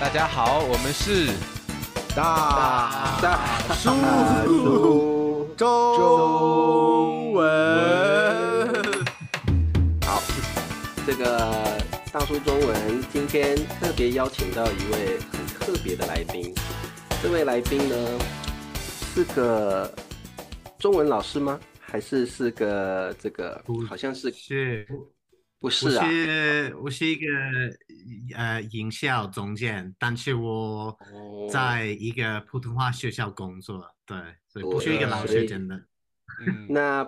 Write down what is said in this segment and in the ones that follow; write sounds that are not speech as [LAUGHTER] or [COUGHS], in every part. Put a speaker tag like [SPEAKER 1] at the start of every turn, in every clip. [SPEAKER 1] 大家好，我们是
[SPEAKER 2] 大啊大
[SPEAKER 1] 叔
[SPEAKER 2] 叔中文。好，这个大叔中文今天特别邀请到一位很特别的来宾，这位来宾呢是个中文老师吗？还是是个这个
[SPEAKER 3] 不
[SPEAKER 2] 好像是
[SPEAKER 3] 是，
[SPEAKER 2] 不
[SPEAKER 3] 我
[SPEAKER 2] 是啊？
[SPEAKER 3] 是我是一个呃营销总监，但是我
[SPEAKER 2] 哦
[SPEAKER 3] 在一个普通话学校工作，对，所以不是一个
[SPEAKER 1] 哦
[SPEAKER 3] 老
[SPEAKER 1] 所
[SPEAKER 3] 师，
[SPEAKER 2] 以
[SPEAKER 3] 真的。
[SPEAKER 1] 嗯
[SPEAKER 2] 那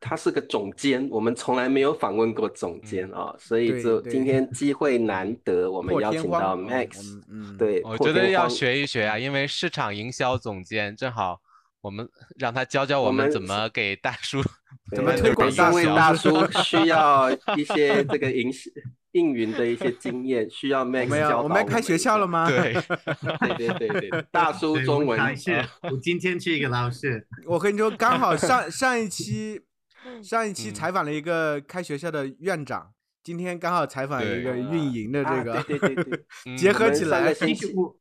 [SPEAKER 2] 他是个总监，我们从来没有访问过总
[SPEAKER 3] 嗯
[SPEAKER 2] 监啊、哦，所以
[SPEAKER 4] 对
[SPEAKER 2] 就
[SPEAKER 4] 对
[SPEAKER 2] 今天机会难得，我们
[SPEAKER 4] 破
[SPEAKER 2] 邀
[SPEAKER 4] 天
[SPEAKER 2] 请
[SPEAKER 4] 荒
[SPEAKER 2] 到
[SPEAKER 4] 嗯
[SPEAKER 2] Max，
[SPEAKER 4] 我们嗯，
[SPEAKER 2] 对，
[SPEAKER 1] 我
[SPEAKER 2] 破
[SPEAKER 1] 觉得
[SPEAKER 2] 天
[SPEAKER 1] 要
[SPEAKER 2] 荒
[SPEAKER 1] 学一学啊，因为市场营销总监正好我们让他教教
[SPEAKER 2] 我
[SPEAKER 1] 我们
[SPEAKER 2] 们
[SPEAKER 1] 怎么给大叔
[SPEAKER 2] 对
[SPEAKER 4] 怎么推广
[SPEAKER 2] 因
[SPEAKER 4] 大
[SPEAKER 2] 为
[SPEAKER 4] 叔
[SPEAKER 2] 大叔需要一些这个营应援的一些经验，需要 Max
[SPEAKER 4] 我们
[SPEAKER 2] 教导
[SPEAKER 4] 要我们要开学校了吗？，
[SPEAKER 2] [LAUGHS]
[SPEAKER 1] 对
[SPEAKER 2] 们一下？对对对对，大叔
[SPEAKER 3] 所以我
[SPEAKER 2] 中
[SPEAKER 3] 很
[SPEAKER 2] 文
[SPEAKER 3] 开心
[SPEAKER 2] 啊
[SPEAKER 3] 我今天是一个老
[SPEAKER 2] [LAUGHS]
[SPEAKER 3] 师，
[SPEAKER 4] [LAUGHS] 我跟你说，刚好上上一期上一期
[SPEAKER 1] 嗯
[SPEAKER 4] 采访了一个开学校的院长，今天刚好采访
[SPEAKER 1] 对
[SPEAKER 4] 一个运营的
[SPEAKER 2] 啊
[SPEAKER 4] 这个，
[SPEAKER 2] 对对对对，
[SPEAKER 1] 嗯
[SPEAKER 4] 结合
[SPEAKER 2] 我们
[SPEAKER 4] 起
[SPEAKER 2] 上
[SPEAKER 4] 来
[SPEAKER 2] 个星期
[SPEAKER 3] 我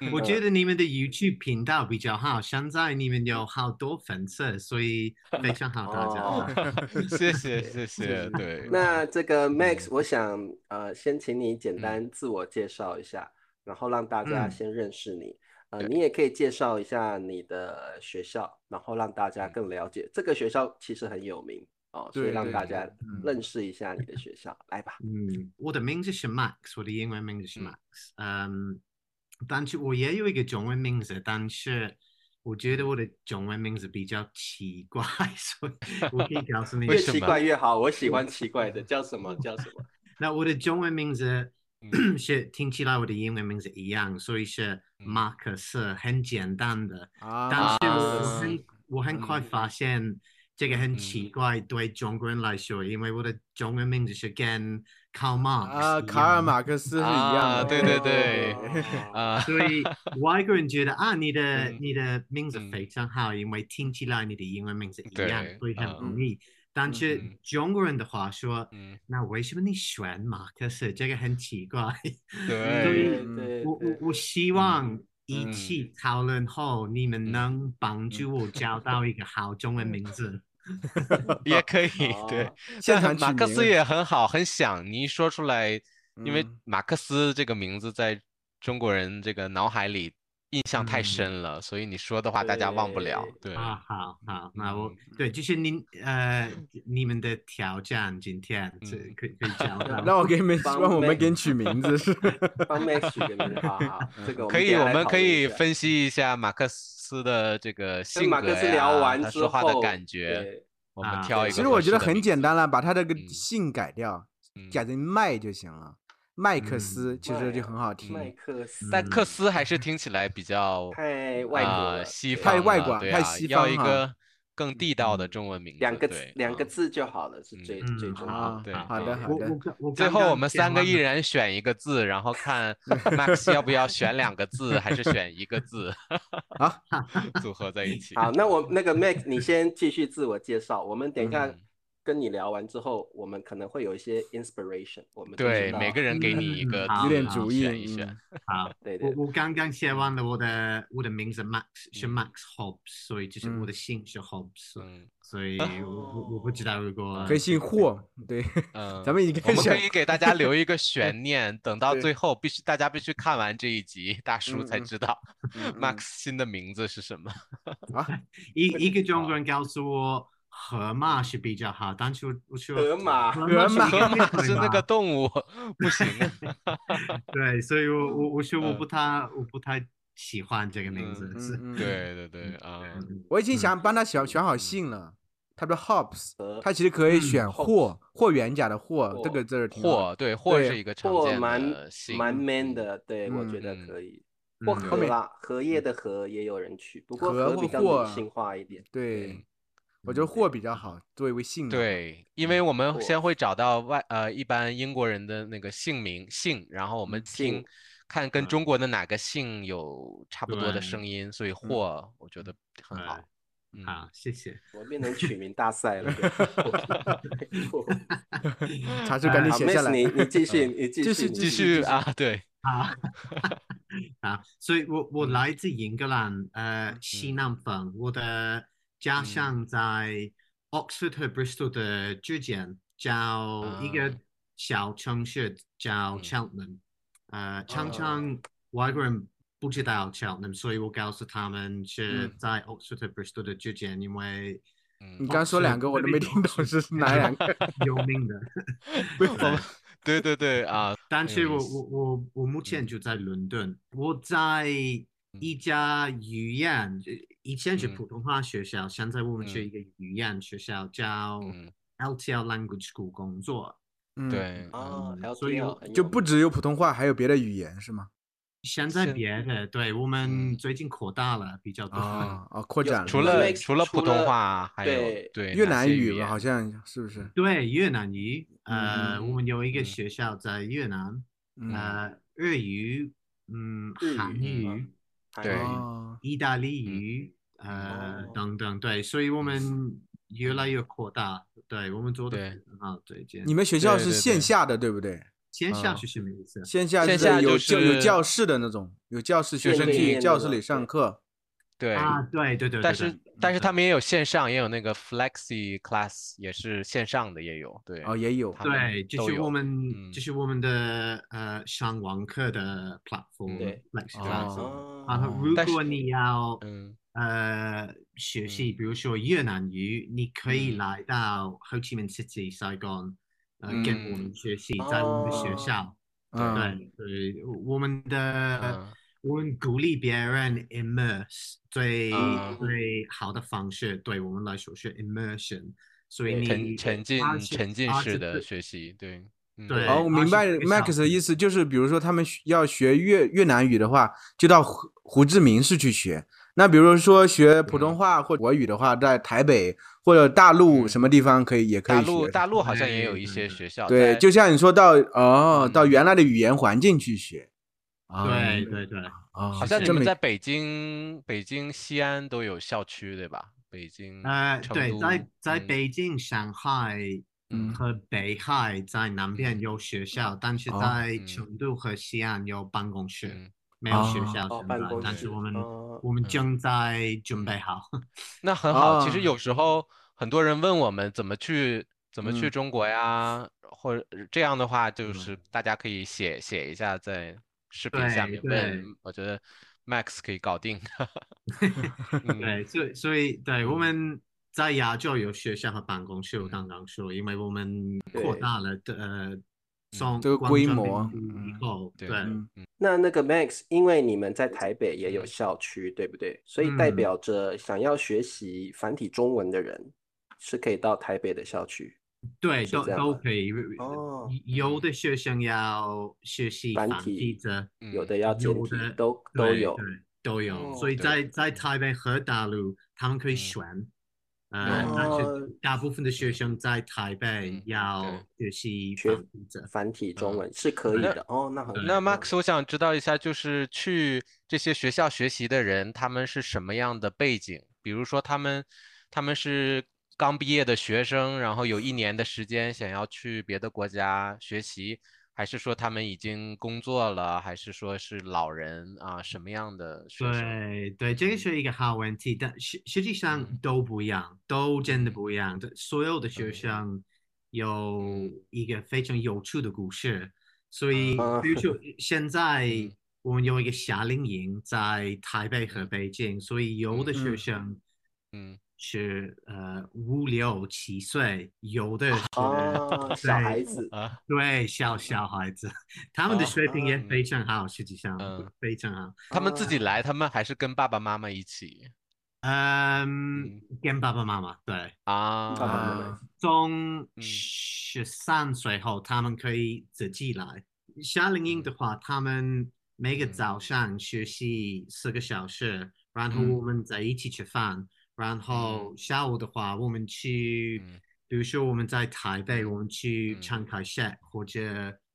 [SPEAKER 1] 嗯
[SPEAKER 3] 我觉得你们的 YouTube 频道比较好，现在你们有好多粉丝，所以非常好，大家。
[SPEAKER 2] 哦
[SPEAKER 1] 嗯谢谢
[SPEAKER 2] [LAUGHS]
[SPEAKER 1] 谢谢，对，
[SPEAKER 2] 那这个 Max，
[SPEAKER 1] 嗯
[SPEAKER 2] 我想呃，先请你简单自我介绍一下，然后让大家
[SPEAKER 3] 嗯
[SPEAKER 2] 先认识你。呃，
[SPEAKER 1] 对
[SPEAKER 2] 你也可以介绍一下你的学校，然后让大家更了解。这个学校其实很有名哦，所以
[SPEAKER 4] 对
[SPEAKER 2] 让
[SPEAKER 4] 对
[SPEAKER 2] 大
[SPEAKER 1] 嗯对
[SPEAKER 2] 家
[SPEAKER 3] 嗯
[SPEAKER 2] 认识一下你的学校。来吧，
[SPEAKER 3] 嗯，我的名字是 Max，我的英文名字是
[SPEAKER 1] 嗯
[SPEAKER 3] Max。嗯，但是我也有一个中文名字，但是我觉得我的中文名字比较奇怪， [LAUGHS] 所以我可以告
[SPEAKER 2] [LAUGHS]
[SPEAKER 3] 诉你
[SPEAKER 2] 越
[SPEAKER 1] 什
[SPEAKER 2] 奇
[SPEAKER 1] 么
[SPEAKER 2] 怪越好，我喜
[SPEAKER 1] [LAUGHS]
[SPEAKER 2] 欢奇怪的，叫什么叫什么？
[SPEAKER 3] 那我的中文名字
[SPEAKER 1] 嗯
[SPEAKER 3] [CLEARS THROAT] 是听起来我的英文名字一样，所以是
[SPEAKER 1] 嗯
[SPEAKER 3] 马克思，很简单的。
[SPEAKER 4] [LAUGHS]
[SPEAKER 3] 但
[SPEAKER 4] 啊
[SPEAKER 3] 是我
[SPEAKER 1] 啊
[SPEAKER 3] 很我很快
[SPEAKER 2] 嗯
[SPEAKER 3] 发现这个很
[SPEAKER 1] 嗯
[SPEAKER 3] 奇怪，对中国人来说，因为我的中文名字是跟 Karl Marx
[SPEAKER 4] 啊，
[SPEAKER 3] 一
[SPEAKER 4] 卡尔
[SPEAKER 3] 样
[SPEAKER 4] 马克思是一
[SPEAKER 1] 啊
[SPEAKER 4] 样的，
[SPEAKER 1] 对对对
[SPEAKER 2] 哦 [LAUGHS]
[SPEAKER 1] 啊，
[SPEAKER 3] 所以外国人觉得啊，你的
[SPEAKER 1] [LAUGHS] 嗯
[SPEAKER 3] 你的名字
[SPEAKER 1] 嗯
[SPEAKER 3] 非常好，因为听起来你的英文名字一样
[SPEAKER 1] 对，
[SPEAKER 3] 所以很
[SPEAKER 1] 嗯
[SPEAKER 3] 容易。但是
[SPEAKER 1] 嗯
[SPEAKER 3] 中国人的话说，
[SPEAKER 1] 嗯，
[SPEAKER 3] 那为什么你选马克思？这个很奇怪。
[SPEAKER 1] 对，嗯
[SPEAKER 4] 嗯
[SPEAKER 2] 对
[SPEAKER 3] 我
[SPEAKER 2] 对
[SPEAKER 3] 我我希望一起讨论后，你们能帮助
[SPEAKER 1] 嗯
[SPEAKER 3] 我找到一个好中文名字。
[SPEAKER 1] 也可以，对
[SPEAKER 2] 哦，
[SPEAKER 4] [LAUGHS]
[SPEAKER 1] 但
[SPEAKER 4] 现场
[SPEAKER 1] 马
[SPEAKER 4] 取
[SPEAKER 1] 克思
[SPEAKER 4] 名
[SPEAKER 1] 也很好，很响，你一说出来，因为
[SPEAKER 4] 嗯
[SPEAKER 1] 马克思这个名字在中国人这个脑海里印象太
[SPEAKER 3] 嗯
[SPEAKER 1] 深了，所以你说的话大家忘不了。 [LAUGHS] 对，
[SPEAKER 3] 啊，好好，那我
[SPEAKER 1] 嗯
[SPEAKER 3] 对，就是您呃，你们的挑战今天这
[SPEAKER 1] 嗯
[SPEAKER 3] 可以可以找
[SPEAKER 1] [LAUGHS]
[SPEAKER 3] 到。
[SPEAKER 4] 让我给你们
[SPEAKER 2] 帮
[SPEAKER 4] 让我们
[SPEAKER 2] Max
[SPEAKER 4] 给你取名字是，
[SPEAKER 2] 帮 Max 取个名字，好
[SPEAKER 1] [LAUGHS]
[SPEAKER 2] 好，这个我
[SPEAKER 1] 可
[SPEAKER 2] 们
[SPEAKER 1] 以，
[SPEAKER 2] 等一下
[SPEAKER 1] 我
[SPEAKER 2] 来
[SPEAKER 1] 们
[SPEAKER 2] 讨
[SPEAKER 1] 可
[SPEAKER 2] 论一
[SPEAKER 1] 以
[SPEAKER 2] 下嗯
[SPEAKER 1] 分析一下马克思的这个
[SPEAKER 2] 跟
[SPEAKER 1] 性
[SPEAKER 2] 马
[SPEAKER 1] 格
[SPEAKER 2] 克思
[SPEAKER 1] 呀
[SPEAKER 2] 聊完
[SPEAKER 1] 他
[SPEAKER 2] 之
[SPEAKER 1] 说话的
[SPEAKER 2] 后
[SPEAKER 1] 感觉，
[SPEAKER 2] 对
[SPEAKER 1] 我们
[SPEAKER 3] 啊
[SPEAKER 1] 挑一个。
[SPEAKER 4] 其实我觉得很简单了，，把他这个
[SPEAKER 1] 嗯
[SPEAKER 4] 姓改掉，
[SPEAKER 1] 嗯
[SPEAKER 4] 改成麦就行了，麦克
[SPEAKER 3] 嗯
[SPEAKER 4] 斯其实就很好听，嗯
[SPEAKER 2] 麦克斯，
[SPEAKER 1] 但克斯还
[SPEAKER 2] [LAUGHS]
[SPEAKER 1] 是听起来比较
[SPEAKER 2] 太外国
[SPEAKER 1] 啊
[SPEAKER 2] 了
[SPEAKER 1] 西
[SPEAKER 2] 对
[SPEAKER 1] 方
[SPEAKER 4] 太外
[SPEAKER 1] 了
[SPEAKER 4] 国
[SPEAKER 1] 对
[SPEAKER 4] 太
[SPEAKER 1] 啊
[SPEAKER 4] 西
[SPEAKER 1] 要
[SPEAKER 4] 方
[SPEAKER 1] 一
[SPEAKER 4] 哈
[SPEAKER 1] 个更地道的
[SPEAKER 3] 嗯
[SPEAKER 1] 中文名字，
[SPEAKER 2] 两个字
[SPEAKER 1] 对，
[SPEAKER 2] 两个
[SPEAKER 1] 嗯。
[SPEAKER 2] 字就好了，是最
[SPEAKER 3] 嗯
[SPEAKER 2] 最重要
[SPEAKER 4] 啊
[SPEAKER 2] 的。
[SPEAKER 1] 对
[SPEAKER 4] 好的
[SPEAKER 2] 对
[SPEAKER 4] 好
[SPEAKER 3] 我
[SPEAKER 4] 的
[SPEAKER 3] 我，刚我
[SPEAKER 1] 最
[SPEAKER 3] 刚
[SPEAKER 1] 后
[SPEAKER 3] 刚
[SPEAKER 1] 我们
[SPEAKER 3] 讲
[SPEAKER 1] 三个
[SPEAKER 3] 完
[SPEAKER 1] 一
[SPEAKER 3] 了
[SPEAKER 1] 人选一个字，然后
[SPEAKER 4] [LAUGHS]
[SPEAKER 1] 看 Max 要不要选两个字，还是选一个字
[SPEAKER 4] [LAUGHS] 好，
[SPEAKER 1] [LAUGHS] 组合在一起。
[SPEAKER 2] 好，那我那个 Max，你先继续自我介绍，我们等一下
[SPEAKER 1] 嗯
[SPEAKER 2] 跟你聊完之后，我们可能会有一些 inspiration，我们就
[SPEAKER 1] 对，
[SPEAKER 2] 知道
[SPEAKER 1] 每个人给你一
[SPEAKER 3] 嗯
[SPEAKER 1] 个
[SPEAKER 3] 好
[SPEAKER 1] 字
[SPEAKER 4] 有点
[SPEAKER 1] 你
[SPEAKER 4] 主
[SPEAKER 1] 选一
[SPEAKER 4] 意，
[SPEAKER 1] 选
[SPEAKER 4] 嗯。
[SPEAKER 3] 好，
[SPEAKER 2] 对对
[SPEAKER 3] 我我刚刚写完了我的我的名字 Max 是
[SPEAKER 1] 嗯
[SPEAKER 3] Max Hobbs，所以就是我的姓是 Hobbs，、
[SPEAKER 1] 嗯
[SPEAKER 3] 所以我我我不知道如果
[SPEAKER 4] 可以姓霍，对，
[SPEAKER 1] 嗯，
[SPEAKER 4] 咱们已经
[SPEAKER 1] 我
[SPEAKER 4] 开
[SPEAKER 1] 们
[SPEAKER 4] 始
[SPEAKER 1] 可以给大家留一个悬
[SPEAKER 4] [LAUGHS]
[SPEAKER 1] 念，等到
[SPEAKER 4] 对
[SPEAKER 1] 最后必须大家必须看完这一集，大叔
[SPEAKER 4] 嗯
[SPEAKER 1] 才
[SPEAKER 4] 嗯
[SPEAKER 1] 知道
[SPEAKER 4] 嗯
[SPEAKER 1] Max 新的名字是什
[SPEAKER 4] [LAUGHS]
[SPEAKER 1] 么。
[SPEAKER 4] 啊，
[SPEAKER 3] 一一个中国人告诉我河马是比较好，但是我我说
[SPEAKER 2] 河马
[SPEAKER 3] 河马
[SPEAKER 4] 河
[SPEAKER 3] 是一定会
[SPEAKER 1] [LAUGHS] 是那
[SPEAKER 3] 吗
[SPEAKER 1] 个动物，不行啊。
[SPEAKER 3] [LAUGHS] 对，所以我我我说我
[SPEAKER 1] 嗯
[SPEAKER 3] 不太我不太喜欢这个名字，
[SPEAKER 1] 嗯
[SPEAKER 3] 是
[SPEAKER 4] 嗯，嗯
[SPEAKER 1] 对对对啊，
[SPEAKER 3] 嗯
[SPEAKER 4] 我已经
[SPEAKER 3] 嗯
[SPEAKER 4] 想帮他选选好姓了，他说 Hobbs，他其实可
[SPEAKER 3] 嗯
[SPEAKER 4] 以选霍，霍元甲的霍
[SPEAKER 2] 霍，
[SPEAKER 4] 这个字儿挺好
[SPEAKER 1] 霍对霍
[SPEAKER 4] 对
[SPEAKER 1] 是一个常
[SPEAKER 2] 或
[SPEAKER 1] 见
[SPEAKER 2] 蛮
[SPEAKER 1] 的姓，
[SPEAKER 2] 蛮 man
[SPEAKER 1] 嗯。
[SPEAKER 2] 的，对我觉得
[SPEAKER 1] 嗯
[SPEAKER 2] 可以。或
[SPEAKER 3] 嗯
[SPEAKER 2] 荷啦，荷叶的荷也有人取，不过
[SPEAKER 4] 荷
[SPEAKER 2] 荷
[SPEAKER 4] 或
[SPEAKER 2] 比较
[SPEAKER 4] 霍
[SPEAKER 2] 女性化一点。
[SPEAKER 4] 对，我觉得霍比较好作为
[SPEAKER 2] 嗯
[SPEAKER 4] 姓
[SPEAKER 1] 嗯
[SPEAKER 4] 的，
[SPEAKER 1] 对，因为我们
[SPEAKER 2] 霍
[SPEAKER 1] 先会找到外呃，一般英国人的那个姓名姓，然后我们听
[SPEAKER 2] 嗯姓
[SPEAKER 1] 看跟
[SPEAKER 3] 嗯
[SPEAKER 1] 中国的哪个姓有差不多的声
[SPEAKER 3] 对
[SPEAKER 1] 音，所以
[SPEAKER 2] 嗯
[SPEAKER 1] 霍我觉得很好。嗯，
[SPEAKER 3] 好，谢谢。
[SPEAKER 2] 我变成取名大
[SPEAKER 4] [LAUGHS]
[SPEAKER 2] 赛了。对 [LAUGHS] 霍霍
[SPEAKER 4] 查出赶紧
[SPEAKER 2] 好
[SPEAKER 4] 写下
[SPEAKER 2] ，Max，
[SPEAKER 4] 来
[SPEAKER 2] 啊你。你继续，
[SPEAKER 1] 嗯
[SPEAKER 2] 你
[SPEAKER 4] 继
[SPEAKER 2] 继续，
[SPEAKER 4] 续
[SPEAKER 2] 你
[SPEAKER 1] 继
[SPEAKER 4] 继
[SPEAKER 1] 续 [LAUGHS]
[SPEAKER 4] 续
[SPEAKER 1] 啊，对，
[SPEAKER 3] 啊，啊，所以我我
[SPEAKER 1] 嗯
[SPEAKER 3] 来自英格兰，呃，西
[SPEAKER 1] 嗯
[SPEAKER 3] 南方，我的家
[SPEAKER 1] 嗯
[SPEAKER 3] 乡在 Oxford 和 Bristol 的之间，叫一个
[SPEAKER 1] 啊
[SPEAKER 3] 小城市叫
[SPEAKER 1] 嗯
[SPEAKER 3] Cheltenham，呃，常
[SPEAKER 2] 哦
[SPEAKER 3] 常外国人不知道 Cheltenham，所以我告诉他们是
[SPEAKER 1] 嗯
[SPEAKER 3] 在 Oxford 和 Bristol 的之间，因为
[SPEAKER 1] 嗯，
[SPEAKER 4] 你刚说两个，我都没听懂是哪两
[SPEAKER 1] [LAUGHS]
[SPEAKER 4] 个。
[SPEAKER 3] 有名的。
[SPEAKER 4] 不用
[SPEAKER 1] 我们对对对啊，
[SPEAKER 3] 但
[SPEAKER 1] 很有
[SPEAKER 3] 是我
[SPEAKER 1] 意思嗯
[SPEAKER 3] 我我我目前就在伦敦，我在一家语言，呃以前是
[SPEAKER 1] 嗯
[SPEAKER 3] 普通话学校，现在我们是
[SPEAKER 1] 嗯
[SPEAKER 3] 一个语言学校，叫
[SPEAKER 1] 嗯，
[SPEAKER 3] LTL Language School 工作。
[SPEAKER 4] 嗯，
[SPEAKER 1] 对，
[SPEAKER 2] 哦
[SPEAKER 3] 嗯所以我
[SPEAKER 2] ，LTL 很有
[SPEAKER 4] 就不
[SPEAKER 2] 名
[SPEAKER 4] 只有普通话，还有别的语言是吗？
[SPEAKER 3] 现在
[SPEAKER 1] 现
[SPEAKER 3] 别的，对，我们
[SPEAKER 1] 嗯哦
[SPEAKER 3] 最近扩大了比较多。
[SPEAKER 4] 啊啊，扩
[SPEAKER 2] 有
[SPEAKER 4] 展了
[SPEAKER 1] 除
[SPEAKER 2] 那
[SPEAKER 1] 了
[SPEAKER 2] Max
[SPEAKER 1] 除了
[SPEAKER 2] 除
[SPEAKER 1] 普通
[SPEAKER 2] 了
[SPEAKER 1] 话，还有
[SPEAKER 2] 对
[SPEAKER 1] 对
[SPEAKER 4] 越
[SPEAKER 1] 哪
[SPEAKER 4] 南
[SPEAKER 1] 些
[SPEAKER 4] 语
[SPEAKER 1] 语
[SPEAKER 4] 吧，好
[SPEAKER 1] 言
[SPEAKER 4] 像是不是？
[SPEAKER 3] [LAUGHS] 对，越南语，呃，
[SPEAKER 1] 嗯
[SPEAKER 3] 我们有一个
[SPEAKER 1] 嗯
[SPEAKER 3] 学校在越南，
[SPEAKER 4] 嗯，
[SPEAKER 1] 啊
[SPEAKER 3] 呃，日语，嗯，
[SPEAKER 2] 日
[SPEAKER 3] 韩
[SPEAKER 1] 语
[SPEAKER 3] 语，
[SPEAKER 2] 韩
[SPEAKER 1] 对
[SPEAKER 2] 语
[SPEAKER 4] 哦，
[SPEAKER 3] 意大利
[SPEAKER 1] 嗯
[SPEAKER 3] 语，呃
[SPEAKER 2] 哦，
[SPEAKER 3] 等等，对，所以我们越来越扩大，对，我们做的
[SPEAKER 1] 对
[SPEAKER 3] 很好，最近。
[SPEAKER 4] 你们学校
[SPEAKER 1] 对
[SPEAKER 4] 是
[SPEAKER 1] 对
[SPEAKER 4] 线
[SPEAKER 1] 对
[SPEAKER 4] 下的，对不对？
[SPEAKER 3] 线下
[SPEAKER 1] 嗯
[SPEAKER 3] 是什么意思？
[SPEAKER 4] 线下
[SPEAKER 1] 线
[SPEAKER 4] 是
[SPEAKER 1] 下就
[SPEAKER 4] 有教有
[SPEAKER 1] 是
[SPEAKER 4] 教室的那种，有教室，学
[SPEAKER 1] 面
[SPEAKER 4] 生
[SPEAKER 1] 对
[SPEAKER 4] 去
[SPEAKER 2] 面
[SPEAKER 4] 教
[SPEAKER 2] 的
[SPEAKER 4] 室
[SPEAKER 2] 嘛
[SPEAKER 4] 里上
[SPEAKER 2] 对
[SPEAKER 4] 课。
[SPEAKER 1] 对。
[SPEAKER 3] 啊，对对对
[SPEAKER 1] 但
[SPEAKER 3] 对
[SPEAKER 1] 是
[SPEAKER 3] 对，
[SPEAKER 1] 但是
[SPEAKER 3] 嗯
[SPEAKER 1] 他们也有线上，也有那个 Flexi Class，也是线上的，也有。对，
[SPEAKER 4] 哦，也有
[SPEAKER 1] 他们
[SPEAKER 3] 对，这
[SPEAKER 1] 都
[SPEAKER 3] 是
[SPEAKER 1] 有
[SPEAKER 3] 我们
[SPEAKER 1] 嗯
[SPEAKER 3] 这是我们的呃上网课的 platform，
[SPEAKER 2] 对
[SPEAKER 3] l e x
[SPEAKER 1] 哦
[SPEAKER 3] class。
[SPEAKER 2] 哦
[SPEAKER 3] 然后
[SPEAKER 4] 哦
[SPEAKER 3] 如
[SPEAKER 1] 但是
[SPEAKER 3] 果你要
[SPEAKER 1] 嗯
[SPEAKER 3] 呃学习，比如说越南语，你可以
[SPEAKER 1] 嗯
[SPEAKER 3] 来到 Ho Chi Minh City 塞港，呃，跟我们
[SPEAKER 1] 嗯
[SPEAKER 3] 学习，在我们的学
[SPEAKER 2] 哦
[SPEAKER 3] 校。
[SPEAKER 4] 嗯，
[SPEAKER 3] 对对，我们的
[SPEAKER 1] 嗯
[SPEAKER 3] 我们鼓励别人 immerse 最
[SPEAKER 1] 嗯
[SPEAKER 3] 最好的方式，对我们来说是 immersion。所以
[SPEAKER 2] 对
[SPEAKER 3] 你
[SPEAKER 1] 沉沉浸
[SPEAKER 3] 20
[SPEAKER 1] 沉浸式的
[SPEAKER 3] 20
[SPEAKER 1] 学习，对，嗯
[SPEAKER 3] 对
[SPEAKER 4] 哦，我明白
[SPEAKER 3] 20个小
[SPEAKER 4] Max 的意思，就是比如说他们需要学越越南语的话，就到胡胡志明市去学。那比如说学普通
[SPEAKER 1] 嗯
[SPEAKER 4] 话或国语的话，在台北或者大陆
[SPEAKER 1] 嗯
[SPEAKER 4] 什么地方可以也可
[SPEAKER 1] 大
[SPEAKER 4] 以
[SPEAKER 1] 陆
[SPEAKER 4] 学。
[SPEAKER 1] 大陆好像也有一
[SPEAKER 3] 对
[SPEAKER 1] 些
[SPEAKER 3] 对
[SPEAKER 1] 学校
[SPEAKER 4] 对，
[SPEAKER 1] 在
[SPEAKER 4] 就像你说到哦，到
[SPEAKER 1] 嗯
[SPEAKER 4] 原来的语言环境去学。啊
[SPEAKER 3] 对对对，
[SPEAKER 4] 啊，
[SPEAKER 1] 好像你
[SPEAKER 4] 这
[SPEAKER 1] 们
[SPEAKER 4] 么
[SPEAKER 1] 在北京、北京、西安都有校区，对吧？北京、
[SPEAKER 3] 呃，
[SPEAKER 1] 成
[SPEAKER 3] 对，
[SPEAKER 1] 都，
[SPEAKER 3] 在在
[SPEAKER 1] 嗯
[SPEAKER 3] 北京、上海
[SPEAKER 4] 嗯
[SPEAKER 3] 和北海在南边有学校，但是
[SPEAKER 4] 哦
[SPEAKER 3] 在
[SPEAKER 1] 嗯
[SPEAKER 3] 成都和西安有办公室，
[SPEAKER 1] 嗯，
[SPEAKER 3] 没有学
[SPEAKER 4] 哦
[SPEAKER 3] 校
[SPEAKER 2] 哦，
[SPEAKER 3] 现
[SPEAKER 2] 办
[SPEAKER 3] 在
[SPEAKER 2] 公
[SPEAKER 3] 但
[SPEAKER 2] 室
[SPEAKER 3] 是我们
[SPEAKER 2] 哦
[SPEAKER 3] 我们正在准
[SPEAKER 1] 嗯
[SPEAKER 3] 备好。
[SPEAKER 1] 那很好。其
[SPEAKER 4] 啊
[SPEAKER 1] 实有时候很多人问我们怎么去怎么去
[SPEAKER 4] 嗯
[SPEAKER 1] 中国呀，或者这样的话，就
[SPEAKER 3] 嗯
[SPEAKER 1] 是大家可以写写一下在视频下
[SPEAKER 3] 对
[SPEAKER 1] 面问
[SPEAKER 3] 对，
[SPEAKER 1] 我觉得 Max 可以搞定。 [LAUGHS] 嗯
[SPEAKER 3] 对，所以所以对我
[SPEAKER 1] 嗯
[SPEAKER 3] 们在亚洲有学校和办公室，我刚刚说，因为我们扩
[SPEAKER 2] 嗯对嗯
[SPEAKER 3] 大了的呃，从
[SPEAKER 4] 这个
[SPEAKER 3] 光
[SPEAKER 4] 规
[SPEAKER 3] 证
[SPEAKER 4] 模
[SPEAKER 3] 明书以
[SPEAKER 4] 嗯
[SPEAKER 3] 后，
[SPEAKER 1] 对
[SPEAKER 4] 嗯
[SPEAKER 2] 那那个 Max，因为你们在台北也
[SPEAKER 1] 嗯
[SPEAKER 2] 有校区，对不对？所以代
[SPEAKER 3] 嗯
[SPEAKER 2] 表着想要学习繁体中文的人是可以到台北的校区。
[SPEAKER 3] 对，
[SPEAKER 2] 是
[SPEAKER 3] 都
[SPEAKER 2] 这样
[SPEAKER 3] 都
[SPEAKER 2] 吧
[SPEAKER 3] 可以。
[SPEAKER 2] 哦，
[SPEAKER 3] 有的学生要学习
[SPEAKER 2] 繁
[SPEAKER 3] 繁
[SPEAKER 2] 体
[SPEAKER 3] 体字，
[SPEAKER 2] 有
[SPEAKER 1] 嗯
[SPEAKER 2] 的要简
[SPEAKER 3] 有
[SPEAKER 2] 体
[SPEAKER 3] 的
[SPEAKER 2] 都都
[SPEAKER 3] 对
[SPEAKER 2] 有
[SPEAKER 3] 对都有，
[SPEAKER 2] 哦
[SPEAKER 3] 所以
[SPEAKER 1] 对
[SPEAKER 3] 在在台北和大陆，他们可以
[SPEAKER 1] 嗯
[SPEAKER 3] 选，呃，但
[SPEAKER 2] 哦
[SPEAKER 3] 是大部分的学生在台北
[SPEAKER 1] 嗯
[SPEAKER 3] 要学习
[SPEAKER 2] 学
[SPEAKER 3] 繁体字。
[SPEAKER 2] 繁体中文是可以
[SPEAKER 1] 那
[SPEAKER 2] 的哦，那很
[SPEAKER 1] 嗯那
[SPEAKER 2] 棒
[SPEAKER 1] Max，我想知道一下，就是去这些学校学习的人，他们是什么样的背景？比如说，他们他们是刚毕业的学生，然后有一年的时间想要去别的国家学习，还是说他们已经工作了，还是说是老人啊？什么样的学生？
[SPEAKER 3] 对对，这个是一个好问题，但实实际上
[SPEAKER 1] 嗯
[SPEAKER 3] 都不一样，都真的
[SPEAKER 1] 嗯
[SPEAKER 3] 不一样。这所有的学
[SPEAKER 1] 嗯
[SPEAKER 3] 生有
[SPEAKER 1] 嗯
[SPEAKER 3] 一个非常有趣的故事，所以
[SPEAKER 2] 啊
[SPEAKER 3] 比如
[SPEAKER 1] [LAUGHS]
[SPEAKER 3] 说现在
[SPEAKER 1] 嗯
[SPEAKER 3] 我们有一个夏令营在台北和北京，所以有的
[SPEAKER 1] 嗯
[SPEAKER 3] 学
[SPEAKER 4] 嗯
[SPEAKER 3] 生
[SPEAKER 1] 嗯
[SPEAKER 3] 是呃五六七岁，有的是
[SPEAKER 2] 哦，小孩
[SPEAKER 3] 对
[SPEAKER 2] 子
[SPEAKER 1] 啊
[SPEAKER 3] 对小小孩子，他们的
[SPEAKER 1] 哦
[SPEAKER 3] 水平也
[SPEAKER 2] 嗯
[SPEAKER 3] 非常好，实际上
[SPEAKER 1] 嗯
[SPEAKER 3] 非常好。
[SPEAKER 1] 他们自己
[SPEAKER 2] 哦
[SPEAKER 1] 来，他们还是跟爸爸妈妈一起
[SPEAKER 3] 嗯
[SPEAKER 1] 嗯，
[SPEAKER 3] 跟爸爸妈妈，对，
[SPEAKER 1] 啊？
[SPEAKER 2] 爸爸妈妈
[SPEAKER 4] 啊，
[SPEAKER 3] 从
[SPEAKER 1] 嗯
[SPEAKER 3] 呃十三岁后，他们可以自己来。夏令营的
[SPEAKER 1] 嗯
[SPEAKER 3] 话，他们每个
[SPEAKER 1] 嗯
[SPEAKER 3] 早上学习四个小时，然后
[SPEAKER 4] 嗯
[SPEAKER 3] 我们在一起吃饭，然后下午的话，我们去，
[SPEAKER 1] 嗯
[SPEAKER 3] 比如说我们在台北，
[SPEAKER 1] 嗯
[SPEAKER 3] 我们去
[SPEAKER 1] 嗯
[SPEAKER 3] 唱开县或者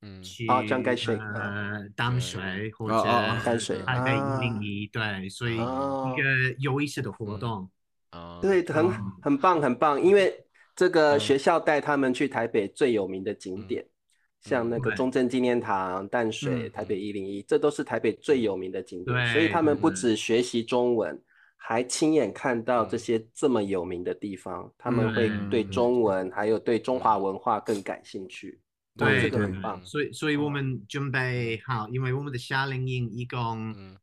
[SPEAKER 1] 嗯
[SPEAKER 3] 去
[SPEAKER 2] 哦张开县
[SPEAKER 3] 呃淡
[SPEAKER 1] 对
[SPEAKER 3] 水或
[SPEAKER 4] 嗯哦哦
[SPEAKER 3] 者
[SPEAKER 2] 淡水
[SPEAKER 3] 台北一
[SPEAKER 2] 啊
[SPEAKER 3] 零一，对，所以。一
[SPEAKER 2] 哦，
[SPEAKER 3] 个有意思的活动。
[SPEAKER 1] 啊，
[SPEAKER 2] 对，很
[SPEAKER 3] 嗯
[SPEAKER 2] 很棒很棒，因为这个
[SPEAKER 1] 嗯
[SPEAKER 2] 学校带他们去台北最有名的景点，像那个
[SPEAKER 3] 对
[SPEAKER 2] 中正纪念堂、淡水、
[SPEAKER 3] 嗯
[SPEAKER 2] 台北一零一，这都是台北最有名的景点，所以
[SPEAKER 3] 对
[SPEAKER 2] 他们不
[SPEAKER 4] 嗯
[SPEAKER 2] 只学习中文，还亲眼看到这
[SPEAKER 1] 嗯
[SPEAKER 2] 些这么有名的地方，他们会对
[SPEAKER 4] 嗯
[SPEAKER 2] 中文还有对中华文化更感兴趣。哇
[SPEAKER 3] 对
[SPEAKER 2] 这个
[SPEAKER 4] 对
[SPEAKER 2] 很棒。
[SPEAKER 3] 所以，所以我们准备好，因为我们的夏令营一共、
[SPEAKER 1] 嗯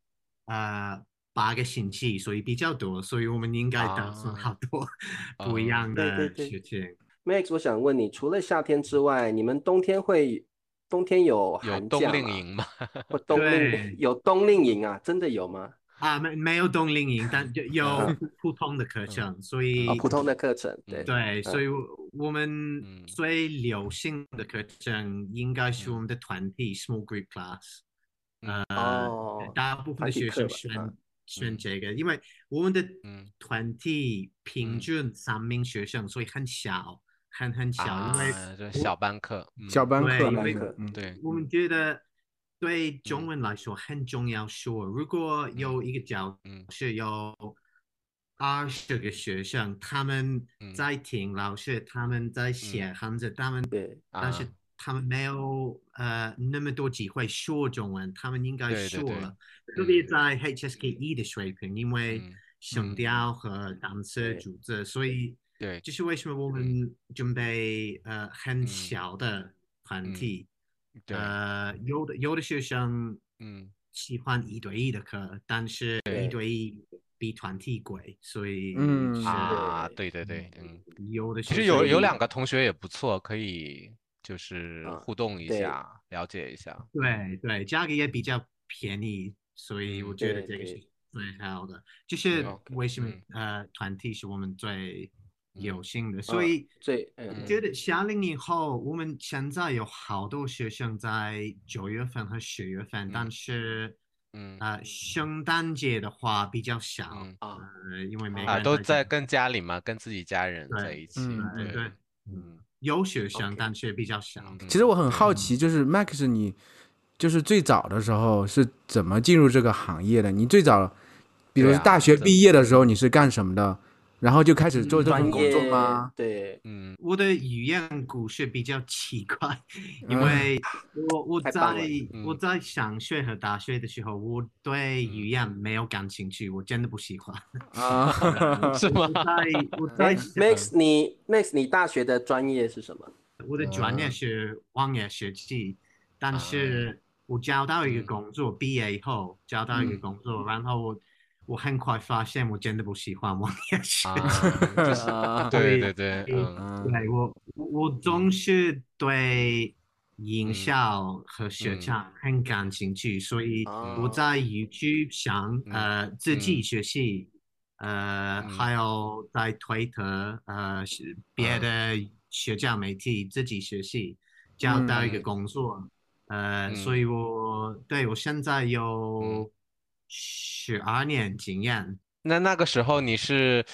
[SPEAKER 3] 呃八个星期，所以比较多，所以我们应该打算
[SPEAKER 1] 啊
[SPEAKER 3] 好多 [LAUGHS] 不
[SPEAKER 1] 啊
[SPEAKER 3] 一样
[SPEAKER 2] 对对
[SPEAKER 3] 的
[SPEAKER 2] 对
[SPEAKER 3] 事情。
[SPEAKER 2] Max，我想问你，除了夏天之外，你们冬天会冬天有
[SPEAKER 1] 有
[SPEAKER 2] 寒
[SPEAKER 1] 冬
[SPEAKER 2] 假
[SPEAKER 1] 令
[SPEAKER 2] 吗？
[SPEAKER 1] 营嘛？
[SPEAKER 2] 或冬令
[SPEAKER 3] 对
[SPEAKER 2] 有冬令营啊？真的有吗？
[SPEAKER 3] 啊，没没有冬令营，但就有普通的课程，所以
[SPEAKER 2] 啊、普通的课程，对，
[SPEAKER 3] 对，所以我我
[SPEAKER 1] 嗯
[SPEAKER 3] 们最流行的课程应该是
[SPEAKER 1] 嗯
[SPEAKER 3] 我们的团体 small group class，
[SPEAKER 1] 嗯
[SPEAKER 3] 呃，
[SPEAKER 2] 哦，
[SPEAKER 3] 大部分
[SPEAKER 2] 团
[SPEAKER 3] 的学
[SPEAKER 2] 体课
[SPEAKER 3] 生
[SPEAKER 2] 吧
[SPEAKER 3] 选
[SPEAKER 2] 嗯
[SPEAKER 3] 选
[SPEAKER 1] 嗯
[SPEAKER 3] 这个，因为我们的
[SPEAKER 1] 嗯
[SPEAKER 3] 团
[SPEAKER 1] 嗯
[SPEAKER 3] 体平均三名学生，所以很小，很很小，
[SPEAKER 1] 啊
[SPEAKER 3] 因为，
[SPEAKER 1] 这小班课，嗯
[SPEAKER 4] 小班
[SPEAKER 3] 对
[SPEAKER 4] 课
[SPEAKER 3] 因
[SPEAKER 4] 来
[SPEAKER 2] 为
[SPEAKER 4] 的，嗯，
[SPEAKER 1] 对，
[SPEAKER 3] 我们觉得对
[SPEAKER 1] 嗯
[SPEAKER 3] 中文来说很重要。说如果有一个教
[SPEAKER 1] 嗯
[SPEAKER 3] 室有二十个学生，他们
[SPEAKER 1] 嗯
[SPEAKER 3] 在听老师，他们在写，喊着他们，
[SPEAKER 2] 对，
[SPEAKER 1] 啊
[SPEAKER 3] 但是他们没有呃那么多机会说中文，他们应该
[SPEAKER 1] 对对
[SPEAKER 3] 说
[SPEAKER 1] 对
[SPEAKER 3] 了，特别
[SPEAKER 1] 嗯
[SPEAKER 3] 在 HSKE E 的水平，因为
[SPEAKER 1] 嗯
[SPEAKER 3] 声
[SPEAKER 1] 嗯
[SPEAKER 3] 调和单词
[SPEAKER 2] 对
[SPEAKER 3] 组织，所以。
[SPEAKER 1] 对，
[SPEAKER 3] 就是为什么我
[SPEAKER 1] 嗯
[SPEAKER 3] 们准备呃很小的团体，
[SPEAKER 1] 嗯对
[SPEAKER 3] 呃，有的有的学生
[SPEAKER 1] 嗯
[SPEAKER 3] 喜欢一对一的课，但是
[SPEAKER 2] 对
[SPEAKER 3] 一对一比团体贵，所以
[SPEAKER 4] 嗯
[SPEAKER 3] 是
[SPEAKER 1] 啊，对对对，嗯，
[SPEAKER 3] 有的
[SPEAKER 1] 其
[SPEAKER 3] 学
[SPEAKER 1] 实
[SPEAKER 3] 生
[SPEAKER 1] 有有两个同学也不错，可以就是
[SPEAKER 4] 嗯
[SPEAKER 2] 啊
[SPEAKER 1] 互动一
[SPEAKER 2] 对
[SPEAKER 1] 下，了解一下，
[SPEAKER 3] 对对，价格也比较便宜，所以
[SPEAKER 1] 嗯
[SPEAKER 3] 我觉得
[SPEAKER 2] 对
[SPEAKER 3] 这个是
[SPEAKER 2] 对
[SPEAKER 3] 最好的。就是
[SPEAKER 1] 嗯，OK，
[SPEAKER 3] 为什么
[SPEAKER 1] 嗯
[SPEAKER 3] 呃团体是我们最
[SPEAKER 1] 嗯
[SPEAKER 3] 流行的，
[SPEAKER 2] 啊
[SPEAKER 3] 所以。
[SPEAKER 2] 最
[SPEAKER 3] 我
[SPEAKER 2] 嗯
[SPEAKER 3] 觉得夏令营后，我们现在有好多学生在九月份和十月份，
[SPEAKER 1] 嗯
[SPEAKER 3] 但是
[SPEAKER 1] 嗯
[SPEAKER 3] 呃，圣诞节的话比较少，
[SPEAKER 1] 嗯
[SPEAKER 2] 啊，
[SPEAKER 3] 呃，因为每个
[SPEAKER 1] 啊，
[SPEAKER 3] 人
[SPEAKER 1] 都
[SPEAKER 3] 在
[SPEAKER 1] 在跟家里嘛，跟自己家人
[SPEAKER 3] 对
[SPEAKER 1] 在一起，
[SPEAKER 4] 嗯
[SPEAKER 3] 对对，
[SPEAKER 1] 嗯
[SPEAKER 3] 有学生
[SPEAKER 2] OK
[SPEAKER 3] 但是比较少。
[SPEAKER 1] 嗯，
[SPEAKER 4] 其实我很
[SPEAKER 1] 对
[SPEAKER 4] 好奇，就是 Max，你就是最早的时候是怎么进入这个行业的？你最早，比如
[SPEAKER 1] 对
[SPEAKER 4] 是
[SPEAKER 1] 啊
[SPEAKER 4] 大学
[SPEAKER 1] 怎
[SPEAKER 4] 毕业的时候，你是干什么的？然后就开始做这
[SPEAKER 2] 专
[SPEAKER 4] 份工作
[SPEAKER 2] 业
[SPEAKER 4] 吗？
[SPEAKER 2] 对，
[SPEAKER 3] [LAUGHS]
[SPEAKER 1] 嗯
[SPEAKER 3] 我的语言故事比较奇怪，因为我我
[SPEAKER 2] 太棒了
[SPEAKER 3] 在
[SPEAKER 1] 嗯
[SPEAKER 3] 我在上学和大学的时候，我对
[SPEAKER 1] 嗯
[SPEAKER 3] 语言没有感兴趣，我真的不喜欢。
[SPEAKER 4] 啊，
[SPEAKER 1] [LAUGHS] 是吗
[SPEAKER 3] 我？在我在
[SPEAKER 2] Max
[SPEAKER 3] 想
[SPEAKER 2] Max，你 Max，你大学的专业是什么？
[SPEAKER 3] 我的专业是网页设计，但是我找到一个
[SPEAKER 1] 嗯
[SPEAKER 3] 工作，毕业以后找到一个
[SPEAKER 4] 嗯
[SPEAKER 3] 工作，然后我我很快发现我真的不喜欢网页设
[SPEAKER 1] 啊
[SPEAKER 3] 计。，
[SPEAKER 1] 就是 [LAUGHS]
[SPEAKER 4] 啊
[SPEAKER 1] 对对
[SPEAKER 3] 对
[SPEAKER 1] 对，
[SPEAKER 3] 对
[SPEAKER 1] 嗯
[SPEAKER 4] 嗯
[SPEAKER 3] 对我，我我总是对
[SPEAKER 1] 嗯
[SPEAKER 3] 营销和市场很感兴趣，所以我
[SPEAKER 2] 哦
[SPEAKER 3] 在 YouTube 上
[SPEAKER 1] 嗯
[SPEAKER 3] 呃自己
[SPEAKER 1] 嗯
[SPEAKER 3] 学习，呃
[SPEAKER 1] 嗯
[SPEAKER 3] 还有在 Twitter 呃是别
[SPEAKER 1] 嗯
[SPEAKER 3] 的社交媒体自己学习，找到一个
[SPEAKER 1] 嗯
[SPEAKER 3] 工作，呃，
[SPEAKER 1] 嗯
[SPEAKER 3] 所以我对我现在有十二年经验，
[SPEAKER 1] 那那个时候你是，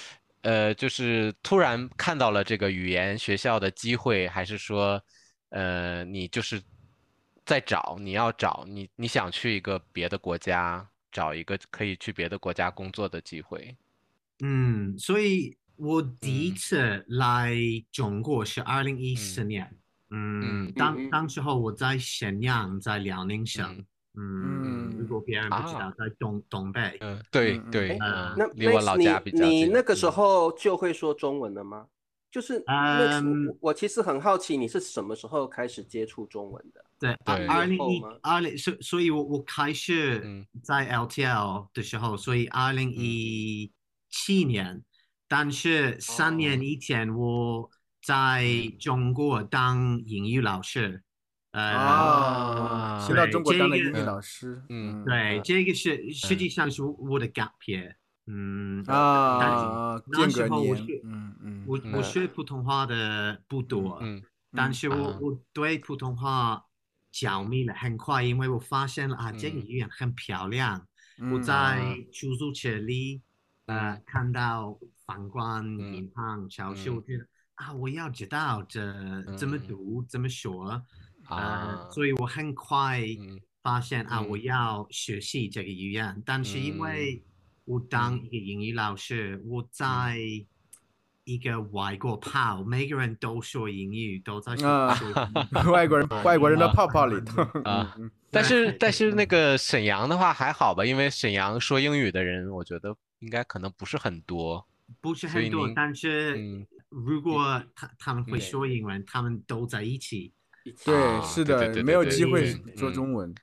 [SPEAKER 1] 呃，就是突然看到了这个语言学校的机会，还是说，呃，你就是在找，你要找，你你想去一个别的国家，找一个可以去别的国家工作的机会？
[SPEAKER 3] 嗯，所以我第一
[SPEAKER 1] 嗯
[SPEAKER 3] 次来中国是二零一四年，
[SPEAKER 1] 嗯
[SPEAKER 3] 嗯，
[SPEAKER 2] 嗯嗯
[SPEAKER 3] 当当时候我在沈阳，在辽宁省，嗯，
[SPEAKER 4] 嗯
[SPEAKER 3] 如果别人不知
[SPEAKER 1] 啊
[SPEAKER 3] 道，在东东北，
[SPEAKER 1] 嗯，对
[SPEAKER 4] 嗯嗯
[SPEAKER 1] 对，
[SPEAKER 2] 哎
[SPEAKER 1] 嗯，
[SPEAKER 2] 那
[SPEAKER 1] 离我老家
[SPEAKER 2] Max，
[SPEAKER 1] 比
[SPEAKER 2] 你
[SPEAKER 1] 较
[SPEAKER 2] 你
[SPEAKER 1] 近
[SPEAKER 2] 那个时
[SPEAKER 1] 嗯
[SPEAKER 2] 候就会说中文了吗？就是
[SPEAKER 3] 嗯
[SPEAKER 2] Max，我我其实很好奇，你是什么时候开始接触中文的？
[SPEAKER 3] 对，
[SPEAKER 1] 对
[SPEAKER 3] 二零
[SPEAKER 2] 后
[SPEAKER 3] 一
[SPEAKER 2] 吗
[SPEAKER 3] 二零，所所以我我开始
[SPEAKER 1] 嗯
[SPEAKER 3] 在 LTL 的时候，所以二零一七年，但是三年
[SPEAKER 1] 哦嗯
[SPEAKER 3] 以前我在中国当英语老师，呃。
[SPEAKER 1] 哦
[SPEAKER 4] 啊，嗯学到
[SPEAKER 3] 对
[SPEAKER 4] 中国当个
[SPEAKER 3] 这
[SPEAKER 4] 英
[SPEAKER 3] 个
[SPEAKER 4] 语老师，
[SPEAKER 1] 嗯
[SPEAKER 3] 对，这个是实
[SPEAKER 1] 嗯
[SPEAKER 3] 际上是我的 gap year。嗯，
[SPEAKER 4] 啊，
[SPEAKER 3] 但
[SPEAKER 4] 间隔
[SPEAKER 3] 是那时候我
[SPEAKER 4] 年
[SPEAKER 3] 是，
[SPEAKER 4] 嗯嗯，
[SPEAKER 3] 我我
[SPEAKER 1] 嗯
[SPEAKER 3] 学普通话的不多，
[SPEAKER 1] 嗯
[SPEAKER 3] 但是我、
[SPEAKER 1] 啊
[SPEAKER 3] 我对普通话着迷了很快，因为我发现了啊，这个
[SPEAKER 1] 嗯
[SPEAKER 3] 语言很漂亮。我
[SPEAKER 4] 嗯
[SPEAKER 1] 啊
[SPEAKER 3] 在出租车里，呃，看到反光
[SPEAKER 1] 嗯
[SPEAKER 3] 银行超市，
[SPEAKER 1] 嗯
[SPEAKER 3] 我觉得啊，我要知道这怎么
[SPEAKER 1] 嗯
[SPEAKER 3] 读，怎么说。
[SPEAKER 1] 啊，
[SPEAKER 3] 所以我很快
[SPEAKER 1] 嗯
[SPEAKER 3] 发现啊，
[SPEAKER 1] 嗯
[SPEAKER 3] 我要学习这个
[SPEAKER 1] 嗯
[SPEAKER 3] 语言，但是因为我当一个英语老师，我在一个外国泡，每个人都说英语，都在说
[SPEAKER 4] 啊
[SPEAKER 3] 说英语
[SPEAKER 4] 外国人外国人的泡泡里头，
[SPEAKER 1] 啊
[SPEAKER 4] 嗯
[SPEAKER 1] 但
[SPEAKER 2] [LAUGHS]
[SPEAKER 1] 是
[SPEAKER 3] 对
[SPEAKER 1] 但是
[SPEAKER 2] 嗯
[SPEAKER 1] 那个沈阳的话还好吧，因为沈阳说英语的人，我觉得应该可能不是很多。
[SPEAKER 3] 不是
[SPEAKER 1] 所以
[SPEAKER 3] 很多，
[SPEAKER 1] 您
[SPEAKER 3] 但是
[SPEAKER 1] 嗯，
[SPEAKER 3] 如果他他们会
[SPEAKER 1] 嗯
[SPEAKER 3] 说英文，他们都在一起。
[SPEAKER 1] 啊
[SPEAKER 4] 对，是
[SPEAKER 1] 对对
[SPEAKER 4] 的
[SPEAKER 1] 对，
[SPEAKER 4] 没有
[SPEAKER 1] 对
[SPEAKER 4] 机会
[SPEAKER 1] 对
[SPEAKER 4] 说
[SPEAKER 1] 嗯
[SPEAKER 4] 中文。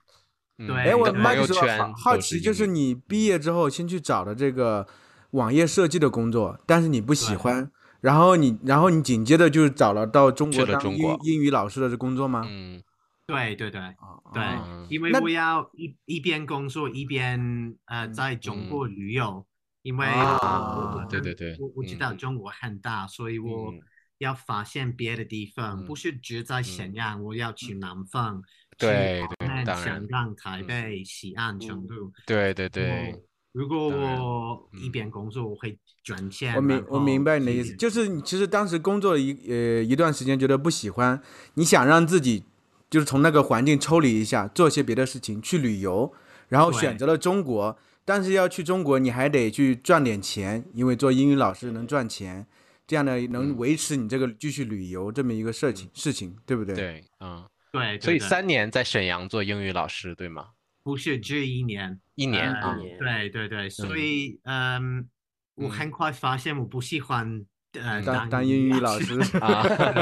[SPEAKER 1] 嗯
[SPEAKER 3] 对
[SPEAKER 4] 哎，我
[SPEAKER 3] 那
[SPEAKER 1] 朋
[SPEAKER 4] Max
[SPEAKER 1] 友
[SPEAKER 4] 说
[SPEAKER 1] 圈
[SPEAKER 4] 好好
[SPEAKER 1] 都
[SPEAKER 4] 奇，
[SPEAKER 1] 英
[SPEAKER 4] 就是
[SPEAKER 1] 语
[SPEAKER 4] 你毕业之后先去找的这个网页设计的工作，但是你不喜
[SPEAKER 3] 对
[SPEAKER 4] 欢，然后你然后你紧接着就找了到中
[SPEAKER 1] 去
[SPEAKER 4] 国
[SPEAKER 1] 了
[SPEAKER 4] 当
[SPEAKER 1] 中
[SPEAKER 4] 英
[SPEAKER 1] 国
[SPEAKER 4] 英语老师的这工作吗？
[SPEAKER 1] 嗯
[SPEAKER 3] 对对对
[SPEAKER 4] 哦
[SPEAKER 3] 对
[SPEAKER 4] 哦，
[SPEAKER 1] 啊
[SPEAKER 3] 因为
[SPEAKER 4] 那
[SPEAKER 3] 我要一一边工作一边呃
[SPEAKER 1] 嗯
[SPEAKER 3] 在中国旅游，因为
[SPEAKER 4] 啊
[SPEAKER 3] 我我
[SPEAKER 1] 对对对
[SPEAKER 3] 我我知道
[SPEAKER 1] 嗯
[SPEAKER 3] 中国很大，所以我
[SPEAKER 1] 嗯
[SPEAKER 3] 要发现别的地方，
[SPEAKER 1] 嗯
[SPEAKER 3] 不是只在沈阳，我要去南方，去
[SPEAKER 1] 对
[SPEAKER 3] 河
[SPEAKER 1] 对
[SPEAKER 3] 南、
[SPEAKER 1] 当然
[SPEAKER 3] 香港、台
[SPEAKER 1] 嗯
[SPEAKER 3] 北、西安、成都。
[SPEAKER 1] 对对对
[SPEAKER 3] 我，如果
[SPEAKER 1] 当然
[SPEAKER 3] 我一
[SPEAKER 1] 嗯
[SPEAKER 3] 边工作，我会转线。
[SPEAKER 4] 我明
[SPEAKER 3] 然
[SPEAKER 4] 我明
[SPEAKER 3] 后
[SPEAKER 4] 白你的
[SPEAKER 3] 去
[SPEAKER 4] 意思，就是你其实当时工作了一呃一段时间，觉得不喜欢，你想让自己就是从那个环境抽离一下，做些别的事情，去旅游，然后选
[SPEAKER 3] 对
[SPEAKER 4] 择了中国。但是要去中国，你还得去赚点钱，因为做英语老师能赚钱，这样呢能维持你这个继续旅游这么一个事情事情，对不对？
[SPEAKER 1] 对，嗯，
[SPEAKER 3] 对，
[SPEAKER 1] 所以
[SPEAKER 3] 对对
[SPEAKER 1] 三年在沈阳做英语老师，对吗？
[SPEAKER 3] 不是只一年。
[SPEAKER 1] 一年啊，
[SPEAKER 3] 呃对对对，所以嗯，我
[SPEAKER 1] 嗯
[SPEAKER 3] 很快发现我不喜欢呃
[SPEAKER 4] 当当英语老师
[SPEAKER 1] 啊，啊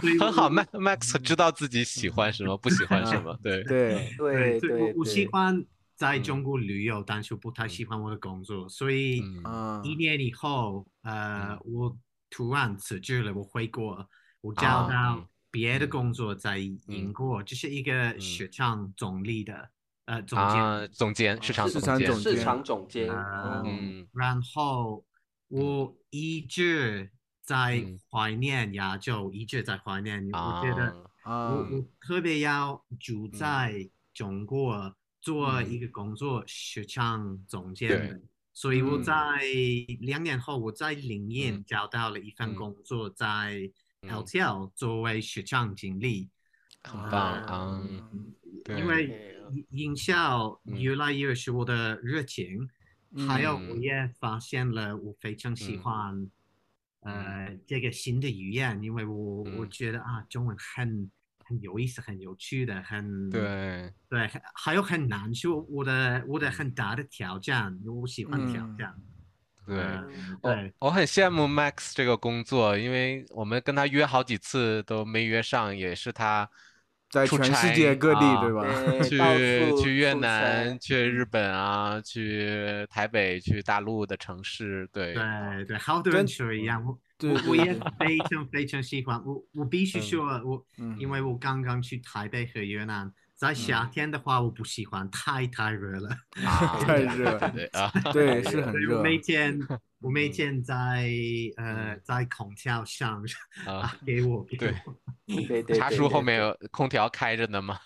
[SPEAKER 3] 所以
[SPEAKER 1] 很好
[SPEAKER 3] 我
[SPEAKER 1] ，Max Max 知道自己喜欢什么，不喜欢什么，对，
[SPEAKER 4] [LAUGHS] 对，
[SPEAKER 2] 对
[SPEAKER 3] 所以我
[SPEAKER 2] 对，
[SPEAKER 3] 我喜
[SPEAKER 2] 对
[SPEAKER 3] 欢在
[SPEAKER 1] 嗯
[SPEAKER 3] 中国旅游，但是我不太喜欢我的工作，所以
[SPEAKER 1] 嗯
[SPEAKER 4] 啊、
[SPEAKER 3] 一年以后，呃，
[SPEAKER 1] 嗯
[SPEAKER 3] 我突然辞职了，我回国，我找
[SPEAKER 1] 啊嗯
[SPEAKER 3] 到别的
[SPEAKER 1] 嗯
[SPEAKER 3] 工作在英
[SPEAKER 1] 嗯
[SPEAKER 3] 国，就是一个雪场总理的呃总监。
[SPEAKER 1] 啊，总监，市场
[SPEAKER 4] 市
[SPEAKER 1] 总
[SPEAKER 4] 场
[SPEAKER 1] 监，
[SPEAKER 4] 总
[SPEAKER 2] 市
[SPEAKER 4] 监
[SPEAKER 2] 场总监，
[SPEAKER 3] 啊
[SPEAKER 2] 嗯
[SPEAKER 1] 嗯
[SPEAKER 3] 然后我一直在
[SPEAKER 1] 嗯
[SPEAKER 3] 怀念亚洲，一直在怀念。我
[SPEAKER 1] 啊
[SPEAKER 3] 觉得我
[SPEAKER 4] 啊、
[SPEAKER 3] 我特别要住
[SPEAKER 1] 嗯
[SPEAKER 3] 在中国做一个工作，市场总监的。所以我
[SPEAKER 4] 嗯
[SPEAKER 3] 在两年后，我在灵隐
[SPEAKER 1] 嗯
[SPEAKER 3] 找到了一份
[SPEAKER 1] 嗯
[SPEAKER 3] 工作，在
[SPEAKER 1] 嗯
[SPEAKER 3] LTL 作为市场经理。
[SPEAKER 1] 很棒啊，对
[SPEAKER 3] 因为
[SPEAKER 2] 对
[SPEAKER 3] 营营销
[SPEAKER 1] 嗯
[SPEAKER 3] 越来越是我的热情，还有我
[SPEAKER 1] 嗯
[SPEAKER 3] 也发现了我非常喜
[SPEAKER 1] 嗯
[SPEAKER 3] 欢，呃，这个新的语言，因为我我
[SPEAKER 1] 嗯
[SPEAKER 3] 觉得啊，中文很很有意思，很有趣的，很
[SPEAKER 1] 对，
[SPEAKER 3] 对，还还有很难，是我我的我的
[SPEAKER 1] 嗯
[SPEAKER 3] 很大的挑战，我喜欢挑
[SPEAKER 4] 嗯
[SPEAKER 3] 战，
[SPEAKER 1] 对。哦
[SPEAKER 3] 嗯
[SPEAKER 1] 我
[SPEAKER 3] 对
[SPEAKER 1] 我很羡慕 Max 这个工作，因为我们跟他约好几次都没约上，也是他
[SPEAKER 4] 在
[SPEAKER 1] 出
[SPEAKER 4] 全世
[SPEAKER 1] 差
[SPEAKER 4] 界各地，
[SPEAKER 1] 啊
[SPEAKER 4] 对吧？
[SPEAKER 2] 对到
[SPEAKER 1] 去
[SPEAKER 2] 处
[SPEAKER 1] 去越
[SPEAKER 2] 出差
[SPEAKER 1] 南、去
[SPEAKER 4] 嗯
[SPEAKER 1] 日本啊、去台北、去大陆的城市，对，
[SPEAKER 3] 对 [LAUGHS] 对，好多
[SPEAKER 4] 真
[SPEAKER 3] 人说一样，我
[SPEAKER 1] [LAUGHS]
[SPEAKER 4] 对
[SPEAKER 3] 我我
[SPEAKER 4] 对
[SPEAKER 3] 也
[SPEAKER 4] 对
[SPEAKER 3] 非常非常喜欢，我我必须
[SPEAKER 1] 嗯嗯
[SPEAKER 3] 说，我因为我刚刚去台北和越南，在夏天的话我不喜欢，太太
[SPEAKER 1] [LAUGHS]
[SPEAKER 3] 热了。
[SPEAKER 1] 啊，
[SPEAKER 4] [LAUGHS] 太
[SPEAKER 1] 对
[SPEAKER 4] 热
[SPEAKER 1] 对对
[SPEAKER 4] [LAUGHS]
[SPEAKER 1] 啊，
[SPEAKER 2] [LAUGHS] 哎
[SPEAKER 4] 对，是很
[SPEAKER 3] 所以我
[SPEAKER 4] 热。
[SPEAKER 1] [LAUGHS]
[SPEAKER 3] 每天我每
[SPEAKER 1] 嗯
[SPEAKER 3] 天在呃在空调上
[SPEAKER 1] 啊 [LAUGHS]
[SPEAKER 3] 啊，给我给
[SPEAKER 1] 对
[SPEAKER 3] 我
[SPEAKER 2] 对对，
[SPEAKER 1] 茶
[SPEAKER 2] 对
[SPEAKER 1] 叔后
[SPEAKER 2] 对
[SPEAKER 1] 面有空调开着呢吗？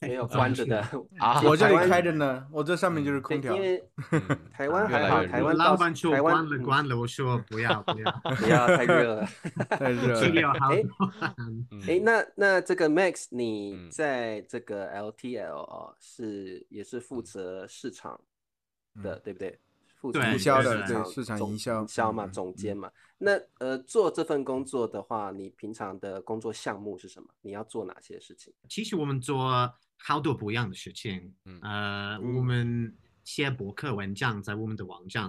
[SPEAKER 2] 没有关着的，
[SPEAKER 3] 嗯
[SPEAKER 1] 啊，
[SPEAKER 4] [LAUGHS] 我这
[SPEAKER 2] 台
[SPEAKER 4] 里
[SPEAKER 2] 湾
[SPEAKER 4] 开着呢，我这上面就是空
[SPEAKER 2] 对
[SPEAKER 4] 调
[SPEAKER 2] 因。
[SPEAKER 4] [LAUGHS]
[SPEAKER 2] 为
[SPEAKER 1] 嗯
[SPEAKER 2] 台湾
[SPEAKER 1] 越
[SPEAKER 2] 还
[SPEAKER 1] 来
[SPEAKER 2] 好，
[SPEAKER 1] 越
[SPEAKER 2] 台
[SPEAKER 3] 我
[SPEAKER 2] 湾
[SPEAKER 3] 老
[SPEAKER 2] 到
[SPEAKER 3] 板说
[SPEAKER 2] 台湾
[SPEAKER 3] 关
[SPEAKER 2] 嗯
[SPEAKER 3] 了
[SPEAKER 2] [LAUGHS]
[SPEAKER 3] 关了，我说不要不要，
[SPEAKER 1] [LAUGHS]
[SPEAKER 2] 不要太热了。
[SPEAKER 4] 太热
[SPEAKER 3] 去
[SPEAKER 4] 了。
[SPEAKER 3] 了好
[SPEAKER 2] 哎
[SPEAKER 3] 多。
[SPEAKER 2] 哎，那那这个 Max，你
[SPEAKER 1] 嗯
[SPEAKER 2] 在这个 LTL 哦，是也是负责市场的，对不对？负责
[SPEAKER 3] 对
[SPEAKER 4] 嗯营销的
[SPEAKER 3] 对
[SPEAKER 4] 对市场
[SPEAKER 2] 总
[SPEAKER 4] 营销
[SPEAKER 2] 嘛，
[SPEAKER 4] 嗯嗯
[SPEAKER 2] 总监嘛。那呃，做这份工作的话，你平常的工作项目是什么？你要做哪些事情？
[SPEAKER 3] 其实我们做好多不一样的事情，
[SPEAKER 1] 嗯
[SPEAKER 3] 呃，
[SPEAKER 2] 嗯
[SPEAKER 3] 我们写博客文章在我们的网站，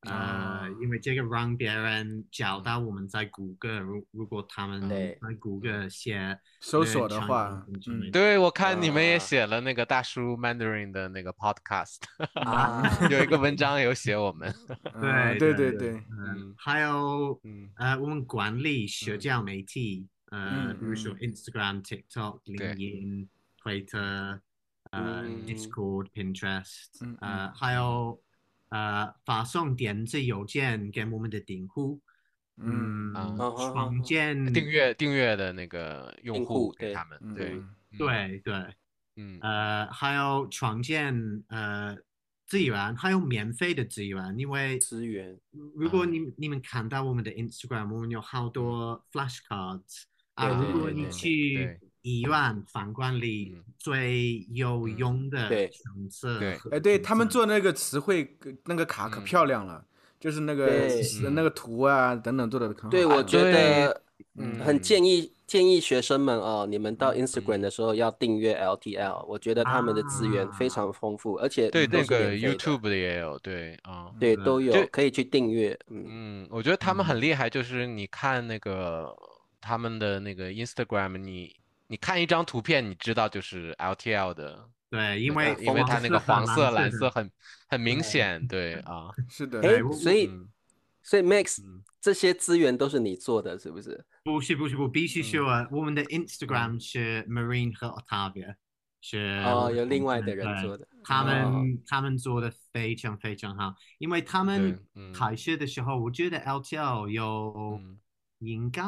[SPEAKER 4] 啊
[SPEAKER 3] 呃，因为这个让别人找到我们在谷歌，如如果他们
[SPEAKER 2] 对
[SPEAKER 3] 在谷歌写
[SPEAKER 4] 搜索的话
[SPEAKER 3] 呃产品
[SPEAKER 1] 对，我看你们也
[SPEAKER 2] 啊
[SPEAKER 1] 写了那个大叔 Mandarin 的那个
[SPEAKER 3] [LAUGHS]
[SPEAKER 1] podcast，
[SPEAKER 2] 啊，
[SPEAKER 1] 有一个文章有写我们，
[SPEAKER 2] [LAUGHS]
[SPEAKER 4] 嗯
[SPEAKER 3] 对
[SPEAKER 4] 对对
[SPEAKER 3] 对
[SPEAKER 4] 对，
[SPEAKER 3] 嗯
[SPEAKER 1] 嗯，
[SPEAKER 3] 还有
[SPEAKER 1] 嗯
[SPEAKER 3] 呃，我们管理社
[SPEAKER 1] 嗯
[SPEAKER 3] 交媒体，呃，
[SPEAKER 4] 嗯
[SPEAKER 3] 比如说
[SPEAKER 4] 嗯
[SPEAKER 3] Instagram、TikTok、
[SPEAKER 1] 对
[SPEAKER 3] LinkedIn、Twitter、呃
[SPEAKER 2] 嗯
[SPEAKER 3] Discord、Pinterest，
[SPEAKER 4] 嗯
[SPEAKER 3] 呃，还有呃发送电子邮件给我们的订户，
[SPEAKER 4] 嗯
[SPEAKER 1] 啊
[SPEAKER 2] 嗯哼
[SPEAKER 3] 创呃建
[SPEAKER 1] 订阅订阅的那个用
[SPEAKER 2] 用
[SPEAKER 1] 户
[SPEAKER 2] 户
[SPEAKER 1] 给
[SPEAKER 2] 对
[SPEAKER 1] 他们，对，
[SPEAKER 4] 嗯
[SPEAKER 1] 嗯，
[SPEAKER 3] 对对，
[SPEAKER 1] 嗯
[SPEAKER 3] 呃，还有创建呃资源，还有免费的资源，因为
[SPEAKER 2] 资源
[SPEAKER 3] 如果
[SPEAKER 1] 啊
[SPEAKER 3] 你们你们看到我们的 Instagram，我们有好多 flashcards 啊。
[SPEAKER 2] 对对
[SPEAKER 3] 如果
[SPEAKER 2] 对
[SPEAKER 3] 你
[SPEAKER 2] 对
[SPEAKER 3] 去
[SPEAKER 1] 对
[SPEAKER 3] 医院房管理
[SPEAKER 1] 嗯
[SPEAKER 3] 最有
[SPEAKER 1] 嗯
[SPEAKER 3] 用的
[SPEAKER 2] 对
[SPEAKER 3] 政策
[SPEAKER 1] 对
[SPEAKER 3] 和
[SPEAKER 4] 哎，对
[SPEAKER 2] 嗯
[SPEAKER 3] 政
[SPEAKER 4] 他们
[SPEAKER 3] 策
[SPEAKER 4] 做那个词汇那个卡可
[SPEAKER 1] 嗯
[SPEAKER 4] 漂亮了，就是那个
[SPEAKER 2] 对嗯
[SPEAKER 4] 是那个图啊等等做的很好。
[SPEAKER 2] 对，我觉得
[SPEAKER 1] 嗯
[SPEAKER 2] 很建议建议学生们哦，你们到 Instagram 的时候要订阅 LTL，我觉得他们的资源非常丰富，而且
[SPEAKER 1] 对
[SPEAKER 2] 都
[SPEAKER 1] 那
[SPEAKER 2] 是
[SPEAKER 1] 个
[SPEAKER 2] 免费的
[SPEAKER 1] YouTube 的也有，对啊，
[SPEAKER 2] 对
[SPEAKER 3] 嗯
[SPEAKER 2] 都有
[SPEAKER 1] 就
[SPEAKER 2] 可以去订阅，嗯，
[SPEAKER 1] 嗯，我觉得他们很厉害，就是你看那个他们的那个 Instagram，你你看一张图片，你知道就是 LTL 的
[SPEAKER 3] 对，因
[SPEAKER 1] 那
[SPEAKER 3] 为
[SPEAKER 1] 个，因为它那个黄
[SPEAKER 3] 色和
[SPEAKER 1] 色、蓝
[SPEAKER 3] 的
[SPEAKER 1] 色很很明显，对啊，
[SPEAKER 4] 是的，
[SPEAKER 2] 哎
[SPEAKER 3] 对我，
[SPEAKER 2] 所以
[SPEAKER 1] 嗯
[SPEAKER 2] 所以 Max
[SPEAKER 1] 嗯
[SPEAKER 2] 这些资源都是你做的，是不是？
[SPEAKER 3] 不是不是不必须
[SPEAKER 1] 嗯
[SPEAKER 3] 说啊，我们的 Instagram 是 Marine 和 Otavia，是
[SPEAKER 1] 嗯
[SPEAKER 2] 哦，有另外的人
[SPEAKER 3] 对
[SPEAKER 2] 做的，
[SPEAKER 3] 他
[SPEAKER 2] 哦
[SPEAKER 3] 们他们做的非常非常好，因为他们
[SPEAKER 1] 对嗯
[SPEAKER 3] 开始的时候，我觉得 LTL 有
[SPEAKER 1] 嗯
[SPEAKER 3] 应该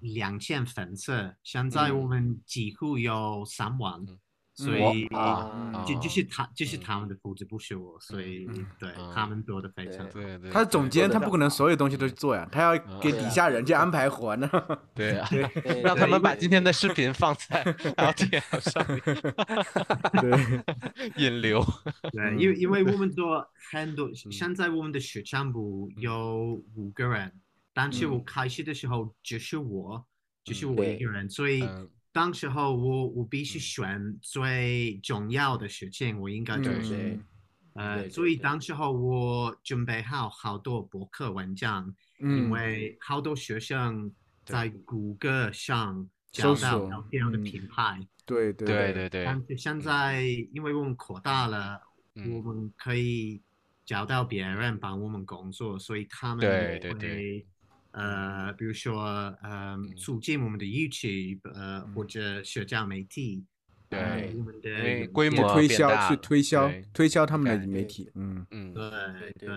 [SPEAKER 3] 两千粉丝，现在我
[SPEAKER 1] 嗯
[SPEAKER 3] 们几乎有三万，
[SPEAKER 1] 嗯
[SPEAKER 3] 所
[SPEAKER 1] 哇
[SPEAKER 3] 以
[SPEAKER 2] 啊
[SPEAKER 4] 嗯
[SPEAKER 3] 就
[SPEAKER 1] 啊
[SPEAKER 3] 就是他就是
[SPEAKER 1] 嗯
[SPEAKER 3] 他们的福字不是我，所以
[SPEAKER 4] 嗯
[SPEAKER 3] 对
[SPEAKER 1] 啊
[SPEAKER 3] 他们做的非常好。
[SPEAKER 1] 对对，
[SPEAKER 4] 他是总
[SPEAKER 1] 对
[SPEAKER 4] 监，他
[SPEAKER 2] 对
[SPEAKER 4] 不可能所有东西都做呀，他要给
[SPEAKER 2] 对
[SPEAKER 4] 底
[SPEAKER 2] 啊
[SPEAKER 4] 下人去安排活呢。
[SPEAKER 1] 对啊，
[SPEAKER 2] 对
[SPEAKER 1] 让他
[SPEAKER 2] 对
[SPEAKER 1] 们把
[SPEAKER 2] 对
[SPEAKER 1] 今天的视频放在 LTL 上面
[SPEAKER 4] 对，
[SPEAKER 1] 引流，
[SPEAKER 3] 对，因为因为我们做很多，
[SPEAKER 1] 嗯
[SPEAKER 3] 现在我们的市场部有五个人，但是我开始的时候只是我，只是
[SPEAKER 1] 嗯
[SPEAKER 3] 我一个人，所以
[SPEAKER 1] 嗯
[SPEAKER 3] 当时候我我必须
[SPEAKER 1] 嗯
[SPEAKER 3] 选最重要的事情，我应该就
[SPEAKER 2] 对
[SPEAKER 3] 是
[SPEAKER 2] 嗯对对
[SPEAKER 3] 呃，
[SPEAKER 2] 对
[SPEAKER 3] 所以
[SPEAKER 2] 对
[SPEAKER 3] 当时候我准备好好多博客文章，
[SPEAKER 4] [LAUGHS]
[SPEAKER 3] 因
[SPEAKER 4] 嗯，
[SPEAKER 3] 为好多学生在谷歌上
[SPEAKER 4] 搜
[SPEAKER 3] 找到
[SPEAKER 4] 索
[SPEAKER 3] LTL 的
[SPEAKER 4] 嗯
[SPEAKER 3] 品牌，
[SPEAKER 4] 对对
[SPEAKER 1] 对对对，
[SPEAKER 3] 但是现在因为我们扩大了。我
[SPEAKER 1] 嗯
[SPEAKER 3] 们可以找到别人帮我们工作，所以他们
[SPEAKER 1] 对
[SPEAKER 3] 也
[SPEAKER 1] 对对嗯
[SPEAKER 3] 会呃，比如说呃，促进我们的 YouTube 呃、或者社交媒体，呃
[SPEAKER 1] 嗯对
[SPEAKER 3] 我们的
[SPEAKER 1] 因为
[SPEAKER 3] 影
[SPEAKER 1] 规
[SPEAKER 3] 片
[SPEAKER 1] 模
[SPEAKER 4] 推
[SPEAKER 1] 变
[SPEAKER 4] 销
[SPEAKER 1] 大
[SPEAKER 4] 去
[SPEAKER 1] 了
[SPEAKER 4] 推销
[SPEAKER 1] 对
[SPEAKER 4] 推销他们的
[SPEAKER 2] 对
[SPEAKER 4] 媒
[SPEAKER 2] 对
[SPEAKER 4] 体，嗯
[SPEAKER 1] 嗯
[SPEAKER 3] 对
[SPEAKER 2] 对
[SPEAKER 3] 对
[SPEAKER 2] 对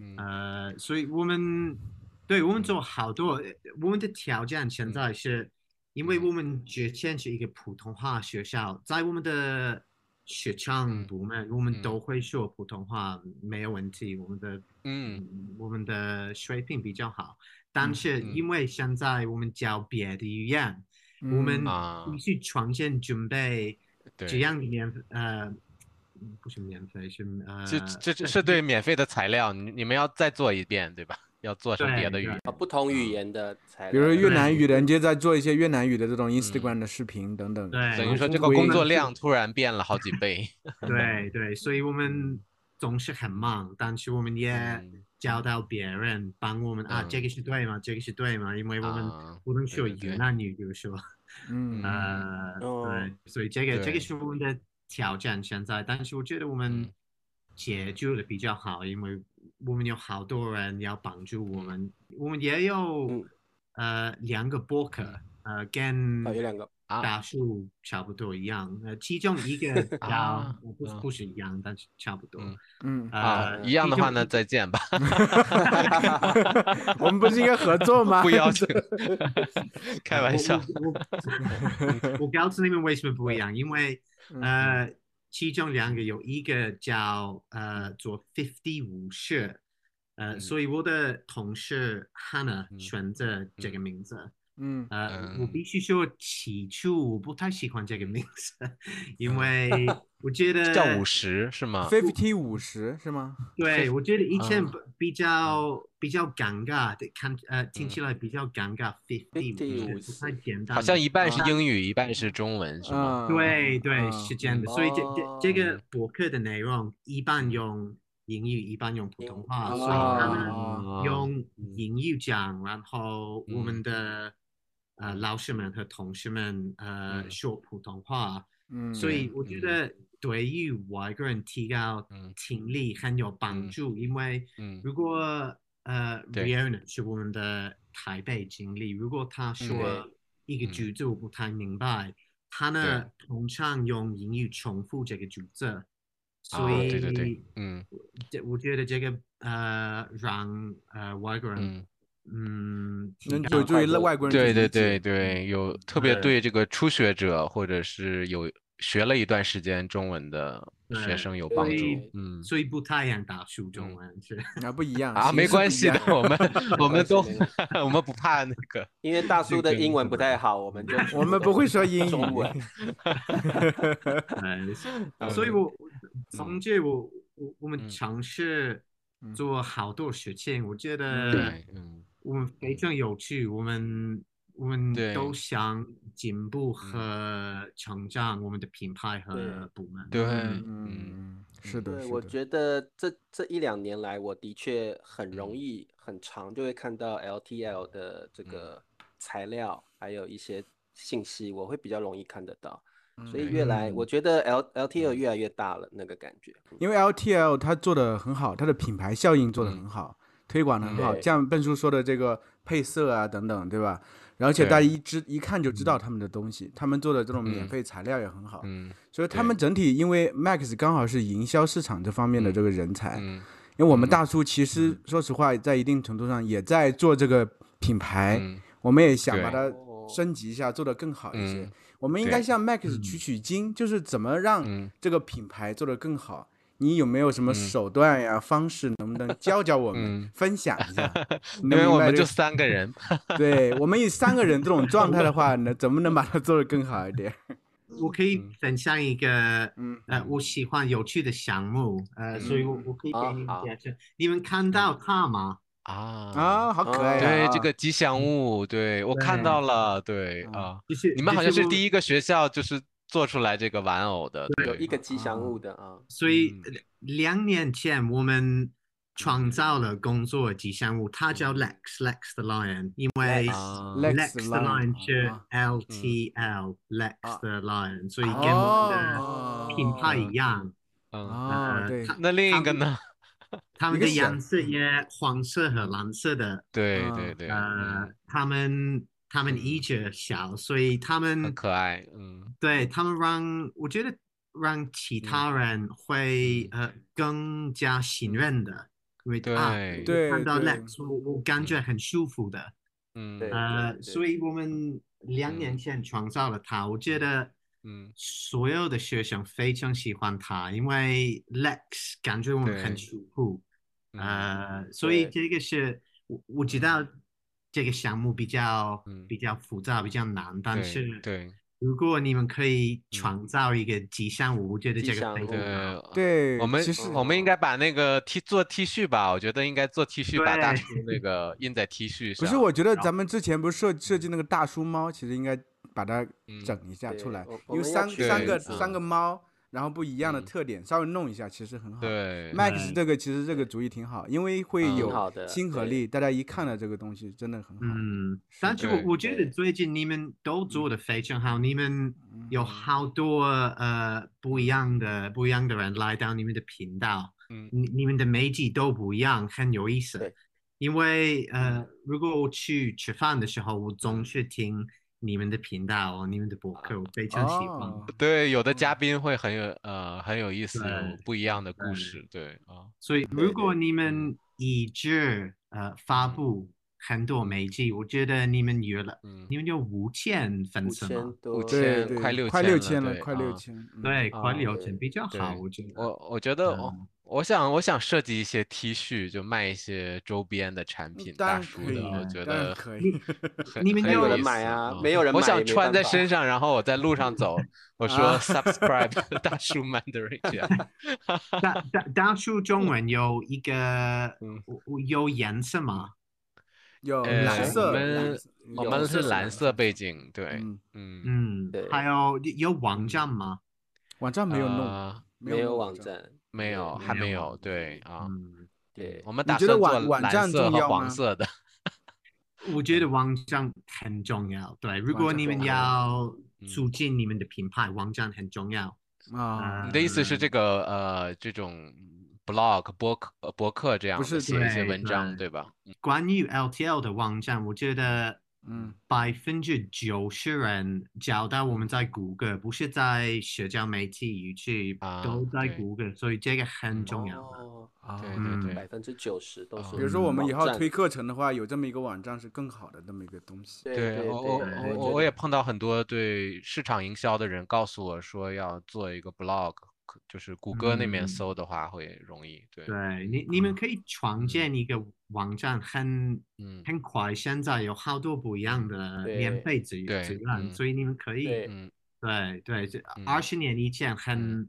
[SPEAKER 1] 嗯
[SPEAKER 3] 呃，所以我们对我们做好多，呃我们的挑战现在是，因为
[SPEAKER 1] 嗯
[SPEAKER 3] 我们之前是一个普通话学校，在我们的学
[SPEAKER 1] 嗯
[SPEAKER 3] 场部门，我们
[SPEAKER 1] 嗯
[SPEAKER 3] 都会说普通话，没有问题，我们的
[SPEAKER 1] 嗯嗯
[SPEAKER 3] 嗯我们的水平比较好，但是因为现在我们教别的语言，我们
[SPEAKER 4] 嗯
[SPEAKER 1] 啊
[SPEAKER 3] 必须重新准备这
[SPEAKER 1] 对，
[SPEAKER 3] 样的免呃，不是免费是呃，
[SPEAKER 1] 这这这是对免费的材料，你你们要再做一遍，对吧？要做成别
[SPEAKER 3] 对
[SPEAKER 1] 的语
[SPEAKER 3] 对
[SPEAKER 1] 言，
[SPEAKER 2] 啊，不同语言的材
[SPEAKER 4] 比如说
[SPEAKER 2] 料
[SPEAKER 4] 越南语人就
[SPEAKER 1] 嗯
[SPEAKER 4] 在做一些越南语的这种 Instagram 的视频等等。
[SPEAKER 3] 对
[SPEAKER 1] 等于说这个
[SPEAKER 4] 回
[SPEAKER 1] 工作量突然变了好几倍。
[SPEAKER 3] 对对，所以我们总是很忙，但是我们也
[SPEAKER 1] 嗯
[SPEAKER 3] 教到别人帮我们啊，
[SPEAKER 1] 嗯
[SPEAKER 3] 这个是对吗？这个是对吗？因为我们
[SPEAKER 1] 啊
[SPEAKER 3] 不能
[SPEAKER 1] 对
[SPEAKER 3] 说
[SPEAKER 1] 对对
[SPEAKER 3] 云南语，比如说，
[SPEAKER 4] 嗯
[SPEAKER 3] 呃，
[SPEAKER 2] 哦
[SPEAKER 3] 对，所以这个这
[SPEAKER 1] 对
[SPEAKER 3] 个是我们的挑战现在，但是我觉得我们
[SPEAKER 1] 嗯
[SPEAKER 3] 解决的比较好，因为我们有好多人要帮助我们，我们也有
[SPEAKER 2] 嗯
[SPEAKER 3] 呃两个博客，呃，跟
[SPEAKER 2] 啊，有两个
[SPEAKER 1] 啊，
[SPEAKER 3] 大数差不多一样，呃，其中一个叫
[SPEAKER 1] 啊
[SPEAKER 3] 呃不是
[SPEAKER 1] 啊
[SPEAKER 3] 不是一样，但是差不多。
[SPEAKER 1] 嗯
[SPEAKER 4] 嗯， [LAUGHS]
[SPEAKER 1] 啊
[SPEAKER 3] 呃，
[SPEAKER 1] 一样的话呢，
[SPEAKER 3] 呢，
[SPEAKER 1] 再见吧，
[SPEAKER 4] 我们不是应该合作
[SPEAKER 1] [LAUGHS]
[SPEAKER 4] 吗？嗯
[SPEAKER 1] 不
[SPEAKER 4] [LAUGHS]
[SPEAKER 1] 邀请，开玩笑。
[SPEAKER 3] 我我我我告诉你们为什么不一样，因为
[SPEAKER 1] 嗯
[SPEAKER 3] 呃，其中两个有一个叫呃做 fifty 五十，呃，
[SPEAKER 1] 嗯
[SPEAKER 3] 所以我的同事 Hannah
[SPEAKER 1] 嗯
[SPEAKER 3] 选择这个名字。
[SPEAKER 4] 嗯
[SPEAKER 3] 呃，我
[SPEAKER 1] 嗯
[SPEAKER 3] 必须说，起初我不太喜欢这个名字，
[SPEAKER 1] [LAUGHS]
[SPEAKER 3] 因为我觉得
[SPEAKER 1] 叫五十是吗？
[SPEAKER 4] ，fifty 五十是吗？
[SPEAKER 3] 对，我觉得以前
[SPEAKER 1] 啊
[SPEAKER 3] 比比较
[SPEAKER 1] 嗯
[SPEAKER 3] 比较尴尬的，看呃听起来比较尴尬，fifty
[SPEAKER 2] 55
[SPEAKER 3] 不太简单，
[SPEAKER 1] 好像一半是
[SPEAKER 3] 啊
[SPEAKER 1] 英语，一半是中文，是吗？
[SPEAKER 4] 啊，
[SPEAKER 3] 对对
[SPEAKER 4] 啊
[SPEAKER 3] 是这样的，
[SPEAKER 2] 嗯
[SPEAKER 3] 所以这这这个
[SPEAKER 1] 嗯哦
[SPEAKER 3] 博客的内容一半用英语，一半用普通话，
[SPEAKER 2] 英
[SPEAKER 3] 所以他们
[SPEAKER 1] 啊
[SPEAKER 3] 用英语讲，然后我
[SPEAKER 1] 嗯
[SPEAKER 3] 们的呃老师们和同事们呃
[SPEAKER 1] 嗯
[SPEAKER 3] 说普通话，
[SPEAKER 4] 嗯，
[SPEAKER 3] 所以我
[SPEAKER 1] 嗯
[SPEAKER 3] 觉得对于外国人提高
[SPEAKER 1] 嗯
[SPEAKER 3] 听力很有帮
[SPEAKER 1] 嗯
[SPEAKER 3] 助，因为
[SPEAKER 1] 嗯
[SPEAKER 3] 如果呃
[SPEAKER 1] 对
[SPEAKER 3] Riona 是我们的台北经理，如果
[SPEAKER 1] 嗯
[SPEAKER 3] 他说一个句子我不太明白，他呢通常用英语重复这个句子，所
[SPEAKER 1] 啊，
[SPEAKER 3] 以
[SPEAKER 1] 对对对，嗯
[SPEAKER 3] 这我觉得这个呃让呃外国人
[SPEAKER 1] 嗯，
[SPEAKER 3] 嗯提
[SPEAKER 4] 能
[SPEAKER 3] 高
[SPEAKER 4] 有助于外国人去
[SPEAKER 1] 对对
[SPEAKER 4] 理
[SPEAKER 1] 对
[SPEAKER 4] 解
[SPEAKER 1] 对，有特别
[SPEAKER 3] 对
[SPEAKER 1] 对这个初学者或者是有学了一段时间中文的学
[SPEAKER 3] 对
[SPEAKER 1] 生有
[SPEAKER 2] 所
[SPEAKER 1] 帮助
[SPEAKER 3] 以，
[SPEAKER 1] 嗯。
[SPEAKER 3] 所以不太想打输中
[SPEAKER 1] 嗯
[SPEAKER 3] 文是。
[SPEAKER 4] 啊不一样
[SPEAKER 1] 啊，没关系的，我们我们
[SPEAKER 2] 关系
[SPEAKER 1] 都
[SPEAKER 2] 没关
[SPEAKER 1] [LAUGHS] 我们不怕那个，
[SPEAKER 2] 因为大叔的
[SPEAKER 1] 这个
[SPEAKER 2] 英文不太好，我们就
[SPEAKER 4] 我们
[SPEAKER 1] [LAUGHS]
[SPEAKER 4] 不会说英
[SPEAKER 2] 中文
[SPEAKER 4] 语。
[SPEAKER 3] 呃，所以我我总结我我我们
[SPEAKER 1] 嗯
[SPEAKER 3] 尝试做好多事情。我觉得
[SPEAKER 1] 对，嗯
[SPEAKER 3] 我们非常有趣，我们我们
[SPEAKER 1] 对嗯
[SPEAKER 3] 都想进步和成长我们的品牌和
[SPEAKER 2] 对
[SPEAKER 3] 部门。
[SPEAKER 1] 对
[SPEAKER 4] 嗯
[SPEAKER 1] 嗯
[SPEAKER 4] 嗯，是的，
[SPEAKER 2] 对，
[SPEAKER 4] 是
[SPEAKER 2] 我
[SPEAKER 4] 的
[SPEAKER 2] 觉得这这一两年来，我的确很容
[SPEAKER 1] 嗯
[SPEAKER 2] 易、很长就会看到 LTL 的这个材料，还有一些信息，我会比较容易看得到。所以
[SPEAKER 1] 对
[SPEAKER 2] 越来，我觉得 L LTL
[SPEAKER 1] 嗯
[SPEAKER 2] 越来越大了，那个感觉。嗯
[SPEAKER 4] 因为 LTL 它做的很好，它的品牌效应
[SPEAKER 1] 嗯
[SPEAKER 4] 做的很好，推广的很好，
[SPEAKER 2] 对
[SPEAKER 4] 像笨叔说的这个配色啊等等，对吧？而且大家
[SPEAKER 1] 对
[SPEAKER 4] 一知一看就知道他们的东西，他们做的这种免
[SPEAKER 1] 嗯
[SPEAKER 4] 费材料也很好，
[SPEAKER 1] 嗯
[SPEAKER 4] 所以他们
[SPEAKER 1] 对
[SPEAKER 4] 整体因为 Max 刚好是营销市场这方面的这个人才，
[SPEAKER 1] 嗯
[SPEAKER 4] 因为我们大叔其实说实话，在一定程度上也在做这个品牌，
[SPEAKER 1] 嗯
[SPEAKER 4] 我们也想
[SPEAKER 1] 对
[SPEAKER 4] 把它
[SPEAKER 2] 哦
[SPEAKER 4] 升级一下，做得更好一些。
[SPEAKER 1] 嗯
[SPEAKER 4] 我们应该
[SPEAKER 1] 对
[SPEAKER 4] 向 Max 取取经，就是怎么让
[SPEAKER 1] 嗯
[SPEAKER 4] 这个品牌做得更好。你有没有什么手段呀、方式？能不能教教我们，
[SPEAKER 1] 嗯
[SPEAKER 4] 分享
[SPEAKER 1] [LAUGHS]
[SPEAKER 4] 一下？你
[SPEAKER 1] 因
[SPEAKER 4] 能
[SPEAKER 1] 为
[SPEAKER 4] 明
[SPEAKER 1] 我
[SPEAKER 4] 白
[SPEAKER 1] 们
[SPEAKER 4] 这
[SPEAKER 1] 就
[SPEAKER 4] 个？
[SPEAKER 1] 三个人，
[SPEAKER 4] 对我们以三个人这种状态的话，能怎么能把它做得更好一点？
[SPEAKER 3] 我可以
[SPEAKER 1] 嗯
[SPEAKER 3] 分享一个，
[SPEAKER 4] 嗯
[SPEAKER 3] 呃，我喜欢有趣的项目，
[SPEAKER 1] 嗯
[SPEAKER 3] 呃，所以我我可以
[SPEAKER 2] 啊
[SPEAKER 3] 给你
[SPEAKER 2] 好
[SPEAKER 3] 们解释。你们看到它吗？
[SPEAKER 1] 啊，
[SPEAKER 4] 啊，好可爱、啊！
[SPEAKER 1] 对这个吉祥物，对我看
[SPEAKER 3] 对
[SPEAKER 1] 到了，对
[SPEAKER 4] 嗯
[SPEAKER 1] 啊，
[SPEAKER 3] 就是
[SPEAKER 1] 你们好像是第
[SPEAKER 3] 一，
[SPEAKER 1] 一个学校就是做出来这个玩偶的，
[SPEAKER 2] 有
[SPEAKER 1] 对
[SPEAKER 2] 一个吉
[SPEAKER 4] 啊
[SPEAKER 2] 祥物的啊，
[SPEAKER 3] 所以
[SPEAKER 1] 嗯
[SPEAKER 3] 呃两年前我们创造了工作吉祥物，它叫 Lex，Lex the Lion，因
[SPEAKER 1] 嗯
[SPEAKER 3] 为
[SPEAKER 1] 啊嗯
[SPEAKER 4] Lex
[SPEAKER 3] Lex the
[SPEAKER 4] Lion，
[SPEAKER 3] Lion 是
[SPEAKER 4] 啊
[SPEAKER 3] LTL，Lex
[SPEAKER 4] 啊
[SPEAKER 3] the Lion，所以跟我们
[SPEAKER 4] 哦
[SPEAKER 3] 的品牌一样，
[SPEAKER 1] 嗯，
[SPEAKER 4] 哦，
[SPEAKER 3] 呃
[SPEAKER 4] 对，
[SPEAKER 3] 它
[SPEAKER 1] 那另一个呢？ [LAUGHS]
[SPEAKER 3] 它们
[SPEAKER 4] 一个
[SPEAKER 3] 的
[SPEAKER 4] 小
[SPEAKER 3] 颜色也黄色和蓝色的。
[SPEAKER 1] 对
[SPEAKER 4] 嗯
[SPEAKER 1] 嗯对对，
[SPEAKER 3] 呃
[SPEAKER 1] 嗯，
[SPEAKER 3] 他们他们
[SPEAKER 1] 嗯
[SPEAKER 3] 一直小，所以他们
[SPEAKER 1] 很可爱，嗯
[SPEAKER 3] 对他们让我觉得让其他人会
[SPEAKER 1] 嗯
[SPEAKER 3] 呃更加信任的，因为啊，
[SPEAKER 1] 对
[SPEAKER 3] 我
[SPEAKER 4] 对
[SPEAKER 3] 看到
[SPEAKER 4] 对
[SPEAKER 3] Lex，我我感觉很舒服的，
[SPEAKER 1] 嗯，
[SPEAKER 2] 对
[SPEAKER 3] 呃，
[SPEAKER 2] 对
[SPEAKER 3] 所以我们两年前创造了它，我觉得。
[SPEAKER 1] 嗯
[SPEAKER 3] 所有的学生非常喜欢它，因为 Lex 感觉我们很
[SPEAKER 1] 对
[SPEAKER 3] 舒服，
[SPEAKER 1] 嗯
[SPEAKER 3] 呃，所以这
[SPEAKER 2] 对
[SPEAKER 3] 个是我我知道这个项目比较
[SPEAKER 1] 嗯
[SPEAKER 3] 比较复杂，比较难，但
[SPEAKER 1] 对
[SPEAKER 3] 啊是
[SPEAKER 1] 对
[SPEAKER 3] 如果你们可以
[SPEAKER 1] 嗯
[SPEAKER 3] 创造一个吉祥物，我觉得
[SPEAKER 2] 吉
[SPEAKER 3] 这个
[SPEAKER 2] 祥
[SPEAKER 3] 非
[SPEAKER 2] 物啊
[SPEAKER 3] 常好。
[SPEAKER 1] 对。
[SPEAKER 4] 对，
[SPEAKER 1] 我们
[SPEAKER 4] 其实
[SPEAKER 1] 我们应该把那个 T 做 T 恤吧，我觉得应该做 T 恤，把大
[SPEAKER 3] 对
[SPEAKER 1] 叔那个印在 T 恤
[SPEAKER 4] 不
[SPEAKER 1] 上。
[SPEAKER 4] 是，我觉得
[SPEAKER 3] 后
[SPEAKER 4] 咱们之前不是设设计那个大叔猫，其实应该把它
[SPEAKER 1] 嗯
[SPEAKER 4] 整一下
[SPEAKER 2] 对
[SPEAKER 4] 出来
[SPEAKER 2] 我，我
[SPEAKER 4] 因为
[SPEAKER 2] 们要
[SPEAKER 4] 三
[SPEAKER 2] 取
[SPEAKER 4] 三
[SPEAKER 1] 对
[SPEAKER 4] 个
[SPEAKER 1] 嗯
[SPEAKER 4] 三个猫，然后不一样的
[SPEAKER 1] 嗯
[SPEAKER 4] 特点，稍微弄一下，其实很好。
[SPEAKER 1] 对，
[SPEAKER 4] Max
[SPEAKER 3] 嗯
[SPEAKER 4] 这个其实这个主意挺好，因为会
[SPEAKER 1] 嗯
[SPEAKER 4] 有
[SPEAKER 1] 挺
[SPEAKER 2] 好的
[SPEAKER 4] 亲和
[SPEAKER 2] 对
[SPEAKER 4] 力，大家一看到这个东西真的很好。
[SPEAKER 3] 嗯，但是我
[SPEAKER 1] 对
[SPEAKER 3] 我觉得
[SPEAKER 2] 对
[SPEAKER 3] 最近你们都做的非常好，你们有
[SPEAKER 4] 嗯
[SPEAKER 3] 好多呃不一样的不一样的人来到你们的频道，
[SPEAKER 1] 嗯
[SPEAKER 3] 你你们的媒体都不一样，很有意思
[SPEAKER 2] 对。
[SPEAKER 3] 因为呃，如果我去吃饭的时候，我总是听你们的频道、你们的博客，我非常喜欢。
[SPEAKER 4] 哦，
[SPEAKER 1] 对，有的嘉宾会很有呃很有意思，有
[SPEAKER 3] 嗯对
[SPEAKER 1] 不一样的故
[SPEAKER 3] 对
[SPEAKER 1] 事，对啊，
[SPEAKER 3] 所以，
[SPEAKER 2] 对
[SPEAKER 3] 如果你
[SPEAKER 1] 嗯
[SPEAKER 3] 们已知呃发
[SPEAKER 1] 嗯
[SPEAKER 3] 布很多媒体，我觉得你们有了，
[SPEAKER 1] 嗯，
[SPEAKER 3] 你们有五千粉
[SPEAKER 2] 五
[SPEAKER 3] 丝
[SPEAKER 2] 千
[SPEAKER 3] 吗？
[SPEAKER 2] 多，
[SPEAKER 4] 对
[SPEAKER 1] 千
[SPEAKER 4] 对，
[SPEAKER 1] 快六
[SPEAKER 4] 快
[SPEAKER 1] 千
[SPEAKER 4] 六
[SPEAKER 1] 了
[SPEAKER 4] 千了，
[SPEAKER 1] 对
[SPEAKER 4] 快六
[SPEAKER 1] 啊
[SPEAKER 4] 千。嗯
[SPEAKER 3] 对，管理
[SPEAKER 1] 啊
[SPEAKER 3] 流程比较好，
[SPEAKER 1] 对
[SPEAKER 3] 我觉得。
[SPEAKER 1] 我我觉得我我想我想设计一些 T 恤，就卖一些周边的产品，
[SPEAKER 4] 当
[SPEAKER 1] 大
[SPEAKER 4] 然
[SPEAKER 1] 叔
[SPEAKER 4] 可
[SPEAKER 1] 的，
[SPEAKER 4] 以
[SPEAKER 1] 我
[SPEAKER 3] 啊
[SPEAKER 1] 觉
[SPEAKER 4] 当然
[SPEAKER 1] 得
[SPEAKER 4] 可
[SPEAKER 3] 你
[SPEAKER 4] 以。
[SPEAKER 1] 很
[SPEAKER 3] 你们
[SPEAKER 1] 很
[SPEAKER 3] 要
[SPEAKER 1] 有
[SPEAKER 3] 人
[SPEAKER 1] 意
[SPEAKER 2] 买
[SPEAKER 1] 思
[SPEAKER 2] 啊没有人
[SPEAKER 1] 我
[SPEAKER 2] 买也
[SPEAKER 1] 想
[SPEAKER 2] 没
[SPEAKER 1] 穿
[SPEAKER 2] 办
[SPEAKER 1] 在
[SPEAKER 2] 法
[SPEAKER 1] 身上，然后我在路上走，我
[SPEAKER 4] 啊
[SPEAKER 1] 说 subscribe 大叔 Mandarin 这样，
[SPEAKER 3] 大大
[SPEAKER 1] [LAUGHS]
[SPEAKER 3] 大数中文有一个
[SPEAKER 1] 嗯，
[SPEAKER 3] 我我有颜色吗？
[SPEAKER 4] 有
[SPEAKER 1] 呃
[SPEAKER 4] 蓝色，
[SPEAKER 1] 我
[SPEAKER 4] 蓝
[SPEAKER 1] 们
[SPEAKER 4] 色
[SPEAKER 1] 我
[SPEAKER 4] 有
[SPEAKER 1] 们
[SPEAKER 4] 色
[SPEAKER 1] 是蓝色背
[SPEAKER 4] 景。
[SPEAKER 1] 景，对，
[SPEAKER 4] 嗯，
[SPEAKER 1] 嗯，
[SPEAKER 3] 嗯，
[SPEAKER 2] 对
[SPEAKER 3] 还有有网站吗？
[SPEAKER 4] 网站没有弄，
[SPEAKER 1] 呃
[SPEAKER 2] 没有
[SPEAKER 4] 弄
[SPEAKER 2] 网。站，
[SPEAKER 1] 没
[SPEAKER 2] 对
[SPEAKER 1] 有，
[SPEAKER 3] 没
[SPEAKER 1] 还没
[SPEAKER 3] 有
[SPEAKER 1] 有，对啊，
[SPEAKER 3] 嗯，
[SPEAKER 1] 嗯
[SPEAKER 2] 对
[SPEAKER 1] 我，们
[SPEAKER 4] 你
[SPEAKER 1] 打
[SPEAKER 4] 觉得
[SPEAKER 1] 算做
[SPEAKER 4] 网网
[SPEAKER 1] 蓝
[SPEAKER 4] 站
[SPEAKER 1] 色
[SPEAKER 4] 重
[SPEAKER 1] 和
[SPEAKER 4] 要
[SPEAKER 1] 黄
[SPEAKER 4] 吗
[SPEAKER 1] 色的，
[SPEAKER 3] 我觉得网站很重要。对，如果
[SPEAKER 4] 网站
[SPEAKER 3] 你们
[SPEAKER 4] 重
[SPEAKER 3] 要
[SPEAKER 1] 嗯
[SPEAKER 3] 促进你们的品牌，网站很重要。
[SPEAKER 4] 啊
[SPEAKER 3] 呃
[SPEAKER 1] 你的意思是这个呃，这种 blog 博客呃博客这样的
[SPEAKER 4] 是
[SPEAKER 1] 写一些
[SPEAKER 3] 对
[SPEAKER 1] 文章，
[SPEAKER 3] 对
[SPEAKER 1] 对吧？
[SPEAKER 3] 关于 LTL 的网站，我觉得
[SPEAKER 4] 嗯，
[SPEAKER 3] 百分之九十人找到我们在谷歌，不是在社交媒体、YouTube，
[SPEAKER 1] 啊
[SPEAKER 3] 都在
[SPEAKER 1] 对
[SPEAKER 3] 谷歌，所以这个很
[SPEAKER 1] 嗯
[SPEAKER 3] 重要的。
[SPEAKER 2] 哦，
[SPEAKER 4] 啊
[SPEAKER 1] 对
[SPEAKER 3] 嗯
[SPEAKER 1] 对
[SPEAKER 2] 百
[SPEAKER 1] 对，
[SPEAKER 2] 分之九十都
[SPEAKER 1] 啊
[SPEAKER 2] 是
[SPEAKER 4] 比如说我们以
[SPEAKER 2] 嗯网
[SPEAKER 4] 后
[SPEAKER 2] 站
[SPEAKER 4] 推课程的话，有这么一个网站是更好的这么一个东西。
[SPEAKER 2] 对对
[SPEAKER 1] 我我
[SPEAKER 2] 对
[SPEAKER 1] 我
[SPEAKER 2] 觉
[SPEAKER 1] 我我
[SPEAKER 2] 得
[SPEAKER 1] 也碰到很多对市场营销的人告诉我说要做一个 blog，可就是谷歌那边
[SPEAKER 3] 嗯
[SPEAKER 1] 搜的话会容易，对，
[SPEAKER 3] 对你，你们可以创
[SPEAKER 1] 嗯
[SPEAKER 3] 建一个网站很，
[SPEAKER 1] 嗯
[SPEAKER 3] 很快，现在有好多不一样的免
[SPEAKER 2] 对
[SPEAKER 3] 费资源
[SPEAKER 1] 对
[SPEAKER 3] 资源，
[SPEAKER 1] 嗯
[SPEAKER 3] 所以你们可以，
[SPEAKER 2] 对
[SPEAKER 1] 嗯
[SPEAKER 3] 对对，这
[SPEAKER 1] 嗯
[SPEAKER 3] 二十年以前很
[SPEAKER 1] 嗯啊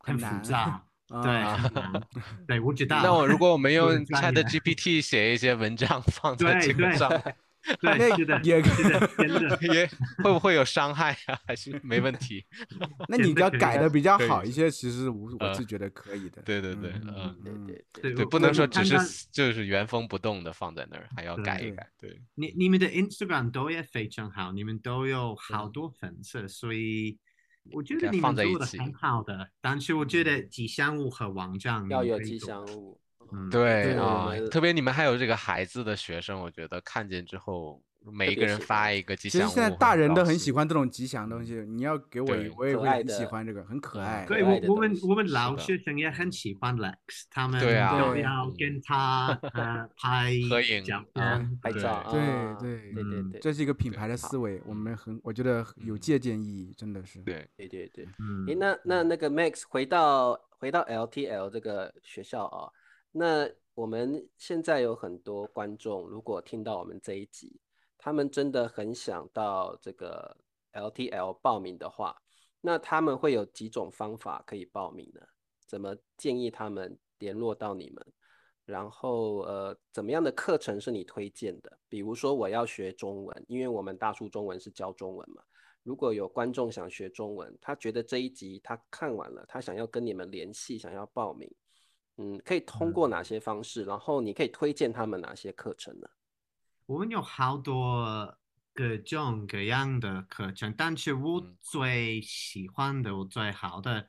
[SPEAKER 3] 很
[SPEAKER 4] 很
[SPEAKER 3] 复
[SPEAKER 4] 难
[SPEAKER 3] 杂，对，
[SPEAKER 4] 啊
[SPEAKER 3] [LAUGHS] 很难。对，我知
[SPEAKER 1] [LAUGHS]
[SPEAKER 3] 道。
[SPEAKER 1] 那我如果我们用
[SPEAKER 3] 不能翻译
[SPEAKER 1] Chat GPT 写一些文章放在
[SPEAKER 3] 对
[SPEAKER 1] 这个
[SPEAKER 3] 对
[SPEAKER 1] 上面，
[SPEAKER 3] 对，是的，
[SPEAKER 4] 也
[SPEAKER 3] 是的，真的。
[SPEAKER 1] [LAUGHS] 也会不会有伤害啊？ [LAUGHS] 还是没问题？
[SPEAKER 4] 那你只要
[SPEAKER 3] 可以
[SPEAKER 4] 改的比较
[SPEAKER 1] 可以
[SPEAKER 4] 好一些，其实我我
[SPEAKER 1] 呃
[SPEAKER 4] 是觉得可以的。
[SPEAKER 1] 对对对，
[SPEAKER 4] 嗯
[SPEAKER 1] 嗯，
[SPEAKER 2] 对
[SPEAKER 4] 嗯
[SPEAKER 2] 对对，
[SPEAKER 3] 对，
[SPEAKER 1] 对，
[SPEAKER 3] 我
[SPEAKER 1] 不能
[SPEAKER 3] 我
[SPEAKER 1] 说
[SPEAKER 3] 我
[SPEAKER 1] 只
[SPEAKER 3] 刚刚
[SPEAKER 1] 是就是原封不动的放在那儿，还要
[SPEAKER 3] 对
[SPEAKER 1] 改一
[SPEAKER 4] 对
[SPEAKER 1] 改。对，
[SPEAKER 3] 你你们的 Instagram 都也非常好，你们都有好多粉丝，所以我觉
[SPEAKER 1] 嗯给
[SPEAKER 3] 得
[SPEAKER 1] 它
[SPEAKER 3] 你
[SPEAKER 1] 放在
[SPEAKER 3] 们
[SPEAKER 1] 一
[SPEAKER 3] 做的
[SPEAKER 1] 起
[SPEAKER 3] 很好的。但是我觉得吉祥物和网站
[SPEAKER 2] 要
[SPEAKER 3] 你
[SPEAKER 2] 有
[SPEAKER 3] 可以
[SPEAKER 2] 吉
[SPEAKER 3] 做
[SPEAKER 2] 祥，物。
[SPEAKER 3] 嗯，
[SPEAKER 1] 对
[SPEAKER 2] 对
[SPEAKER 1] 啊
[SPEAKER 2] 我们，
[SPEAKER 1] 特别你们还有这个孩子的学生，我觉得看见之后，每
[SPEAKER 2] 特
[SPEAKER 1] 一
[SPEAKER 2] 别
[SPEAKER 1] 个人
[SPEAKER 2] 喜欢
[SPEAKER 1] 发一个吉
[SPEAKER 4] 其
[SPEAKER 1] 祥物，
[SPEAKER 4] 实现在大人都很喜
[SPEAKER 1] 欢。
[SPEAKER 4] 欢这种吉祥东西，你要给我
[SPEAKER 1] 对，
[SPEAKER 4] 我也
[SPEAKER 2] 可
[SPEAKER 4] 会
[SPEAKER 2] 爱
[SPEAKER 4] 很喜
[SPEAKER 2] 的
[SPEAKER 4] 欢这个，很可
[SPEAKER 2] 嗯
[SPEAKER 4] 爱。
[SPEAKER 2] 可
[SPEAKER 3] 对
[SPEAKER 2] 爱
[SPEAKER 3] 我
[SPEAKER 2] 的
[SPEAKER 3] 我们
[SPEAKER 2] 东西
[SPEAKER 3] 我们
[SPEAKER 1] 是
[SPEAKER 3] 老
[SPEAKER 1] 的
[SPEAKER 3] 学生也很喜欢 Lex，他们
[SPEAKER 1] 对啊
[SPEAKER 3] 都
[SPEAKER 4] 对
[SPEAKER 3] 要
[SPEAKER 1] 嗯
[SPEAKER 3] 跟他呃拍
[SPEAKER 1] 合影
[SPEAKER 3] 照
[SPEAKER 1] 啊
[SPEAKER 3] 片，
[SPEAKER 2] 拍
[SPEAKER 1] 对
[SPEAKER 2] 照
[SPEAKER 4] 对
[SPEAKER 2] 啊，
[SPEAKER 4] 对
[SPEAKER 2] 对对
[SPEAKER 3] 嗯
[SPEAKER 2] 对，
[SPEAKER 4] 这是一个品
[SPEAKER 1] 对
[SPEAKER 4] 牌的
[SPEAKER 2] 好
[SPEAKER 4] 思维，我们很我觉得有借鉴意义，真的是。
[SPEAKER 1] 对，
[SPEAKER 2] 对对对。
[SPEAKER 3] 嗯
[SPEAKER 2] 诶，那那那个 Max 回到回到 LTL 这个学校啊、那我们现在有很多观众，如果听到我们这一集，他们真的很想到这个 LTL 报名的话，那他们会有几种方法可以报名呢？怎么建议他们联络到你们？然后呃，怎么样的课程是你推荐的？比如说我要学中文，因为我们大树中文是教中文嘛。如果有观众想学中文，他觉得这一集他看完了，他想要跟你们联系，想要报名，嗯，可以通过哪些方式？然后你可以推荐他们哪些课程呢？
[SPEAKER 3] 我们有好多各种各样的课程，但是我
[SPEAKER 1] 嗯
[SPEAKER 3] 最喜欢的，我最好的，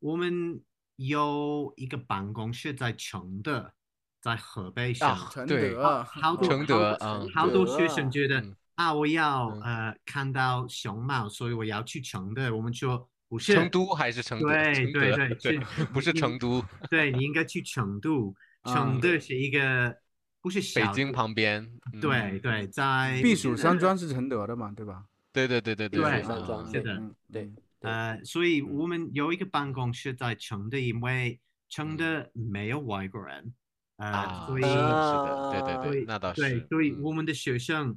[SPEAKER 3] 我们有一个办公室在承德，在河北省。
[SPEAKER 1] 啊
[SPEAKER 4] 承
[SPEAKER 1] 对
[SPEAKER 4] 德
[SPEAKER 3] 好好多
[SPEAKER 1] 承
[SPEAKER 3] 好
[SPEAKER 1] 德
[SPEAKER 3] 多
[SPEAKER 1] 啊，嗯
[SPEAKER 3] 好多
[SPEAKER 2] 德
[SPEAKER 3] 学生
[SPEAKER 2] 啊
[SPEAKER 3] 觉得
[SPEAKER 1] 嗯
[SPEAKER 3] 啊，我要
[SPEAKER 1] 嗯
[SPEAKER 3] 呃看到熊猫，所以我要去承德。我们说不嗯是，
[SPEAKER 1] 嗯成都还是成都，
[SPEAKER 3] 对
[SPEAKER 1] 承
[SPEAKER 3] 对
[SPEAKER 1] 德
[SPEAKER 3] 对
[SPEAKER 1] 对
[SPEAKER 3] 是，
[SPEAKER 1] 不是
[SPEAKER 3] 你
[SPEAKER 1] 成都，
[SPEAKER 3] 对你应该去
[SPEAKER 1] [LAUGHS]
[SPEAKER 3] 成都。成
[SPEAKER 1] 啊
[SPEAKER 4] 嗯
[SPEAKER 3] 德是一个不是
[SPEAKER 1] 北
[SPEAKER 3] 小
[SPEAKER 1] 京
[SPEAKER 3] 地
[SPEAKER 1] 旁边。
[SPEAKER 3] 对
[SPEAKER 1] 嗯，
[SPEAKER 3] 对，在
[SPEAKER 4] 避暑山庄是承德的嘛，对吧？
[SPEAKER 1] 对对对对
[SPEAKER 3] 对
[SPEAKER 1] 对，
[SPEAKER 2] 山庄
[SPEAKER 1] 嗯
[SPEAKER 3] 是的
[SPEAKER 4] 嗯
[SPEAKER 2] 对
[SPEAKER 4] 嗯
[SPEAKER 2] 对
[SPEAKER 3] 呃，所以我们有一个办公室在承德，因为承
[SPEAKER 1] 嗯
[SPEAKER 3] 德没有外国人，呃，
[SPEAKER 1] 啊，
[SPEAKER 3] 所
[SPEAKER 1] 是
[SPEAKER 3] 以
[SPEAKER 1] 的，对对
[SPEAKER 2] 啊
[SPEAKER 1] 对，那倒
[SPEAKER 3] 对，
[SPEAKER 1] 是。
[SPEAKER 3] 所以
[SPEAKER 1] 嗯
[SPEAKER 3] 我们的学生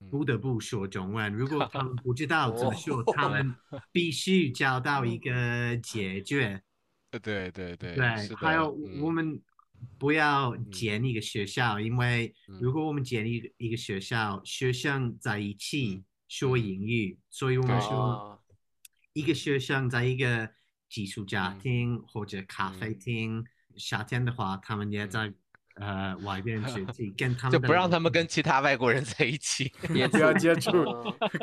[SPEAKER 1] 嗯
[SPEAKER 3] 不得不说中文。如果他们不知道怎
[SPEAKER 1] [LAUGHS]
[SPEAKER 3] 么说，
[SPEAKER 1] 哦
[SPEAKER 3] 他们必须找到一个解决。
[SPEAKER 1] 对对 [LAUGHS] 对
[SPEAKER 3] 对，
[SPEAKER 1] 是
[SPEAKER 3] 还
[SPEAKER 1] 的
[SPEAKER 3] 有我
[SPEAKER 1] 嗯
[SPEAKER 3] 们不要建一个学校，因为
[SPEAKER 1] 嗯
[SPEAKER 3] 如果我们建立一个学校，学生在一起说
[SPEAKER 1] 嗯
[SPEAKER 3] 英语，所以我们
[SPEAKER 1] 对
[SPEAKER 3] 说。
[SPEAKER 2] 啊，
[SPEAKER 3] 一个学生在一个寄宿家
[SPEAKER 1] 嗯
[SPEAKER 3] 庭或者咖
[SPEAKER 1] 嗯
[SPEAKER 3] 啡厅，夏天的话，他们也在呃外边
[SPEAKER 1] [LAUGHS]
[SPEAKER 3] 学习，跟他们
[SPEAKER 1] 就
[SPEAKER 3] 的
[SPEAKER 1] 不让
[SPEAKER 3] 老
[SPEAKER 1] 他们跟其他外国人在一起，
[SPEAKER 2] 也哦
[SPEAKER 4] 不要接触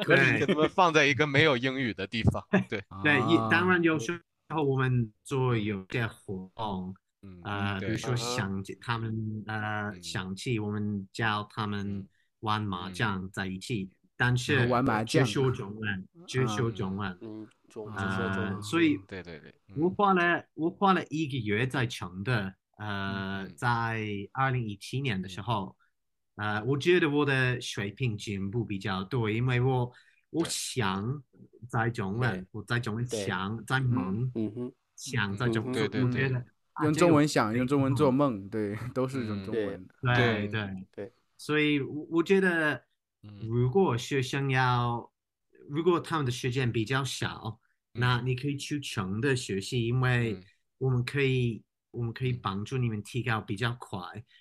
[SPEAKER 1] 可
[SPEAKER 3] [LAUGHS] 对
[SPEAKER 4] 嗯
[SPEAKER 1] 以给他们放在一个没有英语的地方。
[SPEAKER 3] [LAUGHS]
[SPEAKER 1] 对，
[SPEAKER 3] 对，也当
[SPEAKER 4] 啊
[SPEAKER 3] 然有时候我们做有些活动，
[SPEAKER 1] 嗯，
[SPEAKER 3] 呃，比如
[SPEAKER 1] 对
[SPEAKER 3] 说
[SPEAKER 2] 嗯
[SPEAKER 3] 想起他们呃
[SPEAKER 1] 嗯
[SPEAKER 3] 想起我们教他们
[SPEAKER 1] 嗯
[SPEAKER 3] 玩麻
[SPEAKER 1] 嗯
[SPEAKER 3] 将在一起，但是
[SPEAKER 4] 玩麻
[SPEAKER 3] 只
[SPEAKER 4] 将
[SPEAKER 3] 说中文，只说中文，
[SPEAKER 2] 嗯，中
[SPEAKER 4] 啊
[SPEAKER 2] 这些
[SPEAKER 1] 啊
[SPEAKER 2] 中
[SPEAKER 3] 呃，
[SPEAKER 2] 文，
[SPEAKER 3] 所以
[SPEAKER 1] 对对对，嗯
[SPEAKER 3] 我花了我花了一个月在成都，呃，
[SPEAKER 1] 嗯
[SPEAKER 3] 在二零一七年的时候，呃，我觉得我的水平进步比较多，因为我我
[SPEAKER 1] 对
[SPEAKER 3] 想在中文
[SPEAKER 2] 对，
[SPEAKER 3] 我在中文
[SPEAKER 2] 对
[SPEAKER 3] 想在忙
[SPEAKER 2] 嗯哼，
[SPEAKER 3] 想在中文
[SPEAKER 2] 嗯
[SPEAKER 3] 做，
[SPEAKER 1] 对对
[SPEAKER 3] 我
[SPEAKER 1] 对
[SPEAKER 3] 觉得啊
[SPEAKER 4] 用
[SPEAKER 3] 这
[SPEAKER 4] 中
[SPEAKER 3] 个
[SPEAKER 4] 文想，用中文做
[SPEAKER 3] 嗯
[SPEAKER 4] 梦，对，都是用
[SPEAKER 1] 嗯
[SPEAKER 4] 中
[SPEAKER 2] 对
[SPEAKER 4] 文。
[SPEAKER 1] 对
[SPEAKER 3] 对对
[SPEAKER 2] 对，
[SPEAKER 3] 所以我我觉得，
[SPEAKER 1] 嗯
[SPEAKER 3] 如果学生要，如果他们的时间比较少，那
[SPEAKER 1] 嗯
[SPEAKER 3] 你可以去穷的学习，因为
[SPEAKER 1] 嗯
[SPEAKER 3] 我们可以，我们可以
[SPEAKER 1] 嗯
[SPEAKER 3] 帮助你们提高比较快。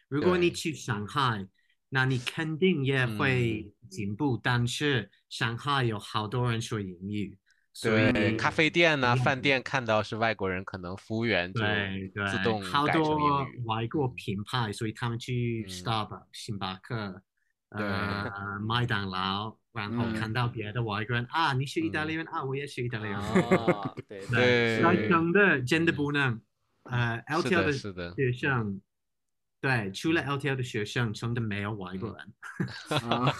[SPEAKER 3] 如果你
[SPEAKER 1] 对
[SPEAKER 3] 去上海，那你肯定也会
[SPEAKER 1] 嗯
[SPEAKER 3] 进步，但是上海有好多人说英语，所以
[SPEAKER 1] 对，咖啡店呐、
[SPEAKER 3] 一样
[SPEAKER 1] 饭
[SPEAKER 3] 的
[SPEAKER 1] 店看到是外国人，可能服务员就
[SPEAKER 3] 对对，
[SPEAKER 1] 自动
[SPEAKER 3] 好
[SPEAKER 1] 改成英
[SPEAKER 3] 多
[SPEAKER 1] 语。
[SPEAKER 3] 外国
[SPEAKER 1] 嗯
[SPEAKER 3] 品牌，所以他们去
[SPEAKER 1] 嗯
[SPEAKER 3] Starbucks、星巴克、
[SPEAKER 1] 对 [LAUGHS]
[SPEAKER 3] 呃麦当劳，然后
[SPEAKER 4] 嗯
[SPEAKER 3] 看到别的外国人啊，你是意大利人啊，我也是意大利人。 [LAUGHS]
[SPEAKER 2] 啊，对
[SPEAKER 1] 对嗯
[SPEAKER 3] 那
[SPEAKER 1] 哦对
[SPEAKER 3] 真的真的
[SPEAKER 1] 嗯
[SPEAKER 3] 不能，呃
[SPEAKER 1] 是
[SPEAKER 3] ，LTL
[SPEAKER 1] 的，嗯
[SPEAKER 3] 的
[SPEAKER 1] 是的，
[SPEAKER 3] 学生，对，除了 LTL 的学生，真的没有外国人。嗯
[SPEAKER 4] 啊，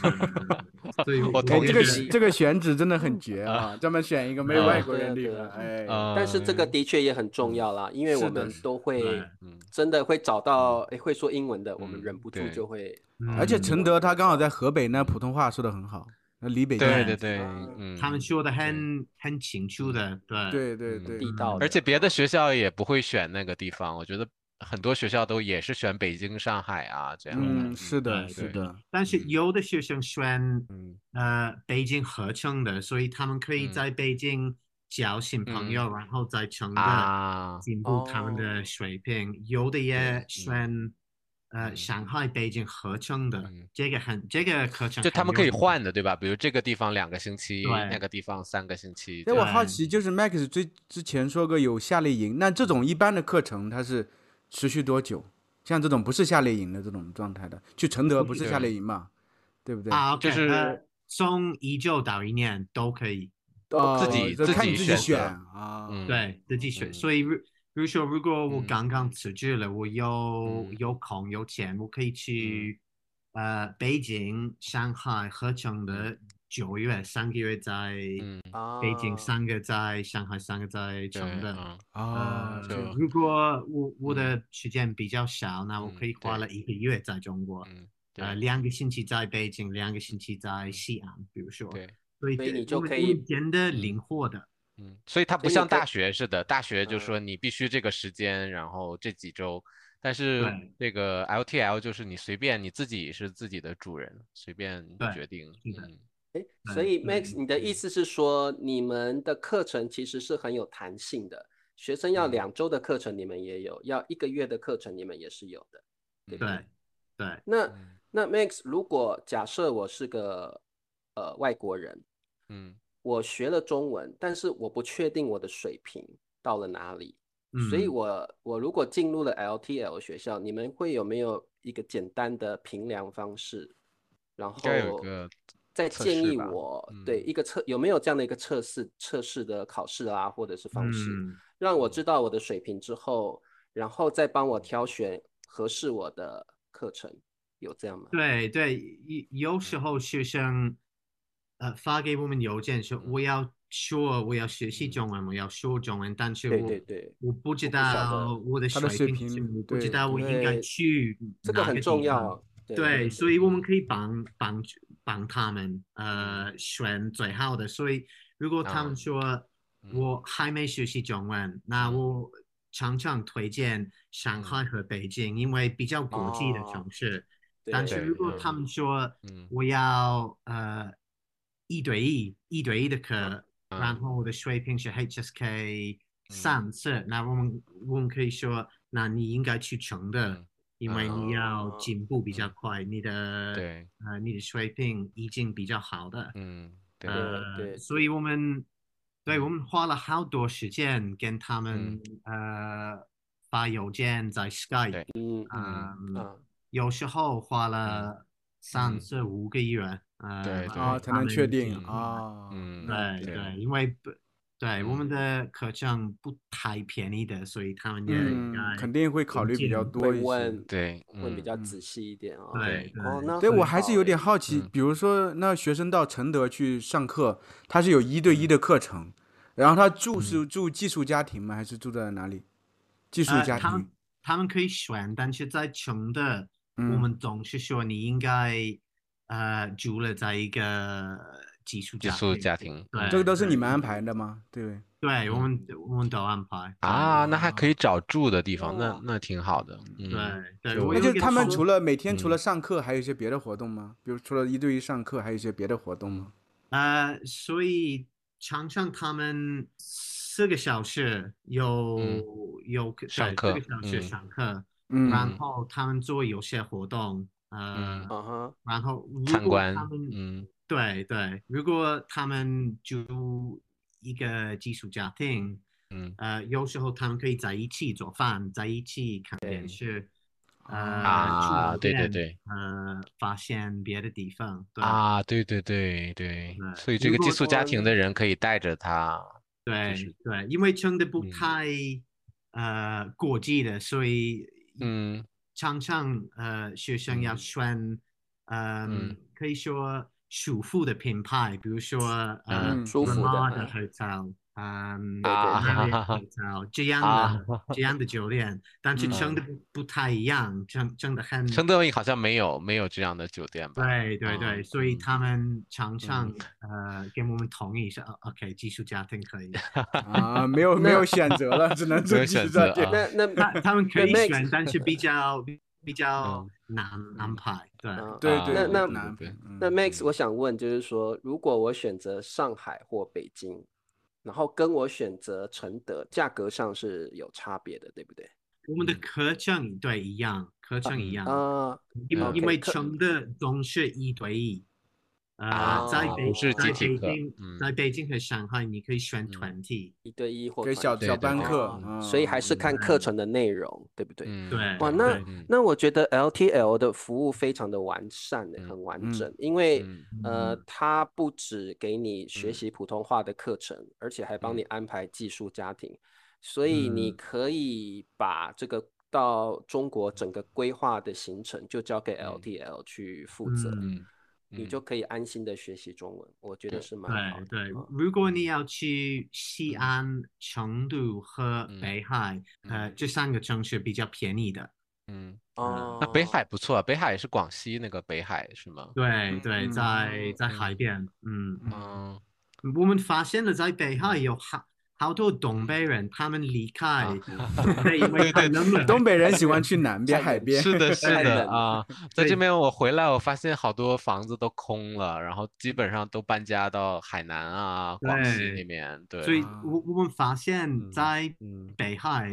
[SPEAKER 3] 所以
[SPEAKER 1] 嗯我
[SPEAKER 3] 我
[SPEAKER 1] 同
[SPEAKER 4] 哎，
[SPEAKER 1] 意
[SPEAKER 4] 这
[SPEAKER 3] 觉
[SPEAKER 4] 个
[SPEAKER 3] 得
[SPEAKER 1] 是
[SPEAKER 4] 这个选址真的很绝啊，专门选一个没有
[SPEAKER 3] 啊
[SPEAKER 4] 外国
[SPEAKER 2] 对
[SPEAKER 4] 人的地
[SPEAKER 2] 对
[SPEAKER 4] 方，
[SPEAKER 2] 啊
[SPEAKER 4] 哎，
[SPEAKER 1] 呃，
[SPEAKER 2] 但是这个的确也很重要啦，因为
[SPEAKER 4] 是
[SPEAKER 2] 我
[SPEAKER 4] 的
[SPEAKER 2] 们
[SPEAKER 4] 是
[SPEAKER 2] 都会
[SPEAKER 3] 对
[SPEAKER 1] 嗯
[SPEAKER 2] 真的会找到诶会说英文的，我们
[SPEAKER 1] 嗯
[SPEAKER 2] 忍不住
[SPEAKER 1] 对
[SPEAKER 2] 就会
[SPEAKER 4] 而且
[SPEAKER 3] 嗯
[SPEAKER 4] 承德他刚好在河北，那普通话说的很好，那离北京
[SPEAKER 1] 对
[SPEAKER 4] 很
[SPEAKER 1] 对
[SPEAKER 4] 近。
[SPEAKER 1] 对
[SPEAKER 2] 啊，
[SPEAKER 1] 嗯，
[SPEAKER 3] 他们说的很很清楚的，对。
[SPEAKER 4] 对对
[SPEAKER 1] 嗯
[SPEAKER 4] 对，
[SPEAKER 2] 地道的，
[SPEAKER 1] 而且别的学校也不会选那个地方，我觉得很多学校都也是选北京、上海啊这样的。
[SPEAKER 4] 嗯，是的，
[SPEAKER 3] 对
[SPEAKER 4] 是
[SPEAKER 1] 对
[SPEAKER 4] 的，
[SPEAKER 3] 但是
[SPEAKER 1] 嗯
[SPEAKER 3] 有的学生选
[SPEAKER 1] 嗯
[SPEAKER 3] 呃北京合成的，所以他们可以
[SPEAKER 1] 嗯
[SPEAKER 3] 在北京交新朋友，然后再成
[SPEAKER 1] 啊
[SPEAKER 3] 的进步他们的水平。有的也选、呃
[SPEAKER 1] 嗯
[SPEAKER 3] 上海、北京合成的，
[SPEAKER 1] 嗯
[SPEAKER 3] 这个很这个课程
[SPEAKER 1] 就他们可以
[SPEAKER 3] 换。
[SPEAKER 1] 换的，对吧？比如这个地方两个星期，
[SPEAKER 3] 对
[SPEAKER 1] 那个地方三个星期。
[SPEAKER 4] 哎，
[SPEAKER 1] 这
[SPEAKER 4] 我
[SPEAKER 1] 样
[SPEAKER 4] 好奇，就是 Max 之之前说过有夏令营，那这种一般的课程它是持续多久？像这种不是夏令营的这种状态的，去承德不是夏令营嘛，对不对？
[SPEAKER 3] 啊
[SPEAKER 1] 就
[SPEAKER 3] ，OK，
[SPEAKER 1] 是
[SPEAKER 3] 呃从一九到一年都可以，
[SPEAKER 4] 哦，
[SPEAKER 1] 自己
[SPEAKER 4] 这
[SPEAKER 1] 自
[SPEAKER 4] 看
[SPEAKER 1] 己
[SPEAKER 4] 你自
[SPEAKER 1] 选
[SPEAKER 4] 己
[SPEAKER 1] 择
[SPEAKER 4] 选啊。
[SPEAKER 1] 嗯，
[SPEAKER 3] 对，自己选。
[SPEAKER 1] 嗯
[SPEAKER 3] 所以如比如说，如果我
[SPEAKER 1] 嗯
[SPEAKER 3] 刚刚辞职了，我有
[SPEAKER 1] 嗯
[SPEAKER 3] 有空有钱，我可以去呃北京、上海、合成的九月三个月在
[SPEAKER 1] 嗯，
[SPEAKER 2] 啊
[SPEAKER 3] 北京，三个在上海三个在
[SPEAKER 1] 对，
[SPEAKER 3] 成都。
[SPEAKER 1] 嗯，
[SPEAKER 4] 啊
[SPEAKER 3] 呃，
[SPEAKER 1] 就
[SPEAKER 3] 如果我我的时间比较少，那我可以
[SPEAKER 1] 嗯
[SPEAKER 3] 花
[SPEAKER 1] 对
[SPEAKER 3] 了一个月在中国，
[SPEAKER 1] 嗯，
[SPEAKER 3] 呃，
[SPEAKER 1] 对，
[SPEAKER 3] 两个星期在北京，两个星期在西安，比如说。
[SPEAKER 1] 对，
[SPEAKER 3] 所以
[SPEAKER 2] 所以
[SPEAKER 3] 这
[SPEAKER 2] 你就
[SPEAKER 3] 我们
[SPEAKER 2] 可
[SPEAKER 3] 我们
[SPEAKER 2] 以
[SPEAKER 3] 变得灵活的，
[SPEAKER 1] 嗯，所以它不
[SPEAKER 2] 所以
[SPEAKER 1] 像
[SPEAKER 2] 你可
[SPEAKER 1] 大学似的，大学就
[SPEAKER 2] 嗯
[SPEAKER 1] 说你必须这个时间，然后这几周，但是
[SPEAKER 3] 对
[SPEAKER 1] 这个 LTL 就是你随便你自己是自己的主人，随便
[SPEAKER 3] 对
[SPEAKER 1] 决定，
[SPEAKER 3] 是的
[SPEAKER 1] 嗯，
[SPEAKER 2] 哎，
[SPEAKER 3] 嗯
[SPEAKER 2] 所以
[SPEAKER 3] 嗯
[SPEAKER 2] Max，你的意思是说，你们的课程其实是很有弹性的，学生要
[SPEAKER 1] 嗯
[SPEAKER 2] 两周的课程你们也有，要一个月的课程你们也是有的。
[SPEAKER 1] 嗯
[SPEAKER 3] 对，对，
[SPEAKER 2] 那
[SPEAKER 1] 嗯
[SPEAKER 2] 那 Max，如果假设我是个呃外国人，
[SPEAKER 1] 嗯
[SPEAKER 2] 我学了中文，但是我不确定我的水平到了哪里，所以
[SPEAKER 3] 嗯
[SPEAKER 2] 我我如果进入了 LTL 学校，你们会有没有一个简单的评量方式？然后
[SPEAKER 1] 应该有个
[SPEAKER 2] 再
[SPEAKER 1] 测
[SPEAKER 2] 建
[SPEAKER 1] 试
[SPEAKER 2] 议
[SPEAKER 1] 吧
[SPEAKER 2] 我
[SPEAKER 1] 嗯
[SPEAKER 2] 对一个测有没有这样的一个测试测试的考试啊，或者是方式，
[SPEAKER 3] 嗯
[SPEAKER 2] 让我知道我的水平之后，然后再帮我挑选合适我的课程，有这样吗？
[SPEAKER 3] 对对，有有时候学生呃发给我们邮件说我要说我要学习
[SPEAKER 1] 嗯
[SPEAKER 3] 中文，我要说中文，但是
[SPEAKER 2] 对
[SPEAKER 3] 我
[SPEAKER 2] 对对，
[SPEAKER 3] 我不知
[SPEAKER 2] 我不晓得
[SPEAKER 3] 道我的
[SPEAKER 4] 他的
[SPEAKER 3] 水
[SPEAKER 4] 水
[SPEAKER 3] 平
[SPEAKER 4] 平
[SPEAKER 3] 是我不知
[SPEAKER 4] 对
[SPEAKER 3] 道我应该
[SPEAKER 2] 对
[SPEAKER 3] 去
[SPEAKER 2] 这个
[SPEAKER 3] 哪
[SPEAKER 2] 很
[SPEAKER 3] 地
[SPEAKER 2] 重要
[SPEAKER 3] 方
[SPEAKER 2] 啊。
[SPEAKER 3] 嗯对，所以我们可以帮帮帮他们，呃，选最好的。所以如果他们
[SPEAKER 1] 嗯
[SPEAKER 3] 说
[SPEAKER 1] 嗯
[SPEAKER 3] 我还没学习中文，那
[SPEAKER 1] 嗯
[SPEAKER 3] 我常常推荐上海和北京，因为比较国际的
[SPEAKER 2] 哦
[SPEAKER 3] 城市。
[SPEAKER 2] 对
[SPEAKER 3] 但是
[SPEAKER 1] 嗯对
[SPEAKER 3] 如果
[SPEAKER 1] 嗯
[SPEAKER 3] 他们说
[SPEAKER 1] 嗯
[SPEAKER 3] 我要呃一对一一对一的课，然
[SPEAKER 1] 嗯
[SPEAKER 3] 后我的水平是 HSK 三次，那我们我们可以说，那你应该去成的。
[SPEAKER 1] 嗯
[SPEAKER 3] 因为你要
[SPEAKER 2] 哦
[SPEAKER 3] 进步比较快，你的
[SPEAKER 1] 对，
[SPEAKER 3] 呃你的水平已经比较好的，
[SPEAKER 1] 嗯对，
[SPEAKER 3] 呃，
[SPEAKER 2] 对对
[SPEAKER 3] 所以我们对
[SPEAKER 1] 嗯
[SPEAKER 3] 我们花了好多时间跟他们、呃发邮件在 Skype，
[SPEAKER 1] 对
[SPEAKER 2] 嗯
[SPEAKER 3] 呃
[SPEAKER 2] 啊，
[SPEAKER 3] 有时候花了三
[SPEAKER 1] 嗯
[SPEAKER 3] 至五个月，呃，
[SPEAKER 1] 对对
[SPEAKER 4] 啊，
[SPEAKER 3] 让
[SPEAKER 4] 才
[SPEAKER 3] 他
[SPEAKER 4] 能
[SPEAKER 3] 们
[SPEAKER 4] 确定
[SPEAKER 3] 进步
[SPEAKER 4] 啊。
[SPEAKER 1] 嗯
[SPEAKER 3] 对
[SPEAKER 1] 对
[SPEAKER 3] 哎对，因为不对我们
[SPEAKER 1] 嗯
[SPEAKER 3] 的课程不太便宜的，所以他们也应
[SPEAKER 4] 嗯
[SPEAKER 3] 该，
[SPEAKER 4] 肯定会考虑比较
[SPEAKER 3] 进
[SPEAKER 4] 多
[SPEAKER 2] 会
[SPEAKER 4] 一些。
[SPEAKER 2] 问
[SPEAKER 1] 对，
[SPEAKER 2] 问比
[SPEAKER 1] 嗯
[SPEAKER 2] 较
[SPEAKER 4] 嗯
[SPEAKER 2] 仔细一点啊。
[SPEAKER 3] 对
[SPEAKER 2] 哦，那
[SPEAKER 4] 对，
[SPEAKER 2] 很
[SPEAKER 4] 我还是
[SPEAKER 2] 好
[SPEAKER 4] 有
[SPEAKER 2] 欸
[SPEAKER 4] 点好奇，
[SPEAKER 1] 嗯
[SPEAKER 4] 比如说那学生到承德去上课，他是有一对一的课程，然后他住是住寄宿家庭吗？还是住在哪里？寄宿
[SPEAKER 3] 呃，
[SPEAKER 4] 家
[SPEAKER 3] 他们
[SPEAKER 4] 庭，
[SPEAKER 3] 他们可以选，但是在穷的，我
[SPEAKER 4] 嗯，
[SPEAKER 3] 们总是说你应该呃住了在一个寄宿
[SPEAKER 1] 寄
[SPEAKER 3] 家
[SPEAKER 1] 宿
[SPEAKER 3] 庭
[SPEAKER 1] 家庭，
[SPEAKER 3] 对
[SPEAKER 1] 嗯
[SPEAKER 4] 这个都是
[SPEAKER 3] 对
[SPEAKER 4] 你们安排的吗？对不对，
[SPEAKER 3] 对，我们我们都安排对
[SPEAKER 1] 啊，那还可以找住的地方，那
[SPEAKER 2] 哇
[SPEAKER 1] 那挺好的，嗯，
[SPEAKER 3] 对对，
[SPEAKER 1] 就
[SPEAKER 3] 我
[SPEAKER 4] 那
[SPEAKER 3] 有
[SPEAKER 4] 就
[SPEAKER 3] 给
[SPEAKER 4] 他们
[SPEAKER 3] 同
[SPEAKER 4] 除了每天除
[SPEAKER 1] 嗯
[SPEAKER 4] 了上课，还有一些别的活动吗？比如除了一对一上课，还有一些别的活动吗？
[SPEAKER 3] 呃，所以常常他们四个小时有有对
[SPEAKER 1] 嗯上
[SPEAKER 3] 四
[SPEAKER 1] 课
[SPEAKER 3] 个小时
[SPEAKER 1] 嗯
[SPEAKER 3] 上课，
[SPEAKER 4] 嗯
[SPEAKER 3] 然后他们做有些活动，呃，
[SPEAKER 1] 嗯
[SPEAKER 2] 啊哈，
[SPEAKER 3] 然后如
[SPEAKER 1] 参
[SPEAKER 3] 果
[SPEAKER 1] 观
[SPEAKER 3] 他们，
[SPEAKER 1] 嗯
[SPEAKER 3] 对对，如果他们住一个寄宿家庭，
[SPEAKER 1] 嗯
[SPEAKER 3] 呃，有时候他们可以在一起做饭，在一起看电视，呃，去
[SPEAKER 1] 啊，
[SPEAKER 3] 老
[SPEAKER 1] 对对
[SPEAKER 3] 店，
[SPEAKER 1] 对
[SPEAKER 3] 呃，发现别的地方，对
[SPEAKER 1] 啊，对对对对，
[SPEAKER 3] 对
[SPEAKER 1] 所以这
[SPEAKER 3] 如
[SPEAKER 1] 个寄
[SPEAKER 3] 果
[SPEAKER 1] 宿家
[SPEAKER 3] 说
[SPEAKER 1] 庭的人可以带着他，
[SPEAKER 3] 对
[SPEAKER 1] 是
[SPEAKER 3] 对，因为真的不
[SPEAKER 1] 嗯
[SPEAKER 3] 太呃国际的，所以
[SPEAKER 1] 嗯
[SPEAKER 3] 常常呃学生要
[SPEAKER 1] 嗯
[SPEAKER 3] 选，嗯
[SPEAKER 1] 嗯，
[SPEAKER 3] 可以说舒服的品牌，比如说呃
[SPEAKER 4] 嗯
[SPEAKER 2] 舒服的
[SPEAKER 3] Ramada
[SPEAKER 2] 嗯
[SPEAKER 3] Hotel，嗯
[SPEAKER 2] 对对
[SPEAKER 1] 啊
[SPEAKER 3] [LAUGHS] Marriott Hotel 这样
[SPEAKER 1] 啊嗯
[SPEAKER 3] 的，这样的酒店，但是真的不不太一样，真真的
[SPEAKER 1] [LAUGHS]
[SPEAKER 3] 很
[SPEAKER 1] 承德好像没有没有这样的酒店吧？
[SPEAKER 3] 对对
[SPEAKER 1] 啊
[SPEAKER 3] 对，所以
[SPEAKER 1] 嗯
[SPEAKER 3] 他们常常呃跟我们同意说哦，OK，寄宿家庭可以。
[SPEAKER 4] 啊，没有没有选择了，只能
[SPEAKER 1] 没有
[SPEAKER 4] 自己
[SPEAKER 1] 选择
[SPEAKER 4] 在家
[SPEAKER 1] 啊
[SPEAKER 2] 那那
[SPEAKER 1] [LAUGHS]
[SPEAKER 3] 他他们可以
[SPEAKER 2] Max-
[SPEAKER 3] 选，但是比较比较
[SPEAKER 1] 嗯
[SPEAKER 3] 难安排。对，
[SPEAKER 2] 啊
[SPEAKER 4] 对对，
[SPEAKER 1] 啊
[SPEAKER 4] 对
[SPEAKER 2] 那
[SPEAKER 4] 很难
[SPEAKER 1] 对对
[SPEAKER 4] 嗯
[SPEAKER 2] 那 Max，
[SPEAKER 1] 嗯
[SPEAKER 2] 我想问，就是说，如果我选择上海或北京，然后跟我选择承德，价格上是有差别的，对不对？
[SPEAKER 3] 我们的课程对一样，课程一样，
[SPEAKER 2] 嗯啊
[SPEAKER 3] 因
[SPEAKER 1] 嗯
[SPEAKER 3] 因为
[SPEAKER 2] OK，课
[SPEAKER 3] 承德总是一对一，
[SPEAKER 2] 啊
[SPEAKER 3] 呃，在北
[SPEAKER 1] 不是集
[SPEAKER 3] 在
[SPEAKER 1] 体
[SPEAKER 3] 北
[SPEAKER 1] 课
[SPEAKER 3] 京
[SPEAKER 1] 嗯
[SPEAKER 3] 在北京和上海你可以选
[SPEAKER 1] 嗯
[SPEAKER 3] 团体，
[SPEAKER 2] 一对一或
[SPEAKER 4] 给小
[SPEAKER 2] 团
[SPEAKER 1] 对
[SPEAKER 4] 小
[SPEAKER 1] 对
[SPEAKER 4] 班
[SPEAKER 1] 对
[SPEAKER 4] 课
[SPEAKER 2] 哦，
[SPEAKER 4] 嗯
[SPEAKER 2] 所以还是看课程的内容，对不对？
[SPEAKER 1] 嗯，
[SPEAKER 3] 对
[SPEAKER 2] 哇，那
[SPEAKER 3] 对
[SPEAKER 1] 嗯
[SPEAKER 2] 那我觉得 LTL 的服务非常的完善的，
[SPEAKER 1] 嗯
[SPEAKER 2] 很完
[SPEAKER 4] 嗯
[SPEAKER 2] 整，因为
[SPEAKER 1] 嗯
[SPEAKER 2] 呃
[SPEAKER 3] 嗯，
[SPEAKER 2] 它不只给你学
[SPEAKER 1] 嗯
[SPEAKER 2] 习普通话的课程，而且还帮你安排寄宿家庭，所以你
[SPEAKER 3] 嗯
[SPEAKER 2] 可以把这个到中国整个规划的行程就交给
[SPEAKER 1] 嗯
[SPEAKER 2] LTL 去负责，
[SPEAKER 3] 嗯
[SPEAKER 2] 你就可以安心的学习中文，我觉得
[SPEAKER 1] 对
[SPEAKER 2] 是蛮好
[SPEAKER 3] 对
[SPEAKER 2] 的。
[SPEAKER 3] 对
[SPEAKER 2] 嗯，
[SPEAKER 3] 如果你要去西
[SPEAKER 1] 嗯
[SPEAKER 3] 安、成都和
[SPEAKER 1] 嗯
[SPEAKER 3] 北海，呃，这三个城市比较便宜的。
[SPEAKER 1] 嗯，
[SPEAKER 2] 哦，
[SPEAKER 1] 那北海不错，啊北海是广西那个北海是吗？
[SPEAKER 3] 对对，
[SPEAKER 4] 嗯
[SPEAKER 3] 在在
[SPEAKER 1] 嗯
[SPEAKER 3] 海边，嗯，
[SPEAKER 1] 嗯
[SPEAKER 3] 我们发现了在北海有好好多东北人，他们离开
[SPEAKER 1] 啊
[SPEAKER 3] 东北，因为太冷
[SPEAKER 4] [LAUGHS]
[SPEAKER 3] 了。
[SPEAKER 4] 东北人喜欢去南边海
[SPEAKER 1] [LAUGHS]
[SPEAKER 4] 边，
[SPEAKER 1] 是的，是
[SPEAKER 2] 太冷
[SPEAKER 1] 的
[SPEAKER 2] 了
[SPEAKER 1] 啊，在
[SPEAKER 3] 对
[SPEAKER 1] 这边我回来，我发现好多房子都空了，然后基本上都搬家到海南啊、广西那
[SPEAKER 3] 对
[SPEAKER 1] 边。对，
[SPEAKER 3] 所以
[SPEAKER 4] 啊
[SPEAKER 3] 我我们发现，
[SPEAKER 1] 嗯
[SPEAKER 3] 在
[SPEAKER 1] 嗯
[SPEAKER 3] 北海，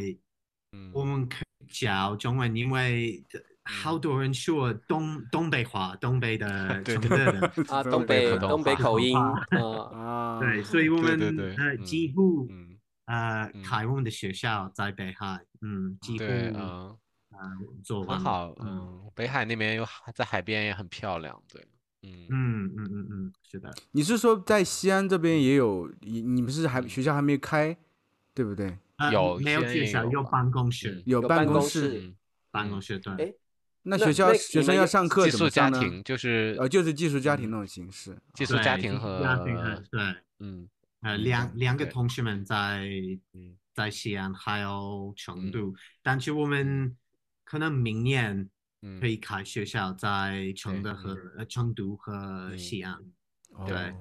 [SPEAKER 1] 嗯
[SPEAKER 3] 我们可以教中文，因为好多人说东东北话，东北的
[SPEAKER 1] 嗯对
[SPEAKER 3] 承
[SPEAKER 1] 对
[SPEAKER 3] 德的。
[SPEAKER 2] 啊，
[SPEAKER 4] 这
[SPEAKER 2] 东
[SPEAKER 4] 么
[SPEAKER 2] 北
[SPEAKER 1] 普通
[SPEAKER 2] 东北
[SPEAKER 1] 话
[SPEAKER 2] 口
[SPEAKER 3] 普通
[SPEAKER 2] 音，
[SPEAKER 3] 话
[SPEAKER 2] 嗯，
[SPEAKER 4] 啊，
[SPEAKER 3] [LAUGHS] 对，所以我
[SPEAKER 1] 对
[SPEAKER 3] 们
[SPEAKER 1] 对对
[SPEAKER 3] 呃
[SPEAKER 1] 嗯
[SPEAKER 3] 几乎
[SPEAKER 1] 嗯，
[SPEAKER 3] 呃
[SPEAKER 1] 嗯
[SPEAKER 3] 开我们的学校在北海，嗯，几乎
[SPEAKER 1] 对，
[SPEAKER 3] 呃
[SPEAKER 1] 嗯，
[SPEAKER 3] 做完
[SPEAKER 1] 很
[SPEAKER 3] 了
[SPEAKER 1] 好，
[SPEAKER 3] 嗯
[SPEAKER 1] 嗯，北海那边有海在海边也很漂亮，对，嗯
[SPEAKER 3] 嗯嗯嗯嗯，是的，
[SPEAKER 4] 你是说在西安这边也有，你你们是还学校还没开，对不对？
[SPEAKER 3] 呃
[SPEAKER 1] 有
[SPEAKER 3] 没有
[SPEAKER 1] 些
[SPEAKER 3] 学
[SPEAKER 1] 也
[SPEAKER 3] 校，
[SPEAKER 1] 有
[SPEAKER 3] 有
[SPEAKER 1] 吧
[SPEAKER 3] 办公室，
[SPEAKER 1] 嗯
[SPEAKER 4] 有
[SPEAKER 2] 有
[SPEAKER 4] 办
[SPEAKER 2] 办
[SPEAKER 4] 公
[SPEAKER 2] 公
[SPEAKER 4] 室，
[SPEAKER 2] 室
[SPEAKER 1] 嗯，
[SPEAKER 3] 办公室对，
[SPEAKER 2] 哎，
[SPEAKER 4] 那
[SPEAKER 2] 那
[SPEAKER 4] 学校
[SPEAKER 2] 那
[SPEAKER 4] 学生
[SPEAKER 2] 你们
[SPEAKER 4] 要
[SPEAKER 2] 有
[SPEAKER 4] 上课
[SPEAKER 1] 寄
[SPEAKER 4] 怎
[SPEAKER 1] 宿
[SPEAKER 4] 么
[SPEAKER 1] 家
[SPEAKER 4] 上呢？
[SPEAKER 1] 庭就是
[SPEAKER 4] 呃，就是寄宿家庭那种形式。
[SPEAKER 1] 寄宿家
[SPEAKER 3] 对
[SPEAKER 1] 庭
[SPEAKER 3] 寄宿家庭
[SPEAKER 1] 和
[SPEAKER 3] 对，
[SPEAKER 1] 嗯
[SPEAKER 3] 呃
[SPEAKER 1] 嗯
[SPEAKER 3] 两
[SPEAKER 1] 对
[SPEAKER 3] 两个
[SPEAKER 1] 对
[SPEAKER 3] 同学们在
[SPEAKER 1] 嗯
[SPEAKER 3] 在西安还有成
[SPEAKER 1] 嗯
[SPEAKER 3] 都，但是我们可能明年
[SPEAKER 1] 嗯
[SPEAKER 3] 可以开学校在成
[SPEAKER 1] 对
[SPEAKER 3] 都和呃成都和
[SPEAKER 1] 嗯
[SPEAKER 3] 西安。
[SPEAKER 4] 哦
[SPEAKER 3] 对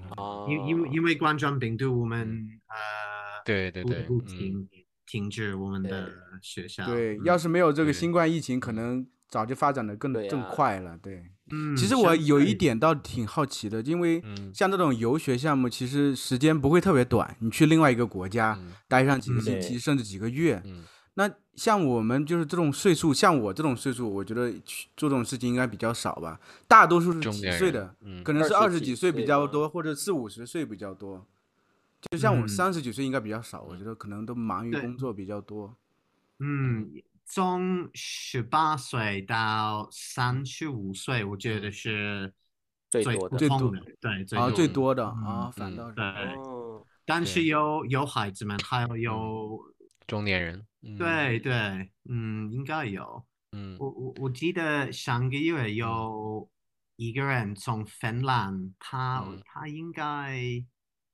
[SPEAKER 3] [LAUGHS]
[SPEAKER 2] 哦，
[SPEAKER 3] 因因为因为冠状病毒，我们呃
[SPEAKER 1] 对嗯对
[SPEAKER 3] 不
[SPEAKER 1] 对，
[SPEAKER 3] 不
[SPEAKER 1] 嗯
[SPEAKER 3] 停停止我们
[SPEAKER 2] 对
[SPEAKER 3] 的学校。
[SPEAKER 4] 对，
[SPEAKER 3] 嗯
[SPEAKER 4] 要是没有这
[SPEAKER 1] 对
[SPEAKER 4] 个新冠疫情，可能早就发展的更
[SPEAKER 2] 对
[SPEAKER 4] 更
[SPEAKER 2] 呀
[SPEAKER 4] 快了。对，
[SPEAKER 3] 嗯，
[SPEAKER 4] 其实我
[SPEAKER 3] 相
[SPEAKER 4] 有一
[SPEAKER 3] 对
[SPEAKER 4] 点倒挺好奇的，因为
[SPEAKER 1] 嗯
[SPEAKER 4] 像这种游学项目，其实时间不会特别短，你去另外一个国家
[SPEAKER 1] 嗯
[SPEAKER 4] 待上几个
[SPEAKER 3] 嗯
[SPEAKER 4] 星期，甚至几个月。
[SPEAKER 1] 嗯
[SPEAKER 4] 那像我们就是这种岁数，像我这种岁数，我觉得去做这种事情应该比较少吧。大多数是
[SPEAKER 1] 中
[SPEAKER 4] 几
[SPEAKER 1] 年
[SPEAKER 4] 岁
[SPEAKER 1] 人
[SPEAKER 4] 的，
[SPEAKER 1] 嗯
[SPEAKER 4] 可能是
[SPEAKER 2] 20
[SPEAKER 4] 二十
[SPEAKER 2] 几
[SPEAKER 4] 几岁
[SPEAKER 2] 岁
[SPEAKER 4] 比较
[SPEAKER 2] 吗
[SPEAKER 4] 多，或者四五十岁比较多。就像我
[SPEAKER 3] 嗯
[SPEAKER 4] 三十几岁应该比较少，
[SPEAKER 1] 嗯
[SPEAKER 4] 我觉得可能都忙于
[SPEAKER 3] 对
[SPEAKER 4] 工作比较多。
[SPEAKER 3] 嗯，从十八岁到三十五岁，我觉得是
[SPEAKER 2] 最
[SPEAKER 3] 普
[SPEAKER 2] 多的
[SPEAKER 4] 最
[SPEAKER 3] 通
[SPEAKER 4] 多
[SPEAKER 3] 的，对，最
[SPEAKER 4] 啊，最
[SPEAKER 3] 的
[SPEAKER 4] 多的
[SPEAKER 3] 嗯
[SPEAKER 4] 啊，反
[SPEAKER 1] 嗯
[SPEAKER 4] 倒是
[SPEAKER 3] 对。
[SPEAKER 2] 哦，
[SPEAKER 3] 但是
[SPEAKER 1] 对
[SPEAKER 3] 有有孩子们，还有有
[SPEAKER 1] 中年人嗯
[SPEAKER 3] 对对，嗯，应该有。
[SPEAKER 1] 嗯
[SPEAKER 3] 我我我记得上个月有一个人从芬兰，他
[SPEAKER 1] 嗯
[SPEAKER 3] 他应该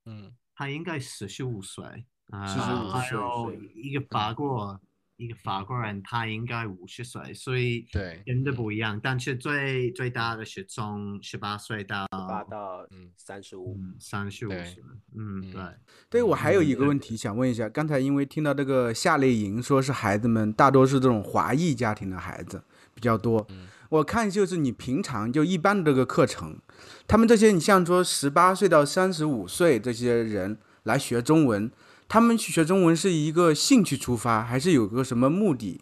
[SPEAKER 1] 嗯
[SPEAKER 3] 他应该四十五岁，呃，
[SPEAKER 4] 45
[SPEAKER 3] 还
[SPEAKER 4] 岁
[SPEAKER 3] 有
[SPEAKER 4] 是
[SPEAKER 3] 一个法国一个法国人，他应该五十岁，所以
[SPEAKER 1] 对
[SPEAKER 3] 真的不一样。但是最最大的是从十八岁到
[SPEAKER 2] 八到
[SPEAKER 1] 嗯
[SPEAKER 2] 三十五，
[SPEAKER 3] 嗯三十五
[SPEAKER 1] 对
[SPEAKER 3] 岁，嗯
[SPEAKER 1] 嗯
[SPEAKER 3] 对，
[SPEAKER 4] 对，我还有一
[SPEAKER 3] 嗯
[SPEAKER 4] 个问题想问一下，刚才因为听到这个夏令营，说是孩子们大多是这种华裔家庭的孩子比较多。我看就是你平常就一般的这个课程，他们这些你像说十八岁到三十五岁这些人来学中文，他们去学中文是一个兴趣出发，还是有个什么目的？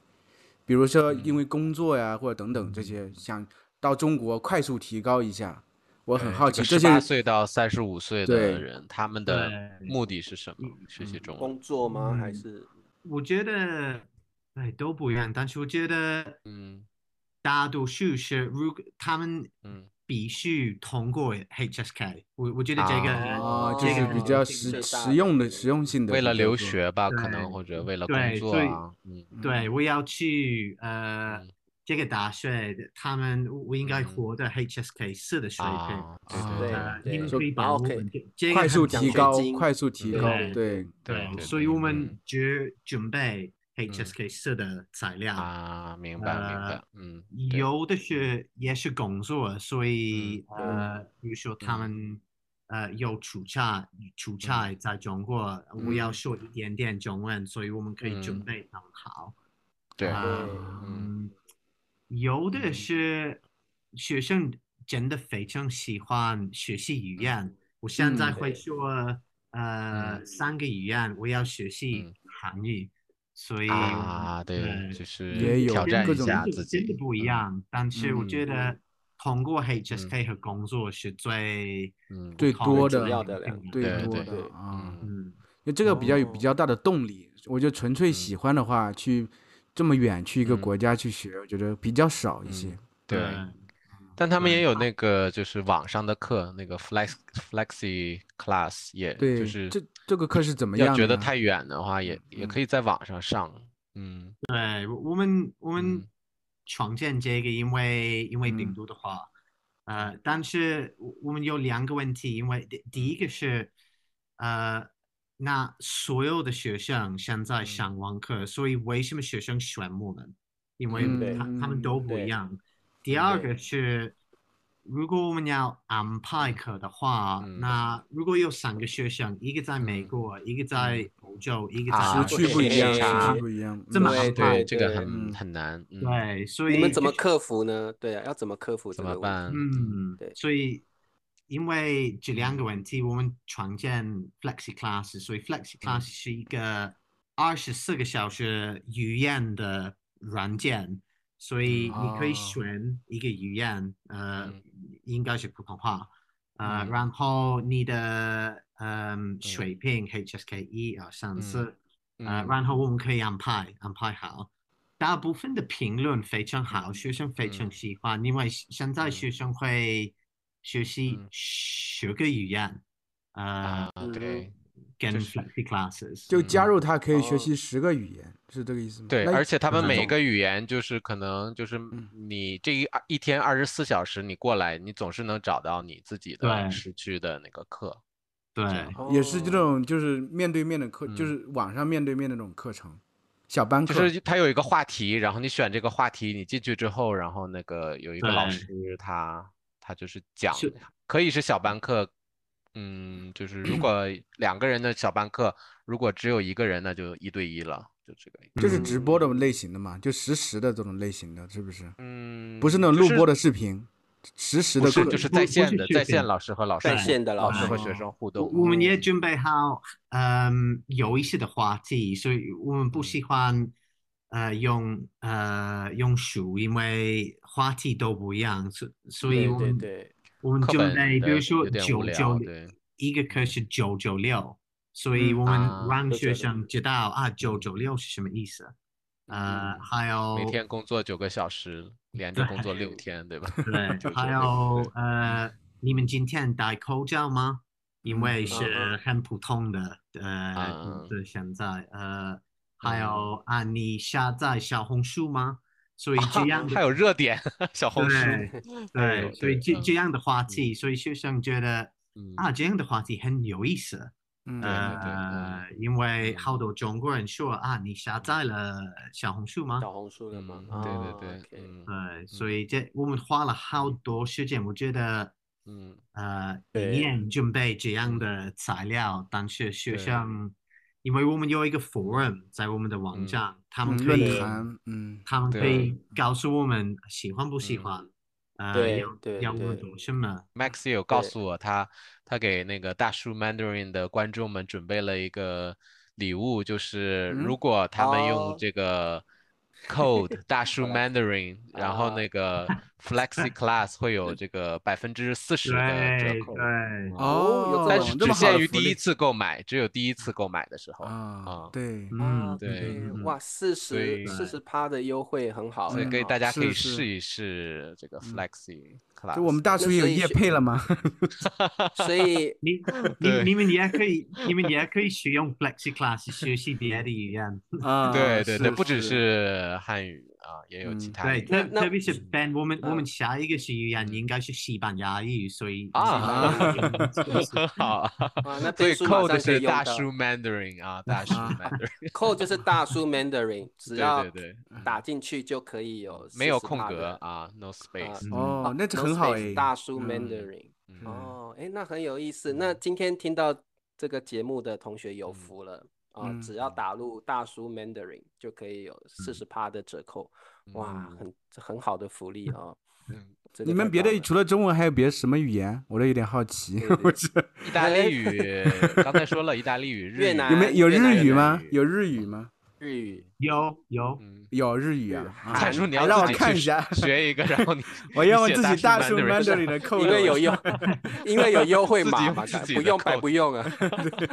[SPEAKER 4] 比如说因为工作呀，或者等等这些，想到中国快速提高一下。我很好奇，
[SPEAKER 1] 十
[SPEAKER 4] 这些
[SPEAKER 1] 八岁到三十五岁的
[SPEAKER 4] 对
[SPEAKER 1] 人他们的
[SPEAKER 3] 对
[SPEAKER 1] 目的是什么？学习
[SPEAKER 3] 嗯
[SPEAKER 1] 中文
[SPEAKER 2] 工作吗？还
[SPEAKER 3] 嗯
[SPEAKER 2] 是
[SPEAKER 3] 我觉得哎都不一样，但是我觉得。
[SPEAKER 1] 嗯
[SPEAKER 3] 大多数是，如果他们
[SPEAKER 1] 嗯
[SPEAKER 3] 必须通过 HSK，我我觉得这个
[SPEAKER 4] 啊，
[SPEAKER 2] 哦
[SPEAKER 4] 就
[SPEAKER 3] 这
[SPEAKER 4] 是
[SPEAKER 3] 个
[SPEAKER 4] 比
[SPEAKER 3] 挺
[SPEAKER 4] 较
[SPEAKER 3] 挺
[SPEAKER 4] 实
[SPEAKER 2] 最大
[SPEAKER 4] 实
[SPEAKER 2] 的
[SPEAKER 4] 用的、
[SPEAKER 2] 可能
[SPEAKER 4] 实用性的，
[SPEAKER 1] 为了
[SPEAKER 4] 比较
[SPEAKER 1] 留
[SPEAKER 4] 多，
[SPEAKER 1] 学吧，可
[SPEAKER 3] 对
[SPEAKER 1] 能或者为了工
[SPEAKER 3] 对
[SPEAKER 1] 作
[SPEAKER 3] 所以
[SPEAKER 1] 啊，嗯
[SPEAKER 3] 对，我要去呃
[SPEAKER 1] 嗯
[SPEAKER 3] 这个大学，他们我我应该
[SPEAKER 1] 嗯
[SPEAKER 3] 获得 HSK 四的水平，
[SPEAKER 1] 啊，对
[SPEAKER 4] 啊
[SPEAKER 3] 呃，你们
[SPEAKER 2] 对
[SPEAKER 3] 可以
[SPEAKER 2] 然
[SPEAKER 3] 把
[SPEAKER 2] 后
[SPEAKER 3] 我
[SPEAKER 2] 可以
[SPEAKER 3] 们这这个
[SPEAKER 4] 快速
[SPEAKER 3] 很
[SPEAKER 2] 奖
[SPEAKER 4] 提
[SPEAKER 2] 学
[SPEAKER 4] 高
[SPEAKER 2] 金，
[SPEAKER 4] 快速提
[SPEAKER 1] 对
[SPEAKER 4] 高，
[SPEAKER 3] 对
[SPEAKER 4] 对，
[SPEAKER 1] 对
[SPEAKER 3] 对，
[SPEAKER 1] 对
[SPEAKER 3] 所以我们
[SPEAKER 1] 嗯
[SPEAKER 3] 只准备 HSK 四的材料，
[SPEAKER 1] 啊，明白明白，嗯，对
[SPEAKER 3] 呃有的是也是工作，所以
[SPEAKER 2] 对
[SPEAKER 3] 呃，比如说他
[SPEAKER 1] 嗯
[SPEAKER 3] 们呃有出差，出差在中国，我要
[SPEAKER 4] 嗯
[SPEAKER 3] 说一点点中文，所以我们可以准
[SPEAKER 1] 嗯
[SPEAKER 3] 备很好。
[SPEAKER 1] 对，
[SPEAKER 3] 啊
[SPEAKER 1] 嗯，
[SPEAKER 3] 有的
[SPEAKER 1] 嗯
[SPEAKER 3] 是学生真的非常喜欢学习语言，我现在
[SPEAKER 4] 嗯
[SPEAKER 3] 会
[SPEAKER 2] 对
[SPEAKER 3] 说呃三个语言，我要学习韩语，所以
[SPEAKER 1] 啊，对，
[SPEAKER 3] 呃
[SPEAKER 1] 就是
[SPEAKER 4] 也有
[SPEAKER 1] 挑战
[SPEAKER 4] 各
[SPEAKER 1] 一
[SPEAKER 4] 种
[SPEAKER 1] 下
[SPEAKER 3] 真的
[SPEAKER 1] 自
[SPEAKER 3] 真的
[SPEAKER 1] 己。嗯
[SPEAKER 3] 不一样，但是我觉得通过 HSK 和工作是最
[SPEAKER 1] 嗯，
[SPEAKER 4] 最多的
[SPEAKER 2] 主要的两
[SPEAKER 4] 最
[SPEAKER 1] 对
[SPEAKER 4] 多
[SPEAKER 1] 对
[SPEAKER 4] 的啊，
[SPEAKER 1] 嗯
[SPEAKER 3] 嗯
[SPEAKER 4] 就这个比较有
[SPEAKER 2] 哦
[SPEAKER 4] 比较大的动力。我就纯粹喜欢的话，去这么远去一个
[SPEAKER 1] 嗯
[SPEAKER 4] 国家去学，我觉得比较少一些。
[SPEAKER 1] 对。但他们也有
[SPEAKER 4] 嗯
[SPEAKER 1] 那个就是网上的课，那个 flex flexi class 也
[SPEAKER 4] 对，
[SPEAKER 1] 就是
[SPEAKER 4] 这这个课是怎么样
[SPEAKER 1] 要
[SPEAKER 4] 的？
[SPEAKER 1] 觉得太远的话，也也
[SPEAKER 4] 嗯
[SPEAKER 1] 可以在网上上。嗯
[SPEAKER 3] 对，我我们我们
[SPEAKER 1] 嗯
[SPEAKER 3] 创建这个，因为因为
[SPEAKER 4] 嗯
[SPEAKER 3] 顶多的话，呃，但是我我们有两个问题，因为第第一个是，呃，那所有的学生现
[SPEAKER 4] 嗯
[SPEAKER 3] 在上网课，所以为什么学生选我们？因为
[SPEAKER 4] 嗯
[SPEAKER 3] 他
[SPEAKER 4] 对嗯
[SPEAKER 3] 他们都不
[SPEAKER 2] 对
[SPEAKER 3] 一样。第二
[SPEAKER 2] 对
[SPEAKER 3] 个是，如果我们要安排课的话，
[SPEAKER 1] 嗯
[SPEAKER 3] 那如果有三个学生，一个在美
[SPEAKER 1] 嗯
[SPEAKER 3] 国，一个在欧洲，一个在
[SPEAKER 1] 啊
[SPEAKER 3] 韩
[SPEAKER 4] 时区不一样，
[SPEAKER 1] 对
[SPEAKER 4] 时区不一样。
[SPEAKER 3] 这么
[SPEAKER 4] 嗯
[SPEAKER 3] 安
[SPEAKER 2] 对
[SPEAKER 3] 排
[SPEAKER 1] 对，这个
[SPEAKER 2] 对
[SPEAKER 1] 很
[SPEAKER 4] 嗯
[SPEAKER 1] 很难。嗯，
[SPEAKER 3] 对，啊所
[SPEAKER 2] 你
[SPEAKER 3] 以
[SPEAKER 2] 们怎
[SPEAKER 3] 就
[SPEAKER 2] 么
[SPEAKER 3] 是
[SPEAKER 2] 克服呢？对啊，要怎么克服这
[SPEAKER 1] 怎
[SPEAKER 2] 个
[SPEAKER 1] 么
[SPEAKER 2] 问题？
[SPEAKER 1] 办？
[SPEAKER 3] 嗯，
[SPEAKER 2] 对嗯
[SPEAKER 3] 所以因为这两个问题，我们创建 Flexi Class，所以 Flexi Class 是一个二十四个小时语言的软件，所以
[SPEAKER 2] 嗯
[SPEAKER 3] 你可以
[SPEAKER 4] 哦
[SPEAKER 3] 选一个语言，
[SPEAKER 2] 哦
[SPEAKER 3] 呃
[SPEAKER 1] 嗯，
[SPEAKER 3] 应该是普通话，呃，
[SPEAKER 1] 嗯
[SPEAKER 3] 然后你的嗯水平 HSK 一二 E，啊三四，呃，
[SPEAKER 1] 嗯
[SPEAKER 3] 然后我们可以安排安排好。大部分的评论非常好，学生非常
[SPEAKER 1] 嗯
[SPEAKER 3] 喜欢，因为现在
[SPEAKER 1] 嗯
[SPEAKER 3] 学生会学习
[SPEAKER 1] 嗯
[SPEAKER 3] 十个语言，呃
[SPEAKER 1] 啊，，对
[SPEAKER 3] 跟
[SPEAKER 1] 就是
[SPEAKER 3] flexi classes，
[SPEAKER 4] 就加入它可以学
[SPEAKER 2] 哦
[SPEAKER 4] 习十个语言，是这个意思吗？
[SPEAKER 1] 对，
[SPEAKER 4] 那嗯
[SPEAKER 1] 而且他们
[SPEAKER 4] 那嗯
[SPEAKER 1] 每
[SPEAKER 4] 种
[SPEAKER 1] 一个语言就是可能就是你这一一天二十四小时你过来，你总是能找到你自己的
[SPEAKER 3] 对
[SPEAKER 1] 时区的那个课。
[SPEAKER 3] 对
[SPEAKER 4] 也是这
[SPEAKER 2] 哦
[SPEAKER 4] 种就是面对面的课，
[SPEAKER 1] 嗯
[SPEAKER 4] 就是网上面对面的那种课程，小班
[SPEAKER 1] 就
[SPEAKER 4] 课。
[SPEAKER 1] 是它有一个话题，然后你选这个话题，你进去之后，然后那个有一个老
[SPEAKER 3] 对
[SPEAKER 1] 师他他就是讲
[SPEAKER 3] 是，
[SPEAKER 1] 可以是小班课，嗯，就是如果两个人的小班课，如果只有一个人那就一对一了，就这个意思。
[SPEAKER 4] 就是直播的类型的嘛，就实时的这种类型的，是不是？
[SPEAKER 1] 嗯，
[SPEAKER 4] 不是那种
[SPEAKER 1] 就
[SPEAKER 4] 录播的视频，实时的
[SPEAKER 1] 不是
[SPEAKER 4] 课
[SPEAKER 1] 就是
[SPEAKER 3] 不
[SPEAKER 1] 在
[SPEAKER 3] 不是
[SPEAKER 1] 线的，
[SPEAKER 3] 视
[SPEAKER 1] 在
[SPEAKER 3] 频
[SPEAKER 1] 线老师和老师
[SPEAKER 2] 在
[SPEAKER 1] 互
[SPEAKER 2] 线的老
[SPEAKER 1] 老师和
[SPEAKER 4] 师
[SPEAKER 1] 学生互
[SPEAKER 3] 我
[SPEAKER 1] 动。
[SPEAKER 3] 我们也准备好，嗯，有意思的话题，所以我们不喜
[SPEAKER 1] 嗯
[SPEAKER 3] 欢，呃，用呃用书，因为话题都不一样，所所以
[SPEAKER 2] 对
[SPEAKER 3] 我
[SPEAKER 2] 对
[SPEAKER 3] 们
[SPEAKER 2] 对，
[SPEAKER 3] 我们
[SPEAKER 1] 课
[SPEAKER 3] 准
[SPEAKER 1] 本
[SPEAKER 3] 备，比
[SPEAKER 1] 的
[SPEAKER 3] 如说
[SPEAKER 1] 有点无
[SPEAKER 3] 九
[SPEAKER 1] 聊
[SPEAKER 3] 九
[SPEAKER 1] 对
[SPEAKER 3] 一个课是九九六，所以
[SPEAKER 4] 嗯
[SPEAKER 3] 我们
[SPEAKER 1] 啊
[SPEAKER 3] 让
[SPEAKER 2] 996
[SPEAKER 3] 学生知道啊九九六是什么意思，呃，
[SPEAKER 1] 嗯
[SPEAKER 3] 还有
[SPEAKER 1] 每天工作九个小时，连着工作六天，对吧？ [LAUGHS]
[SPEAKER 3] 对，
[SPEAKER 1] 996
[SPEAKER 3] 还
[SPEAKER 1] [LAUGHS]
[SPEAKER 3] 有呃，你们今天戴口罩吗？因为是很普通的，
[SPEAKER 1] 嗯啊嗯
[SPEAKER 3] 呃，是现在呃，还有啊，你下载小红书吗？所以这样的
[SPEAKER 1] 啊还有热点 [LAUGHS] 小红书，
[SPEAKER 3] 对
[SPEAKER 1] 还 [LAUGHS] 有
[SPEAKER 3] 对，所以
[SPEAKER 1] 对
[SPEAKER 3] 这
[SPEAKER 1] 嗯
[SPEAKER 3] 这样的话题，所以学生觉得
[SPEAKER 1] 嗯
[SPEAKER 3] 啊，这样的话题很有意思。
[SPEAKER 4] 嗯
[SPEAKER 1] 对对对
[SPEAKER 3] 呃，因为
[SPEAKER 1] 嗯
[SPEAKER 3] 好多中国人说啊，你下载了小红书吗？
[SPEAKER 2] 小红书的吗
[SPEAKER 1] 嗯？
[SPEAKER 2] 啊
[SPEAKER 4] 哦
[SPEAKER 1] 对对
[SPEAKER 2] OK
[SPEAKER 1] 对，嗯
[SPEAKER 3] 对，所以这我们花了好多时间，我觉得。
[SPEAKER 1] 嗯
[SPEAKER 3] 呃，一
[SPEAKER 2] 对
[SPEAKER 3] 年准备这样的材料，但是学
[SPEAKER 1] 对
[SPEAKER 3] 生，因为我们有一个 forum 在我们的网
[SPEAKER 1] 嗯
[SPEAKER 3] 站，他们
[SPEAKER 4] 嗯，
[SPEAKER 3] 可以，
[SPEAKER 4] 论坛，嗯，
[SPEAKER 3] 他们可
[SPEAKER 1] 对
[SPEAKER 3] 以告诉我们喜欢不喜
[SPEAKER 1] 嗯
[SPEAKER 3] 欢，呃，
[SPEAKER 2] 对
[SPEAKER 3] 要
[SPEAKER 2] 对
[SPEAKER 3] 要我们
[SPEAKER 2] 对
[SPEAKER 3] 做什么，
[SPEAKER 1] ，Max 也有告
[SPEAKER 2] 对
[SPEAKER 1] 诉我他他给那个大叔 Mandarin 的观众们准备了一个礼物，就是
[SPEAKER 4] 嗯
[SPEAKER 1] 如果他们用
[SPEAKER 2] 哦
[SPEAKER 1] 这个 code 大
[SPEAKER 4] [LAUGHS]
[SPEAKER 1] 叔 Mandarin，然后
[SPEAKER 2] 啊
[SPEAKER 1] 那个 Flexi Class 会有这个百分之四十的折
[SPEAKER 3] 对
[SPEAKER 1] 扣。
[SPEAKER 3] 对，
[SPEAKER 1] 哦
[SPEAKER 2] 哦有
[SPEAKER 4] 哦，
[SPEAKER 2] 这
[SPEAKER 1] 但
[SPEAKER 2] 种
[SPEAKER 1] 是
[SPEAKER 4] 这
[SPEAKER 1] 只
[SPEAKER 4] 么好
[SPEAKER 1] 限
[SPEAKER 4] 的
[SPEAKER 1] 于
[SPEAKER 4] 福
[SPEAKER 1] 第
[SPEAKER 4] 利
[SPEAKER 1] 一次购买，只有第一次购买的时候。
[SPEAKER 4] 啊
[SPEAKER 1] 啊，
[SPEAKER 4] 对，
[SPEAKER 2] 啊
[SPEAKER 3] 嗯，
[SPEAKER 1] 对
[SPEAKER 2] 对，
[SPEAKER 4] 嗯
[SPEAKER 2] 哇，四
[SPEAKER 1] 所
[SPEAKER 2] 十
[SPEAKER 1] 以
[SPEAKER 2] 四十趴的优惠很好
[SPEAKER 1] 所以
[SPEAKER 2] 哎，
[SPEAKER 1] 可以
[SPEAKER 2] 哈
[SPEAKER 1] 大家可以
[SPEAKER 4] 是是嗯
[SPEAKER 1] 试一试这个 Flexi Class。
[SPEAKER 4] 就我们大
[SPEAKER 2] 那
[SPEAKER 4] 叔也有
[SPEAKER 2] 所以
[SPEAKER 4] 业
[SPEAKER 2] 学
[SPEAKER 4] 配了
[SPEAKER 2] [LAUGHS]
[SPEAKER 4] 吗？
[SPEAKER 2] 所以
[SPEAKER 3] 你你
[SPEAKER 1] 对
[SPEAKER 3] 你们也可以，你们也可以使用 Flexi Class 学习别的语言，
[SPEAKER 4] 啊，
[SPEAKER 1] 对对对，
[SPEAKER 4] 是
[SPEAKER 1] 不只
[SPEAKER 4] 是
[SPEAKER 1] 是汉语啊，也有其
[SPEAKER 4] 嗯
[SPEAKER 1] 他
[SPEAKER 3] 对，
[SPEAKER 1] 语
[SPEAKER 3] 特
[SPEAKER 2] 那
[SPEAKER 3] 特别是 Ben，我们我们
[SPEAKER 2] 嗯
[SPEAKER 3] 下一个是语言应该是西班牙语，所以
[SPEAKER 1] 啊
[SPEAKER 2] 啊，
[SPEAKER 1] 好，
[SPEAKER 2] 哇，那
[SPEAKER 1] 所以
[SPEAKER 2] 倍数马
[SPEAKER 1] code
[SPEAKER 2] 上可以
[SPEAKER 1] 是
[SPEAKER 2] 用
[SPEAKER 1] 大
[SPEAKER 2] 到
[SPEAKER 1] 叔 Mandarin 啊，大叔 Mandarin，
[SPEAKER 2] ，code 就是大
[SPEAKER 1] [LAUGHS]
[SPEAKER 2] 叔 Mandarin，只要
[SPEAKER 1] 对对对，
[SPEAKER 2] 打进去就可以有
[SPEAKER 1] 没有
[SPEAKER 2] 40%
[SPEAKER 1] 空
[SPEAKER 2] 的
[SPEAKER 1] 格啊，no space，
[SPEAKER 4] 哦
[SPEAKER 2] 啊，
[SPEAKER 4] 那这
[SPEAKER 2] no
[SPEAKER 4] 很好
[SPEAKER 2] space，
[SPEAKER 4] 哎，
[SPEAKER 2] 大叔
[SPEAKER 4] 嗯
[SPEAKER 2] Mandarin。
[SPEAKER 1] 嗯嗯
[SPEAKER 2] 哦，哎，那很有意思。那今天听到这个节目的同学有福了啊，
[SPEAKER 4] 嗯
[SPEAKER 2] 只要打入大叔 Mandarin 就可以有
[SPEAKER 1] 嗯
[SPEAKER 2] 四十趴的折扣，哇，很这很好的福利啊！
[SPEAKER 1] [LAUGHS] 嗯，
[SPEAKER 2] 这个
[SPEAKER 4] 你们
[SPEAKER 2] 太
[SPEAKER 4] 别
[SPEAKER 2] 棒
[SPEAKER 4] 的
[SPEAKER 2] 了
[SPEAKER 4] 除了中文还有别的什么语言？我都有点
[SPEAKER 1] [LAUGHS]
[SPEAKER 4] 好奇。
[SPEAKER 2] 对
[SPEAKER 4] 我是
[SPEAKER 1] 意大利语刚才说了，意大利语、日
[SPEAKER 2] 越
[SPEAKER 1] 语
[SPEAKER 2] 南
[SPEAKER 4] 有没有
[SPEAKER 2] 哎越南
[SPEAKER 4] 日语
[SPEAKER 1] 越南
[SPEAKER 4] 吗
[SPEAKER 1] 语？
[SPEAKER 4] 有日语吗？
[SPEAKER 2] 日
[SPEAKER 1] [LAUGHS]
[SPEAKER 2] 语
[SPEAKER 3] 有有，
[SPEAKER 1] 嗯，
[SPEAKER 4] 有日语啊！
[SPEAKER 1] [LAUGHS]
[SPEAKER 4] 啊
[SPEAKER 1] 阐述你要
[SPEAKER 4] 让我
[SPEAKER 1] 自己去
[SPEAKER 4] 看一下，
[SPEAKER 1] 学一个，然后你
[SPEAKER 4] 我要我
[SPEAKER 1] 写
[SPEAKER 4] 自己
[SPEAKER 1] 大
[SPEAKER 4] 大
[SPEAKER 1] 叔
[SPEAKER 4] 数
[SPEAKER 1] Mandarin
[SPEAKER 4] Mandarin 的扣
[SPEAKER 2] 因为
[SPEAKER 4] 的
[SPEAKER 2] 有优， [LAUGHS] 因为有优惠码嘛，
[SPEAKER 1] [LAUGHS] 自己有
[SPEAKER 2] 不
[SPEAKER 1] 自己的
[SPEAKER 2] 用白
[SPEAKER 1] 扣
[SPEAKER 2] 不用啊。 [LAUGHS]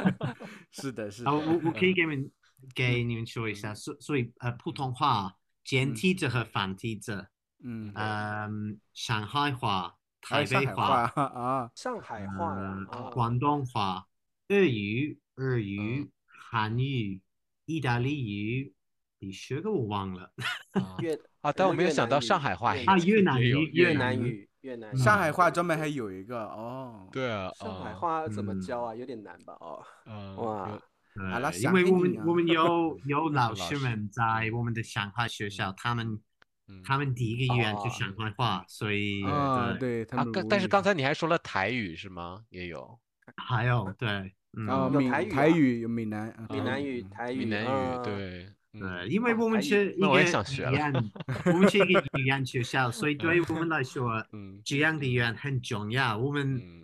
[SPEAKER 4] 是的，是
[SPEAKER 3] 啊，我
[SPEAKER 4] 的，
[SPEAKER 3] 我可以给你们给你们说一下，所所以呃，普通话简体字和繁体字，
[SPEAKER 4] 嗯，
[SPEAKER 3] 嗯，上海话、
[SPEAKER 4] 还
[SPEAKER 3] 台
[SPEAKER 4] 有上
[SPEAKER 3] 北
[SPEAKER 4] 海
[SPEAKER 3] 话、
[SPEAKER 4] 话啊，
[SPEAKER 2] 上海话啦，
[SPEAKER 3] 呃，
[SPEAKER 2] 啊
[SPEAKER 3] 广东话、日语、日语、韩语、意大利语，第十个我忘了 [LAUGHS]
[SPEAKER 1] 啊
[SPEAKER 2] 越
[SPEAKER 1] 啊，但我没有想到上海话
[SPEAKER 2] 越
[SPEAKER 1] 也
[SPEAKER 2] 南
[SPEAKER 3] 啊，越南
[SPEAKER 1] 也有
[SPEAKER 3] 语、
[SPEAKER 2] 越
[SPEAKER 1] 南嗯
[SPEAKER 2] 南
[SPEAKER 3] 语。
[SPEAKER 2] 语、越南语
[SPEAKER 4] 上海话专门还有一个哦，
[SPEAKER 1] 对啊，
[SPEAKER 2] 上海
[SPEAKER 1] 嗯
[SPEAKER 2] 话怎么
[SPEAKER 3] 嗯
[SPEAKER 2] 教啊？有点难吧？哦，
[SPEAKER 1] 嗯，
[SPEAKER 2] 哇
[SPEAKER 1] 有
[SPEAKER 3] 呃
[SPEAKER 4] 好了
[SPEAKER 3] 因
[SPEAKER 4] 想
[SPEAKER 3] 为
[SPEAKER 4] 跟
[SPEAKER 3] 我
[SPEAKER 4] 你
[SPEAKER 3] 们
[SPEAKER 4] 啊
[SPEAKER 3] 我们有有老
[SPEAKER 1] 老
[SPEAKER 3] 师
[SPEAKER 1] 师
[SPEAKER 3] 们在我们的上海学校，他们
[SPEAKER 1] 嗯
[SPEAKER 3] 他们第一个语言
[SPEAKER 2] 哦
[SPEAKER 3] 是上海话，所以
[SPEAKER 4] 啊，对
[SPEAKER 3] 对，
[SPEAKER 4] 他
[SPEAKER 1] 啊
[SPEAKER 4] 们，
[SPEAKER 1] 刚
[SPEAKER 4] 母
[SPEAKER 1] 但是
[SPEAKER 4] 语
[SPEAKER 1] 刚才你还说了台语是吗？也有，
[SPEAKER 3] 还有对，嗯，
[SPEAKER 4] 哦，
[SPEAKER 2] 有
[SPEAKER 4] 闽
[SPEAKER 2] 台语
[SPEAKER 4] 台
[SPEAKER 2] 啊
[SPEAKER 4] 语有闽南，啊
[SPEAKER 2] 闽南语、
[SPEAKER 1] 嗯
[SPEAKER 2] 台语、
[SPEAKER 1] 闽南
[SPEAKER 2] 啊
[SPEAKER 1] 语，，对，
[SPEAKER 3] 对，
[SPEAKER 1] 嗯，
[SPEAKER 3] 因为
[SPEAKER 2] 哦
[SPEAKER 3] 我们
[SPEAKER 2] 台语
[SPEAKER 3] 是一
[SPEAKER 1] 那我也
[SPEAKER 3] 个
[SPEAKER 1] 想学
[SPEAKER 3] 语
[SPEAKER 1] 了
[SPEAKER 3] 言， [LAUGHS] 我们是一个语言学校，所以对于我们来说，
[SPEAKER 1] 嗯
[SPEAKER 3] 这样的语言很重要。我们
[SPEAKER 1] 嗯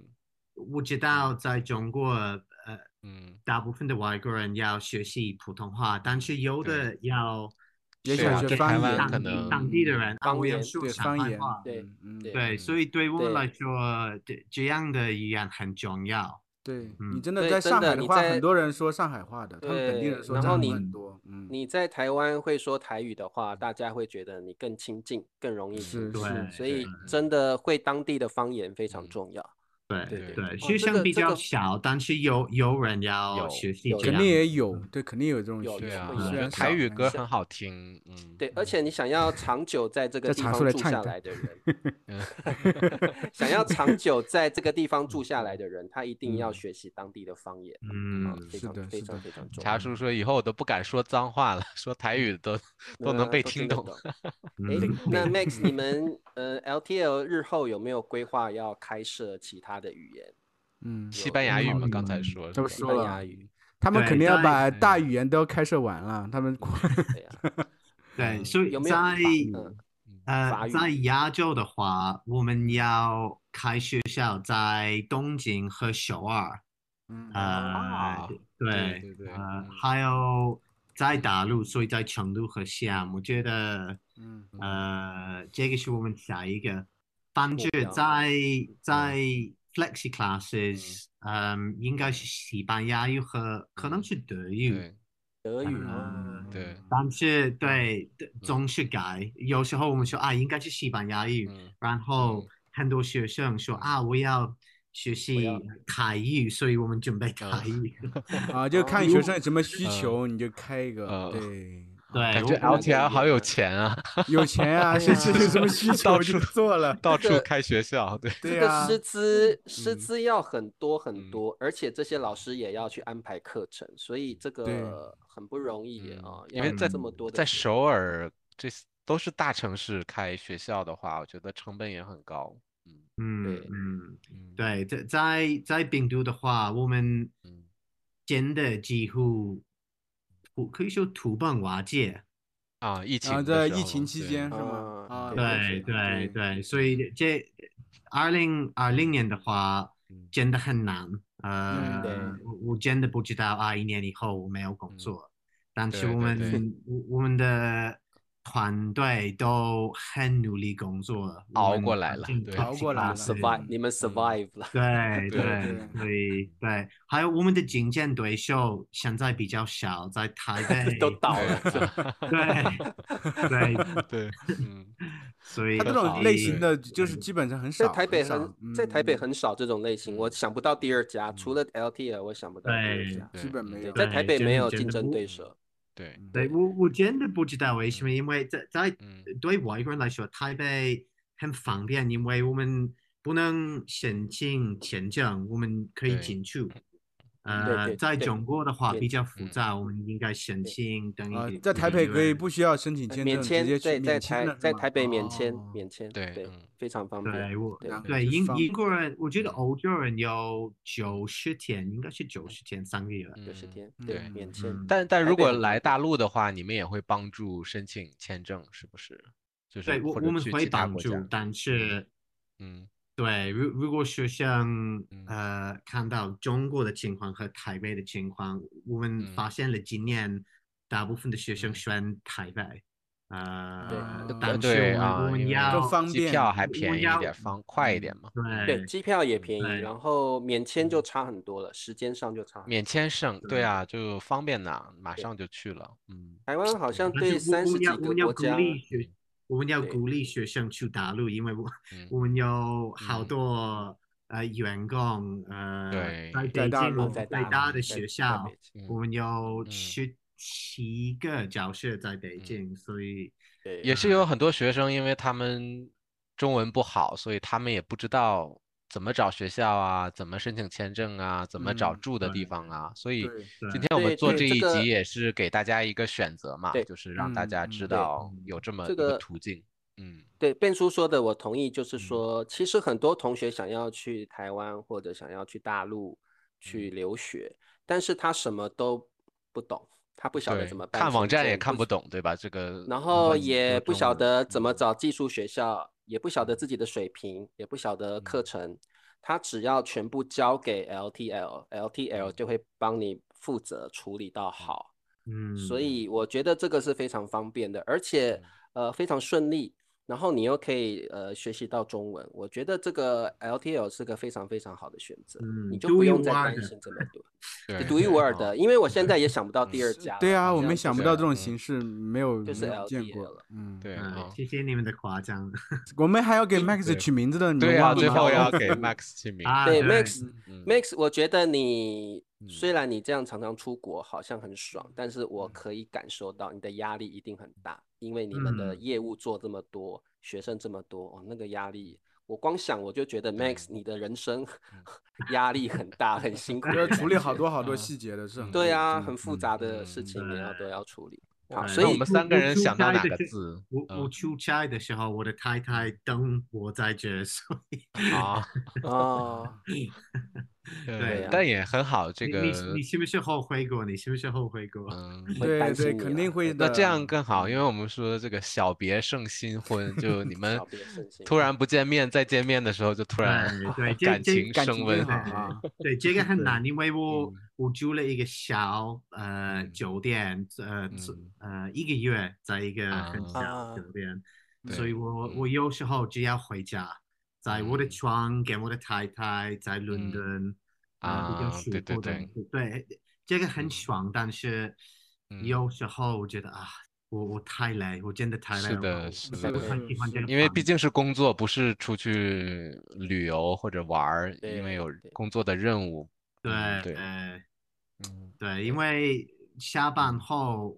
[SPEAKER 3] 我知道在中国，呃，
[SPEAKER 1] 嗯，
[SPEAKER 3] 大部分的外国人要学习普通话，但是有的要呃
[SPEAKER 4] 也
[SPEAKER 1] 对
[SPEAKER 4] 想
[SPEAKER 1] 啊
[SPEAKER 4] 学
[SPEAKER 1] 跟
[SPEAKER 4] 方
[SPEAKER 1] 台
[SPEAKER 4] 言
[SPEAKER 1] 湾可
[SPEAKER 3] 当地当地的
[SPEAKER 1] 能
[SPEAKER 3] 人，啊
[SPEAKER 2] 方
[SPEAKER 3] 我要
[SPEAKER 2] 言
[SPEAKER 3] 说
[SPEAKER 4] 对
[SPEAKER 3] 上
[SPEAKER 4] 方
[SPEAKER 3] 海
[SPEAKER 4] 言
[SPEAKER 3] 话，，
[SPEAKER 2] 对
[SPEAKER 4] 嗯嗯
[SPEAKER 2] 对
[SPEAKER 3] 对，所以对我
[SPEAKER 2] 对
[SPEAKER 3] 们来说，这这样的语言很重要。
[SPEAKER 4] 对你
[SPEAKER 3] 嗯
[SPEAKER 4] 真的
[SPEAKER 2] 对
[SPEAKER 4] 在
[SPEAKER 2] 真
[SPEAKER 4] 上
[SPEAKER 2] 的
[SPEAKER 4] 海的
[SPEAKER 2] 你
[SPEAKER 4] 话，
[SPEAKER 2] 在
[SPEAKER 4] 很多人说上海话的，他们本地
[SPEAKER 2] 对
[SPEAKER 4] 人说
[SPEAKER 2] 然
[SPEAKER 4] 上
[SPEAKER 2] 后
[SPEAKER 4] 海
[SPEAKER 2] 你
[SPEAKER 4] 话很多，嗯，
[SPEAKER 2] 你在台湾会说台语的话，大家会觉得你更亲近、更容易
[SPEAKER 4] 是
[SPEAKER 2] 熟
[SPEAKER 4] 对
[SPEAKER 2] 悉，所
[SPEAKER 1] 对
[SPEAKER 2] 以真的会当地的方言非常
[SPEAKER 1] 嗯
[SPEAKER 2] 重要。
[SPEAKER 3] 对
[SPEAKER 1] 对对
[SPEAKER 3] 对，
[SPEAKER 2] 哦
[SPEAKER 3] 学
[SPEAKER 2] 这
[SPEAKER 3] 生
[SPEAKER 2] 个
[SPEAKER 3] 比
[SPEAKER 2] 这
[SPEAKER 3] 较
[SPEAKER 2] 个
[SPEAKER 3] 少，但是有有人要
[SPEAKER 1] 有
[SPEAKER 3] 学习
[SPEAKER 2] 有
[SPEAKER 3] 这
[SPEAKER 4] 肯
[SPEAKER 3] 样
[SPEAKER 4] 定
[SPEAKER 3] 的
[SPEAKER 4] 也有，对，肯定有这种
[SPEAKER 2] 有
[SPEAKER 4] 学
[SPEAKER 1] 对
[SPEAKER 2] 也
[SPEAKER 1] 啊，
[SPEAKER 2] 会
[SPEAKER 1] 我觉
[SPEAKER 4] 虽
[SPEAKER 1] 得
[SPEAKER 4] 得
[SPEAKER 2] 有
[SPEAKER 1] 台语歌
[SPEAKER 2] 像
[SPEAKER 1] 很好听，嗯，
[SPEAKER 2] 对，而且你想要长久在这个
[SPEAKER 4] 再
[SPEAKER 2] 地
[SPEAKER 4] 查
[SPEAKER 2] 方
[SPEAKER 4] 出来
[SPEAKER 2] 住
[SPEAKER 4] 唱一
[SPEAKER 2] 下
[SPEAKER 4] 个
[SPEAKER 2] 来的人， [LAUGHS]
[SPEAKER 1] 嗯
[SPEAKER 2] 想要长久在这个地方住下来的人，他一定要
[SPEAKER 4] 嗯
[SPEAKER 2] 学习当地的方言，
[SPEAKER 3] 嗯
[SPEAKER 2] 啊，非
[SPEAKER 4] 是
[SPEAKER 2] 常
[SPEAKER 4] 的
[SPEAKER 2] 非
[SPEAKER 4] 是
[SPEAKER 2] 常
[SPEAKER 4] 的
[SPEAKER 2] 非常重要
[SPEAKER 1] 茶。叔说以后我都不敢说脏话了，说台语
[SPEAKER 2] [LAUGHS]
[SPEAKER 1] 都都能
[SPEAKER 2] 嗯
[SPEAKER 1] 被
[SPEAKER 2] 都
[SPEAKER 1] 听
[SPEAKER 2] 得
[SPEAKER 1] 懂。
[SPEAKER 2] 哎
[SPEAKER 3] 嗯，
[SPEAKER 2] 那 Max，你们呃 LTL 日后有没有规划要开设其他的语言？
[SPEAKER 4] 嗯，
[SPEAKER 1] 西班牙语嘛，刚才
[SPEAKER 3] 嗯
[SPEAKER 1] 说
[SPEAKER 4] 都
[SPEAKER 1] 是
[SPEAKER 2] 西
[SPEAKER 1] 吧
[SPEAKER 4] 说
[SPEAKER 2] 班
[SPEAKER 4] 了
[SPEAKER 2] 牙语，
[SPEAKER 4] 他们
[SPEAKER 3] 对
[SPEAKER 4] 肯定要
[SPEAKER 3] 在
[SPEAKER 4] 把大语言都开设完了，他们 [LAUGHS]
[SPEAKER 2] 对呀，
[SPEAKER 3] 对，所以
[SPEAKER 2] 有没有
[SPEAKER 3] 在
[SPEAKER 2] 嗯，法
[SPEAKER 3] 呃
[SPEAKER 2] 语
[SPEAKER 3] 在亚洲的话，我们要开学校在东京和首尔，
[SPEAKER 4] 嗯
[SPEAKER 3] 呃
[SPEAKER 1] 啊，
[SPEAKER 2] 哦
[SPEAKER 1] 对对对
[SPEAKER 3] 呃
[SPEAKER 4] 啊
[SPEAKER 1] 嗯，
[SPEAKER 3] 还有在大陆，所以在成都和西安，我觉得。
[SPEAKER 4] 嗯
[SPEAKER 3] 呃，这个是我们下一个，反正
[SPEAKER 2] 标
[SPEAKER 3] 在在
[SPEAKER 1] 嗯
[SPEAKER 3] flexi classes，嗯，应该是西班牙语和可能是德语，
[SPEAKER 1] 对
[SPEAKER 2] 德语
[SPEAKER 3] 嗯
[SPEAKER 2] 啊，
[SPEAKER 1] 对，
[SPEAKER 3] 但是对
[SPEAKER 1] 嗯
[SPEAKER 3] 总是改，有时候我们说啊，应该是西班牙语，
[SPEAKER 1] 嗯
[SPEAKER 3] 然后很多学生说啊，我要学习台语，所以我们准备台
[SPEAKER 1] [LAUGHS]
[SPEAKER 3] 语。
[SPEAKER 4] 啊，就看
[SPEAKER 2] 如
[SPEAKER 4] 学生有什么需
[SPEAKER 1] 嗯
[SPEAKER 4] 求，你就开一个，
[SPEAKER 1] 呃
[SPEAKER 4] 对，
[SPEAKER 3] 对，
[SPEAKER 1] 感
[SPEAKER 3] 我
[SPEAKER 1] 觉
[SPEAKER 2] 我 [LAUGHS]
[SPEAKER 1] LTL 好有钱啊，
[SPEAKER 4] 有钱啊，
[SPEAKER 2] 对
[SPEAKER 4] 是
[SPEAKER 2] 啊
[SPEAKER 4] 是有什么需
[SPEAKER 1] 到
[SPEAKER 4] 求就
[SPEAKER 1] 处 [LAUGHS]
[SPEAKER 4] 做了，
[SPEAKER 1] 到
[SPEAKER 2] 这
[SPEAKER 1] 处
[SPEAKER 2] 个
[SPEAKER 1] 开学校，
[SPEAKER 2] [LAUGHS]
[SPEAKER 1] 对，
[SPEAKER 2] 这
[SPEAKER 4] 对
[SPEAKER 2] 个
[SPEAKER 4] 啊，
[SPEAKER 2] 师资师
[SPEAKER 4] 嗯
[SPEAKER 2] 资要很多
[SPEAKER 1] 嗯
[SPEAKER 2] 很多，而且这些老师也要去安排课程，所以这个很不容易耶
[SPEAKER 1] 嗯
[SPEAKER 2] 啊，
[SPEAKER 1] 因为
[SPEAKER 2] 要
[SPEAKER 1] 在
[SPEAKER 2] 这么多的
[SPEAKER 1] 在
[SPEAKER 2] 学
[SPEAKER 1] 首尔这都是大城市开学校的话，我觉得成本也很高。嗯
[SPEAKER 3] 嗯
[SPEAKER 2] 对
[SPEAKER 3] 嗯。
[SPEAKER 1] 嗯，
[SPEAKER 3] 对，在在在病毒的话，我们
[SPEAKER 1] 嗯
[SPEAKER 3] 真的几乎，我可以说土崩瓦解。
[SPEAKER 1] 啊，疫
[SPEAKER 4] 啊，
[SPEAKER 1] 情的
[SPEAKER 4] 在
[SPEAKER 1] 时
[SPEAKER 4] 疫
[SPEAKER 1] 候
[SPEAKER 4] 情期
[SPEAKER 1] 对
[SPEAKER 4] 间是吗？
[SPEAKER 2] 啊
[SPEAKER 4] 啊，
[SPEAKER 3] 对
[SPEAKER 2] 对
[SPEAKER 3] 对
[SPEAKER 4] 对
[SPEAKER 3] 对，所以这二零二零年的话
[SPEAKER 1] 嗯，
[SPEAKER 3] 真的很难。呃，
[SPEAKER 2] 嗯
[SPEAKER 3] 我我真的不知道啊，一年以后我没有工作，但是
[SPEAKER 1] 嗯对
[SPEAKER 3] 我
[SPEAKER 1] 对对
[SPEAKER 3] 们我我们的团队都很努力工作，我
[SPEAKER 1] 熬
[SPEAKER 3] 们
[SPEAKER 1] 过来
[SPEAKER 3] 已
[SPEAKER 1] 了
[SPEAKER 3] 经
[SPEAKER 1] 对
[SPEAKER 3] 开
[SPEAKER 4] 熬
[SPEAKER 3] 始
[SPEAKER 4] 过来
[SPEAKER 3] 把
[SPEAKER 4] 了嗯
[SPEAKER 3] 这
[SPEAKER 2] survive，你们 survive 了，
[SPEAKER 3] [LAUGHS]
[SPEAKER 1] 对
[SPEAKER 3] 对对
[SPEAKER 4] 对
[SPEAKER 3] 对对，还有我们的竞争对手现在比较小，在
[SPEAKER 4] [LAUGHS]
[SPEAKER 3] 台北，
[SPEAKER 2] 都倒
[SPEAKER 1] 对
[SPEAKER 2] 了，是吧
[SPEAKER 1] 啊 [LAUGHS]
[SPEAKER 3] 对对，
[SPEAKER 1] 对，
[SPEAKER 2] [LAUGHS]
[SPEAKER 1] 嗯，
[SPEAKER 3] 所以
[SPEAKER 4] 他这
[SPEAKER 1] 好
[SPEAKER 4] 种类型
[SPEAKER 1] 对
[SPEAKER 4] 的就是基本上很
[SPEAKER 2] 在
[SPEAKER 4] 少，
[SPEAKER 2] 台北
[SPEAKER 4] 少
[SPEAKER 2] 很，在台北
[SPEAKER 4] 嗯
[SPEAKER 2] 很少这种类型，我
[SPEAKER 1] 嗯
[SPEAKER 2] 想不到第二家，除了 LTL，我想不到第二
[SPEAKER 3] 对
[SPEAKER 2] 家。
[SPEAKER 4] 嗯基本没
[SPEAKER 2] 对，
[SPEAKER 4] 有，
[SPEAKER 2] 在台北
[SPEAKER 3] 真
[SPEAKER 2] 没
[SPEAKER 3] 的
[SPEAKER 2] 有
[SPEAKER 3] 真
[SPEAKER 2] 竞
[SPEAKER 3] 的
[SPEAKER 2] 争
[SPEAKER 3] 不
[SPEAKER 4] 哦
[SPEAKER 2] 对手。
[SPEAKER 1] 对，
[SPEAKER 3] 对我我真的不知道为什么，因为在在
[SPEAKER 1] 嗯
[SPEAKER 3] 对外国人来说，台北很方便，因为我们不能申请签证，我们可以
[SPEAKER 1] 对
[SPEAKER 3] 进去，
[SPEAKER 4] 嗯
[SPEAKER 2] 对
[SPEAKER 3] 呃，
[SPEAKER 2] 对
[SPEAKER 3] 在
[SPEAKER 2] 对
[SPEAKER 3] 中国的话
[SPEAKER 2] 对
[SPEAKER 3] 比较复杂，我们应该申请等
[SPEAKER 4] 啊
[SPEAKER 3] 一，
[SPEAKER 4] 嗯在台北可以不需要申请签
[SPEAKER 2] 呃免
[SPEAKER 4] 证，直接去
[SPEAKER 2] 签，在在
[SPEAKER 4] 免签
[SPEAKER 2] 台
[SPEAKER 4] 了，
[SPEAKER 2] 在
[SPEAKER 4] 是吗
[SPEAKER 2] 台北免签
[SPEAKER 4] 哦，
[SPEAKER 2] 免签，
[SPEAKER 1] 对
[SPEAKER 2] 对
[SPEAKER 1] 嗯，
[SPEAKER 2] 非常方便。
[SPEAKER 3] 对我
[SPEAKER 2] 对
[SPEAKER 4] 然后
[SPEAKER 3] 对
[SPEAKER 4] 就是
[SPEAKER 3] 英
[SPEAKER 4] 放
[SPEAKER 3] 英国人，我觉得
[SPEAKER 1] 嗯
[SPEAKER 3] 欧洲人有九十天，应该是九十天三个月。
[SPEAKER 2] 九十
[SPEAKER 1] 嗯
[SPEAKER 2] 天，
[SPEAKER 4] 嗯
[SPEAKER 2] 对，
[SPEAKER 1] 对
[SPEAKER 2] 免签。
[SPEAKER 3] 嗯
[SPEAKER 1] 但但
[SPEAKER 2] 台
[SPEAKER 1] 如
[SPEAKER 2] 北
[SPEAKER 1] 果
[SPEAKER 2] 很方
[SPEAKER 1] 来
[SPEAKER 2] 便
[SPEAKER 1] 大陆的话，你们也会帮助申请签证，是不是？就是
[SPEAKER 3] 对我
[SPEAKER 1] 或
[SPEAKER 3] 我
[SPEAKER 1] 者
[SPEAKER 3] 们
[SPEAKER 1] 去
[SPEAKER 3] 会
[SPEAKER 1] 其他
[SPEAKER 3] 帮
[SPEAKER 1] 国
[SPEAKER 3] 助
[SPEAKER 1] 家，，
[SPEAKER 3] 但是
[SPEAKER 1] 嗯
[SPEAKER 3] 对，如如果学生呃看到中国的情况和台北的情况，我们
[SPEAKER 1] 嗯
[SPEAKER 3] 发现了今年大部分的学生
[SPEAKER 1] 嗯
[SPEAKER 3] 选台北，呃，
[SPEAKER 2] 嗯
[SPEAKER 4] 对
[SPEAKER 3] 但是
[SPEAKER 1] 对
[SPEAKER 3] 我们
[SPEAKER 1] 啊
[SPEAKER 3] 我们
[SPEAKER 1] 因为
[SPEAKER 3] 要
[SPEAKER 4] 更方
[SPEAKER 1] 机
[SPEAKER 4] 便
[SPEAKER 1] 票
[SPEAKER 4] 我
[SPEAKER 1] 还
[SPEAKER 3] 我
[SPEAKER 1] 便宜一
[SPEAKER 3] 要嗯
[SPEAKER 1] 点，方快一点嘛。
[SPEAKER 2] 对，
[SPEAKER 3] 对
[SPEAKER 2] 机票也便宜，
[SPEAKER 3] 对
[SPEAKER 2] 然后免签就差很多了，时间上就差很多。
[SPEAKER 1] 免签证，
[SPEAKER 3] 对
[SPEAKER 1] 对啊，就方便呐，马
[SPEAKER 2] 对
[SPEAKER 1] 上就去了。嗯，
[SPEAKER 2] 台湾好像
[SPEAKER 3] 但是
[SPEAKER 2] 对
[SPEAKER 3] 我
[SPEAKER 2] 三
[SPEAKER 3] 我
[SPEAKER 2] 十
[SPEAKER 3] 们
[SPEAKER 2] 几
[SPEAKER 3] 要我
[SPEAKER 2] 个
[SPEAKER 3] 们要
[SPEAKER 2] 国
[SPEAKER 3] 鼓
[SPEAKER 2] 家，
[SPEAKER 3] 励学，我们要
[SPEAKER 2] 对
[SPEAKER 3] 鼓励学生去大陆，因为我
[SPEAKER 1] 嗯
[SPEAKER 3] 我们有好
[SPEAKER 1] 嗯
[SPEAKER 3] 多呃员工，呃，
[SPEAKER 1] 对
[SPEAKER 4] 在
[SPEAKER 3] 在北
[SPEAKER 4] 大
[SPEAKER 3] 京
[SPEAKER 4] 陆
[SPEAKER 3] 我们
[SPEAKER 2] 在
[SPEAKER 3] 最
[SPEAKER 2] 大
[SPEAKER 3] 大的
[SPEAKER 2] 陆在
[SPEAKER 3] 学
[SPEAKER 2] 在
[SPEAKER 3] 校
[SPEAKER 2] 北，
[SPEAKER 1] 嗯
[SPEAKER 3] 我们有
[SPEAKER 1] 嗯
[SPEAKER 3] 十七个教室在北
[SPEAKER 1] 嗯
[SPEAKER 3] 京，所以
[SPEAKER 2] 对，
[SPEAKER 1] 也是有很多学生，因为他们中文不好，所以他们也不知道怎么找学校啊，怎么申请签证啊，怎么找
[SPEAKER 3] 嗯
[SPEAKER 1] 住的地
[SPEAKER 3] 对
[SPEAKER 1] 方啊。所以
[SPEAKER 4] 对
[SPEAKER 1] 今
[SPEAKER 3] 对
[SPEAKER 1] 天我
[SPEAKER 2] 对
[SPEAKER 1] 们做
[SPEAKER 2] 对
[SPEAKER 1] 这
[SPEAKER 2] 这
[SPEAKER 1] 一
[SPEAKER 2] 个
[SPEAKER 1] 集也是给大家一个选择嘛
[SPEAKER 2] 对，
[SPEAKER 1] 就是让大家
[SPEAKER 4] 嗯
[SPEAKER 1] 知
[SPEAKER 4] 嗯
[SPEAKER 1] 道
[SPEAKER 3] 嗯
[SPEAKER 1] 有这么
[SPEAKER 2] 这
[SPEAKER 1] 一个
[SPEAKER 2] 个
[SPEAKER 1] 途径。嗯
[SPEAKER 2] 对，变叔说的我同意，就是
[SPEAKER 1] 嗯
[SPEAKER 2] 说，其实很多同学想要去台湾或者想要去大陆去留学，但是他什么都不懂，他不晓得
[SPEAKER 1] 对
[SPEAKER 2] 怎么办
[SPEAKER 1] 看网
[SPEAKER 2] 签
[SPEAKER 1] 站也
[SPEAKER 2] 证
[SPEAKER 1] 看
[SPEAKER 2] 不
[SPEAKER 1] 不懂，对吧？这个
[SPEAKER 2] 然
[SPEAKER 1] 很
[SPEAKER 2] 后
[SPEAKER 1] 多
[SPEAKER 2] 也不
[SPEAKER 1] 中
[SPEAKER 2] 晓
[SPEAKER 1] 文
[SPEAKER 2] 得怎么
[SPEAKER 1] 嗯
[SPEAKER 2] 找技术学校，也不晓得自己的水平，也不晓得课程。他只要全部交给 LTL，LTL
[SPEAKER 1] 嗯
[SPEAKER 2] 就会帮你负责处理到好。
[SPEAKER 3] 嗯，
[SPEAKER 2] 所以我觉得这个是非常方便的，而且呃非常顺利。然后你又可以呃学习到中文，我觉得这个 LTL 是个非常非常好的选择，你
[SPEAKER 3] 嗯
[SPEAKER 2] 就
[SPEAKER 3] 独
[SPEAKER 2] 不
[SPEAKER 3] 一
[SPEAKER 2] 用
[SPEAKER 3] 无
[SPEAKER 2] 再
[SPEAKER 3] 二
[SPEAKER 2] 担
[SPEAKER 3] 的
[SPEAKER 2] 心这么多，
[SPEAKER 1] 对
[SPEAKER 2] 就独一无
[SPEAKER 1] 对
[SPEAKER 2] 二
[SPEAKER 1] 哦
[SPEAKER 2] 的。因为我现在也想不到第二家了，
[SPEAKER 4] 对啊，我
[SPEAKER 2] 好像
[SPEAKER 4] 们
[SPEAKER 2] 就
[SPEAKER 4] 想不
[SPEAKER 2] 是
[SPEAKER 4] 到这种
[SPEAKER 1] 嗯
[SPEAKER 4] 形式，没有
[SPEAKER 2] 就是
[SPEAKER 4] 没有见
[SPEAKER 2] LTL
[SPEAKER 4] 过
[SPEAKER 2] 了，
[SPEAKER 4] 嗯，
[SPEAKER 1] 对
[SPEAKER 3] 嗯
[SPEAKER 1] 啊，
[SPEAKER 3] 谢谢你们的夸张
[SPEAKER 4] 我们还要给
[SPEAKER 2] 对
[SPEAKER 4] Max
[SPEAKER 1] 对
[SPEAKER 4] 取名字的，你们
[SPEAKER 1] 对啊，
[SPEAKER 4] 忘
[SPEAKER 1] 最
[SPEAKER 4] 了
[SPEAKER 1] 后
[SPEAKER 4] 吗？
[SPEAKER 1] 要给 Max 起名。
[SPEAKER 3] 啊，
[SPEAKER 2] 对
[SPEAKER 3] 对
[SPEAKER 2] ，Max
[SPEAKER 1] 嗯
[SPEAKER 2] Max，我觉得你
[SPEAKER 1] 嗯
[SPEAKER 2] 虽然你这样常常出国好像很爽，但是我
[SPEAKER 4] 嗯
[SPEAKER 2] 可以感受到你的压力一定很大，因为你们的
[SPEAKER 3] 嗯
[SPEAKER 2] 业务做这么多，学生这么多，哦，那个压力，我光想我就觉得 Max 你的人生 [LAUGHS] 压力很大，很辛苦的
[SPEAKER 4] 嗯要
[SPEAKER 2] 感觉，
[SPEAKER 4] 处理好多好多
[SPEAKER 1] 啊
[SPEAKER 4] 细节的事，
[SPEAKER 2] 对啊，
[SPEAKER 4] 真的
[SPEAKER 2] 很
[SPEAKER 4] 嗯
[SPEAKER 2] 复
[SPEAKER 4] 哎
[SPEAKER 2] 杂的
[SPEAKER 1] 嗯
[SPEAKER 2] 事情也要都
[SPEAKER 3] 对
[SPEAKER 2] 要处理。
[SPEAKER 3] 我
[SPEAKER 2] 好，
[SPEAKER 3] 对
[SPEAKER 2] 所
[SPEAKER 1] 那我
[SPEAKER 2] 以
[SPEAKER 1] 们
[SPEAKER 3] 我
[SPEAKER 1] 三个
[SPEAKER 3] 我
[SPEAKER 1] 人
[SPEAKER 3] 出
[SPEAKER 1] 想到
[SPEAKER 3] 差
[SPEAKER 1] 哪
[SPEAKER 3] 的
[SPEAKER 1] 个
[SPEAKER 3] 时
[SPEAKER 1] 字？
[SPEAKER 3] 我我
[SPEAKER 1] 嗯
[SPEAKER 3] 出差的时候，我的太太等我在这， [LAUGHS] 所以
[SPEAKER 1] 啊，
[SPEAKER 4] [LAUGHS]
[SPEAKER 2] 啊，
[SPEAKER 1] 对
[SPEAKER 3] 对，
[SPEAKER 1] 但也很好，这
[SPEAKER 3] 你
[SPEAKER 1] 个
[SPEAKER 3] 你你是不是后悔过？你是不是后悔过？
[SPEAKER 1] 嗯，
[SPEAKER 2] [LAUGHS] 会
[SPEAKER 4] 对
[SPEAKER 2] 担
[SPEAKER 4] 对
[SPEAKER 2] 心你啊
[SPEAKER 4] 肯
[SPEAKER 2] 啦
[SPEAKER 4] 定会
[SPEAKER 2] 会
[SPEAKER 1] 那这
[SPEAKER 4] 的
[SPEAKER 1] 样更好，因为我们说这个小别胜新婚，就你们
[SPEAKER 2] 嗯小别胜新嗯
[SPEAKER 1] 突然不见面，再见面的时
[SPEAKER 2] [LAUGHS]
[SPEAKER 1] 候就突然 [LAUGHS]
[SPEAKER 3] 哎对对这
[SPEAKER 1] 感
[SPEAKER 3] 这
[SPEAKER 1] 情
[SPEAKER 4] 感
[SPEAKER 1] 升
[SPEAKER 4] 情更
[SPEAKER 1] 温
[SPEAKER 4] 好。
[SPEAKER 3] 哎
[SPEAKER 4] 啊。
[SPEAKER 3] 对，这个很难，因为我
[SPEAKER 1] 嗯
[SPEAKER 3] 我住了一个小呃
[SPEAKER 1] 嗯
[SPEAKER 3] 酒店，呃住
[SPEAKER 1] 嗯
[SPEAKER 3] 呃一个月，在一个
[SPEAKER 1] 啊
[SPEAKER 3] 很小的酒店，所以
[SPEAKER 1] 对
[SPEAKER 3] 我
[SPEAKER 1] 嗯
[SPEAKER 3] 我有时候只要回家，在我的
[SPEAKER 1] 嗯
[SPEAKER 3] 床给我的太太，在伦
[SPEAKER 1] 嗯
[SPEAKER 3] 敦，呃比较
[SPEAKER 1] 啊，
[SPEAKER 3] 舒
[SPEAKER 1] 对对
[SPEAKER 3] 服的
[SPEAKER 1] 对，，
[SPEAKER 3] 对，这个很
[SPEAKER 1] 嗯
[SPEAKER 3] 爽，但是
[SPEAKER 1] 嗯
[SPEAKER 3] 有时候我觉得啊，我我太累，我真的太累
[SPEAKER 1] 是
[SPEAKER 3] 了，
[SPEAKER 1] 的，
[SPEAKER 3] 我
[SPEAKER 1] 是的
[SPEAKER 3] 我不太喜欢这个
[SPEAKER 1] 因为
[SPEAKER 3] 房
[SPEAKER 1] 毕竟是工作，不是出去旅游或者玩儿，因为
[SPEAKER 2] 对
[SPEAKER 1] 有
[SPEAKER 2] 对
[SPEAKER 1] 工作的任务。嗯，
[SPEAKER 3] 对。
[SPEAKER 1] 对，
[SPEAKER 3] 呃
[SPEAKER 1] 嗯
[SPEAKER 3] 对，因为下班
[SPEAKER 1] 嗯
[SPEAKER 3] 后，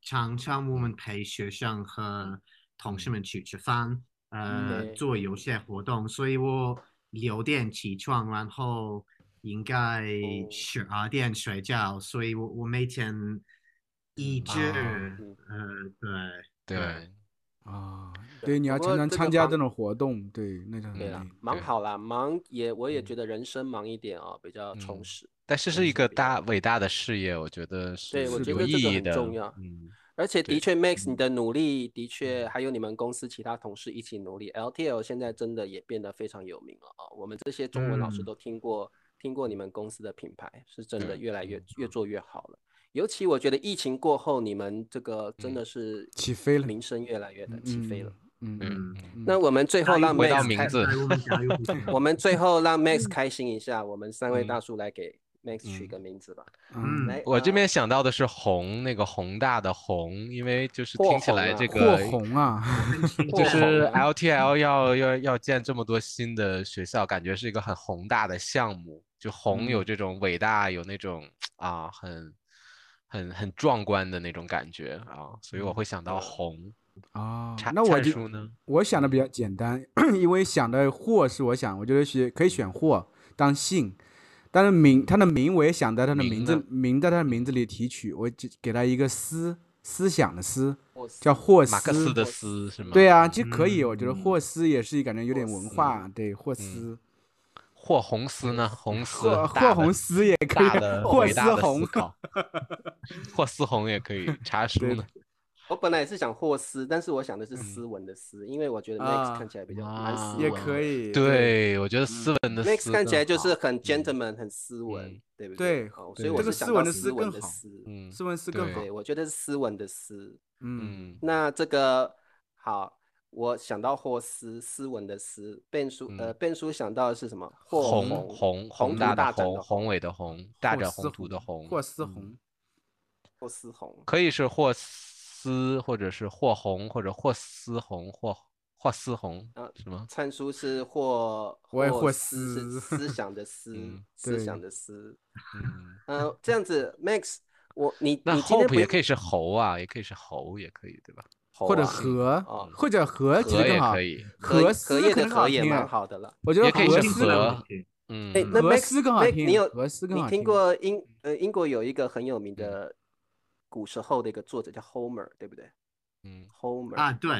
[SPEAKER 3] 常常我们
[SPEAKER 1] 嗯
[SPEAKER 3] 陪学生和同
[SPEAKER 1] 嗯
[SPEAKER 3] 事们去吃饭，呃，
[SPEAKER 2] 对
[SPEAKER 3] 做有些活动，所以我六点起床，然后应该
[SPEAKER 2] 哦
[SPEAKER 3] 十二点睡觉，所以我我每天一
[SPEAKER 2] 嗯
[SPEAKER 3] 直，
[SPEAKER 1] 啊
[SPEAKER 2] 嗯
[SPEAKER 3] 呃，对
[SPEAKER 1] 对，
[SPEAKER 4] 啊，
[SPEAKER 2] 对
[SPEAKER 4] 对，你要
[SPEAKER 2] 不
[SPEAKER 4] 常
[SPEAKER 2] 过
[SPEAKER 4] 常
[SPEAKER 2] 这
[SPEAKER 4] 参
[SPEAKER 2] 个
[SPEAKER 4] 加
[SPEAKER 2] 忙
[SPEAKER 4] 这种活动，对，那就很
[SPEAKER 2] 对
[SPEAKER 4] 累
[SPEAKER 2] 啊啦，。忙
[SPEAKER 1] 对
[SPEAKER 2] 好啦，忙也我也
[SPEAKER 1] 嗯
[SPEAKER 2] 觉得人生忙一点哦，比较充
[SPEAKER 1] 嗯
[SPEAKER 2] 实。
[SPEAKER 1] 但是
[SPEAKER 2] 人
[SPEAKER 1] 是一
[SPEAKER 2] 生
[SPEAKER 1] 个
[SPEAKER 2] 比较
[SPEAKER 1] 大伟大的事业，我觉得
[SPEAKER 2] 对，我
[SPEAKER 1] 是
[SPEAKER 4] 是
[SPEAKER 2] 觉
[SPEAKER 1] 有
[SPEAKER 2] 得
[SPEAKER 1] 意
[SPEAKER 2] 这个
[SPEAKER 1] 义
[SPEAKER 2] 很
[SPEAKER 1] 的。
[SPEAKER 2] 重要。
[SPEAKER 1] 嗯，
[SPEAKER 2] 而且
[SPEAKER 1] 对
[SPEAKER 2] 的确，Max 你
[SPEAKER 1] 嗯
[SPEAKER 2] 的努力的确，还有你们公司其他同事一起努力，LTL 现在真的也变得非常有名了哦。我们这些中文老师
[SPEAKER 3] 嗯
[SPEAKER 2] 都听过，听过你们公司的品牌，是真的
[SPEAKER 1] 对，
[SPEAKER 2] 越来越
[SPEAKER 1] 嗯
[SPEAKER 2] 越做越好了。尤其我觉得疫情过后，你们这个真
[SPEAKER 1] 嗯
[SPEAKER 2] 的是
[SPEAKER 4] 起飞了，
[SPEAKER 2] 名声越来越的起飞了
[SPEAKER 4] 嗯。嗯
[SPEAKER 1] 对
[SPEAKER 4] 嗯
[SPEAKER 3] 嗯，
[SPEAKER 4] 嗯，
[SPEAKER 2] 那我们最后
[SPEAKER 3] 加油
[SPEAKER 2] 让
[SPEAKER 1] 回到
[SPEAKER 2] Max
[SPEAKER 1] 名
[SPEAKER 2] 开。
[SPEAKER 1] 字
[SPEAKER 3] 对，我们加油鼓
[SPEAKER 2] [LAUGHS]
[SPEAKER 3] 掌。
[SPEAKER 2] 我们最后让 Max 开心一下，我们三位
[SPEAKER 1] 嗯
[SPEAKER 2] 大叔来给 Max 取
[SPEAKER 1] 嗯
[SPEAKER 2] 个名字吧。
[SPEAKER 4] 嗯
[SPEAKER 3] 嗯
[SPEAKER 2] 来，
[SPEAKER 1] 我这
[SPEAKER 2] 呃
[SPEAKER 1] 边想到的是宏，那个宏大的宏，因为就是
[SPEAKER 2] 霍
[SPEAKER 1] 听起
[SPEAKER 2] 宏
[SPEAKER 1] 来
[SPEAKER 2] 啊
[SPEAKER 1] 这
[SPEAKER 4] 霍
[SPEAKER 1] 个
[SPEAKER 4] 红啊， [LAUGHS]
[SPEAKER 3] 很兴
[SPEAKER 2] 霍
[SPEAKER 1] 就
[SPEAKER 2] 霍
[SPEAKER 3] 奋
[SPEAKER 2] 宏
[SPEAKER 1] 是
[SPEAKER 2] 啊
[SPEAKER 1] LTL 要要要建这么多新的学校，感觉是一个很宏大的项目。就宏有
[SPEAKER 4] 嗯
[SPEAKER 1] 这种伟大，有那种啊很很很壮观的那种感觉啊，所以我会想到
[SPEAKER 2] 嗯
[SPEAKER 1] 宏。
[SPEAKER 4] 哦，
[SPEAKER 1] 阐
[SPEAKER 4] 那我
[SPEAKER 1] 阐
[SPEAKER 4] 就
[SPEAKER 1] 述呢？
[SPEAKER 4] 我想的比较 [COUGHS] 简单，因为想的霍是我想，我觉得学可以选霍当姓，但是名他的名我也想在他的
[SPEAKER 1] 名
[SPEAKER 4] 名字
[SPEAKER 1] 呢
[SPEAKER 4] 名在他的名字里提取，我就给他一个思思想的思，
[SPEAKER 2] 我死
[SPEAKER 4] 叫霍
[SPEAKER 1] 马克思
[SPEAKER 4] 思。
[SPEAKER 1] 的思是吗？
[SPEAKER 4] 对啊，就可以，我觉得
[SPEAKER 3] 嗯
[SPEAKER 4] 霍思也是感觉有点
[SPEAKER 2] 霍
[SPEAKER 4] 文
[SPEAKER 2] 思
[SPEAKER 4] 化，对霍思，
[SPEAKER 1] 霍红丝呢？红丝
[SPEAKER 4] 霍
[SPEAKER 1] 嗯大
[SPEAKER 4] 霍
[SPEAKER 1] 的
[SPEAKER 4] 红思也可以
[SPEAKER 1] 大，的
[SPEAKER 4] 霍
[SPEAKER 1] 伟大
[SPEAKER 4] 思
[SPEAKER 1] 的思，
[SPEAKER 4] 红 [LAUGHS]
[SPEAKER 1] 考，霍思红也可以查书
[SPEAKER 4] 对
[SPEAKER 1] 呢。
[SPEAKER 2] 我本来也是想霍斯，但是我想的是斯文的斯，因为我觉得 Max
[SPEAKER 4] 啊
[SPEAKER 2] 看起来比较
[SPEAKER 1] 啊
[SPEAKER 2] 蛮斯文的。
[SPEAKER 4] 也可以，
[SPEAKER 1] 对，我觉得
[SPEAKER 4] 嗯
[SPEAKER 1] 斯文的
[SPEAKER 2] Max
[SPEAKER 1] 斯
[SPEAKER 2] 看
[SPEAKER 1] 更
[SPEAKER 2] 起来就
[SPEAKER 1] 好
[SPEAKER 2] 是很 gentleman，很斯文
[SPEAKER 1] 嗯，
[SPEAKER 2] 对不
[SPEAKER 4] 对
[SPEAKER 2] 好，所
[SPEAKER 1] 对
[SPEAKER 2] 以我
[SPEAKER 1] 这
[SPEAKER 2] 是
[SPEAKER 1] 个
[SPEAKER 2] 想
[SPEAKER 4] 斯文
[SPEAKER 2] 到
[SPEAKER 4] 的
[SPEAKER 2] 斯
[SPEAKER 4] 斯
[SPEAKER 2] 文
[SPEAKER 4] 更
[SPEAKER 2] 的
[SPEAKER 4] 好
[SPEAKER 2] 斯。
[SPEAKER 1] 嗯
[SPEAKER 4] 斯文思更
[SPEAKER 1] 对
[SPEAKER 4] 好
[SPEAKER 2] 对，，我觉得是斯文的斯。
[SPEAKER 4] 嗯，
[SPEAKER 1] 嗯
[SPEAKER 2] 那这个好，我想到霍斯，斯文的斯。变叔呃，变叔想到的是什么？霍
[SPEAKER 1] 红
[SPEAKER 2] 宏
[SPEAKER 1] 宏
[SPEAKER 2] 宏
[SPEAKER 1] 宏
[SPEAKER 2] 图
[SPEAKER 1] 大的
[SPEAKER 2] 展
[SPEAKER 1] 宏，
[SPEAKER 2] 的
[SPEAKER 1] 宏伟的宏，大
[SPEAKER 4] 霍
[SPEAKER 1] 展
[SPEAKER 4] 思
[SPEAKER 1] 宏图的宏，
[SPEAKER 4] 霍思
[SPEAKER 1] 嗯
[SPEAKER 4] 红，
[SPEAKER 2] 霍斯宏。
[SPEAKER 1] 可以是霍思，或者是霍红，或者霍思红，霍霍思红
[SPEAKER 2] 啊，
[SPEAKER 1] 是吗？
[SPEAKER 2] 灿叔是霍，
[SPEAKER 4] 我也
[SPEAKER 2] 霍
[SPEAKER 4] 霍
[SPEAKER 2] 斯是
[SPEAKER 4] 斯
[SPEAKER 2] 思想的思，
[SPEAKER 1] 嗯
[SPEAKER 2] 思
[SPEAKER 4] 对
[SPEAKER 2] 想的思。
[SPEAKER 1] 嗯，
[SPEAKER 2] 呃，这样子，Max，我你
[SPEAKER 1] 那
[SPEAKER 2] 你今天
[SPEAKER 1] hope
[SPEAKER 2] 不
[SPEAKER 1] 也
[SPEAKER 2] 用
[SPEAKER 1] 可以是猴啊，也可以是猴，也可以，对吧？
[SPEAKER 2] 猴
[SPEAKER 4] 或者
[SPEAKER 2] 啊
[SPEAKER 4] 和
[SPEAKER 2] 哦，
[SPEAKER 4] 或者和其
[SPEAKER 1] 荷
[SPEAKER 4] 实
[SPEAKER 1] 也
[SPEAKER 4] 更好
[SPEAKER 1] 可，以，
[SPEAKER 2] 荷
[SPEAKER 4] 和
[SPEAKER 2] 荷
[SPEAKER 4] 思
[SPEAKER 2] 叶
[SPEAKER 4] 可
[SPEAKER 2] 的
[SPEAKER 4] 能好
[SPEAKER 2] 荷也
[SPEAKER 4] 听
[SPEAKER 2] 蛮
[SPEAKER 4] 啊，
[SPEAKER 2] 好的了。
[SPEAKER 4] 我觉得
[SPEAKER 1] 也可以
[SPEAKER 4] 和
[SPEAKER 1] 是
[SPEAKER 4] 思
[SPEAKER 1] 和
[SPEAKER 4] 更好
[SPEAKER 1] 和嗯，
[SPEAKER 2] 哎，那
[SPEAKER 4] 和
[SPEAKER 2] Max，
[SPEAKER 4] 斯更好
[SPEAKER 2] Max，
[SPEAKER 4] 听
[SPEAKER 2] 你有
[SPEAKER 4] 和斯更
[SPEAKER 2] 你
[SPEAKER 4] 好
[SPEAKER 2] 听
[SPEAKER 4] 听
[SPEAKER 2] 过英呃英国有一个很有名的古时候的一个作者叫 Homer，对不对
[SPEAKER 1] 嗯
[SPEAKER 2] ？Homer
[SPEAKER 3] 啊，对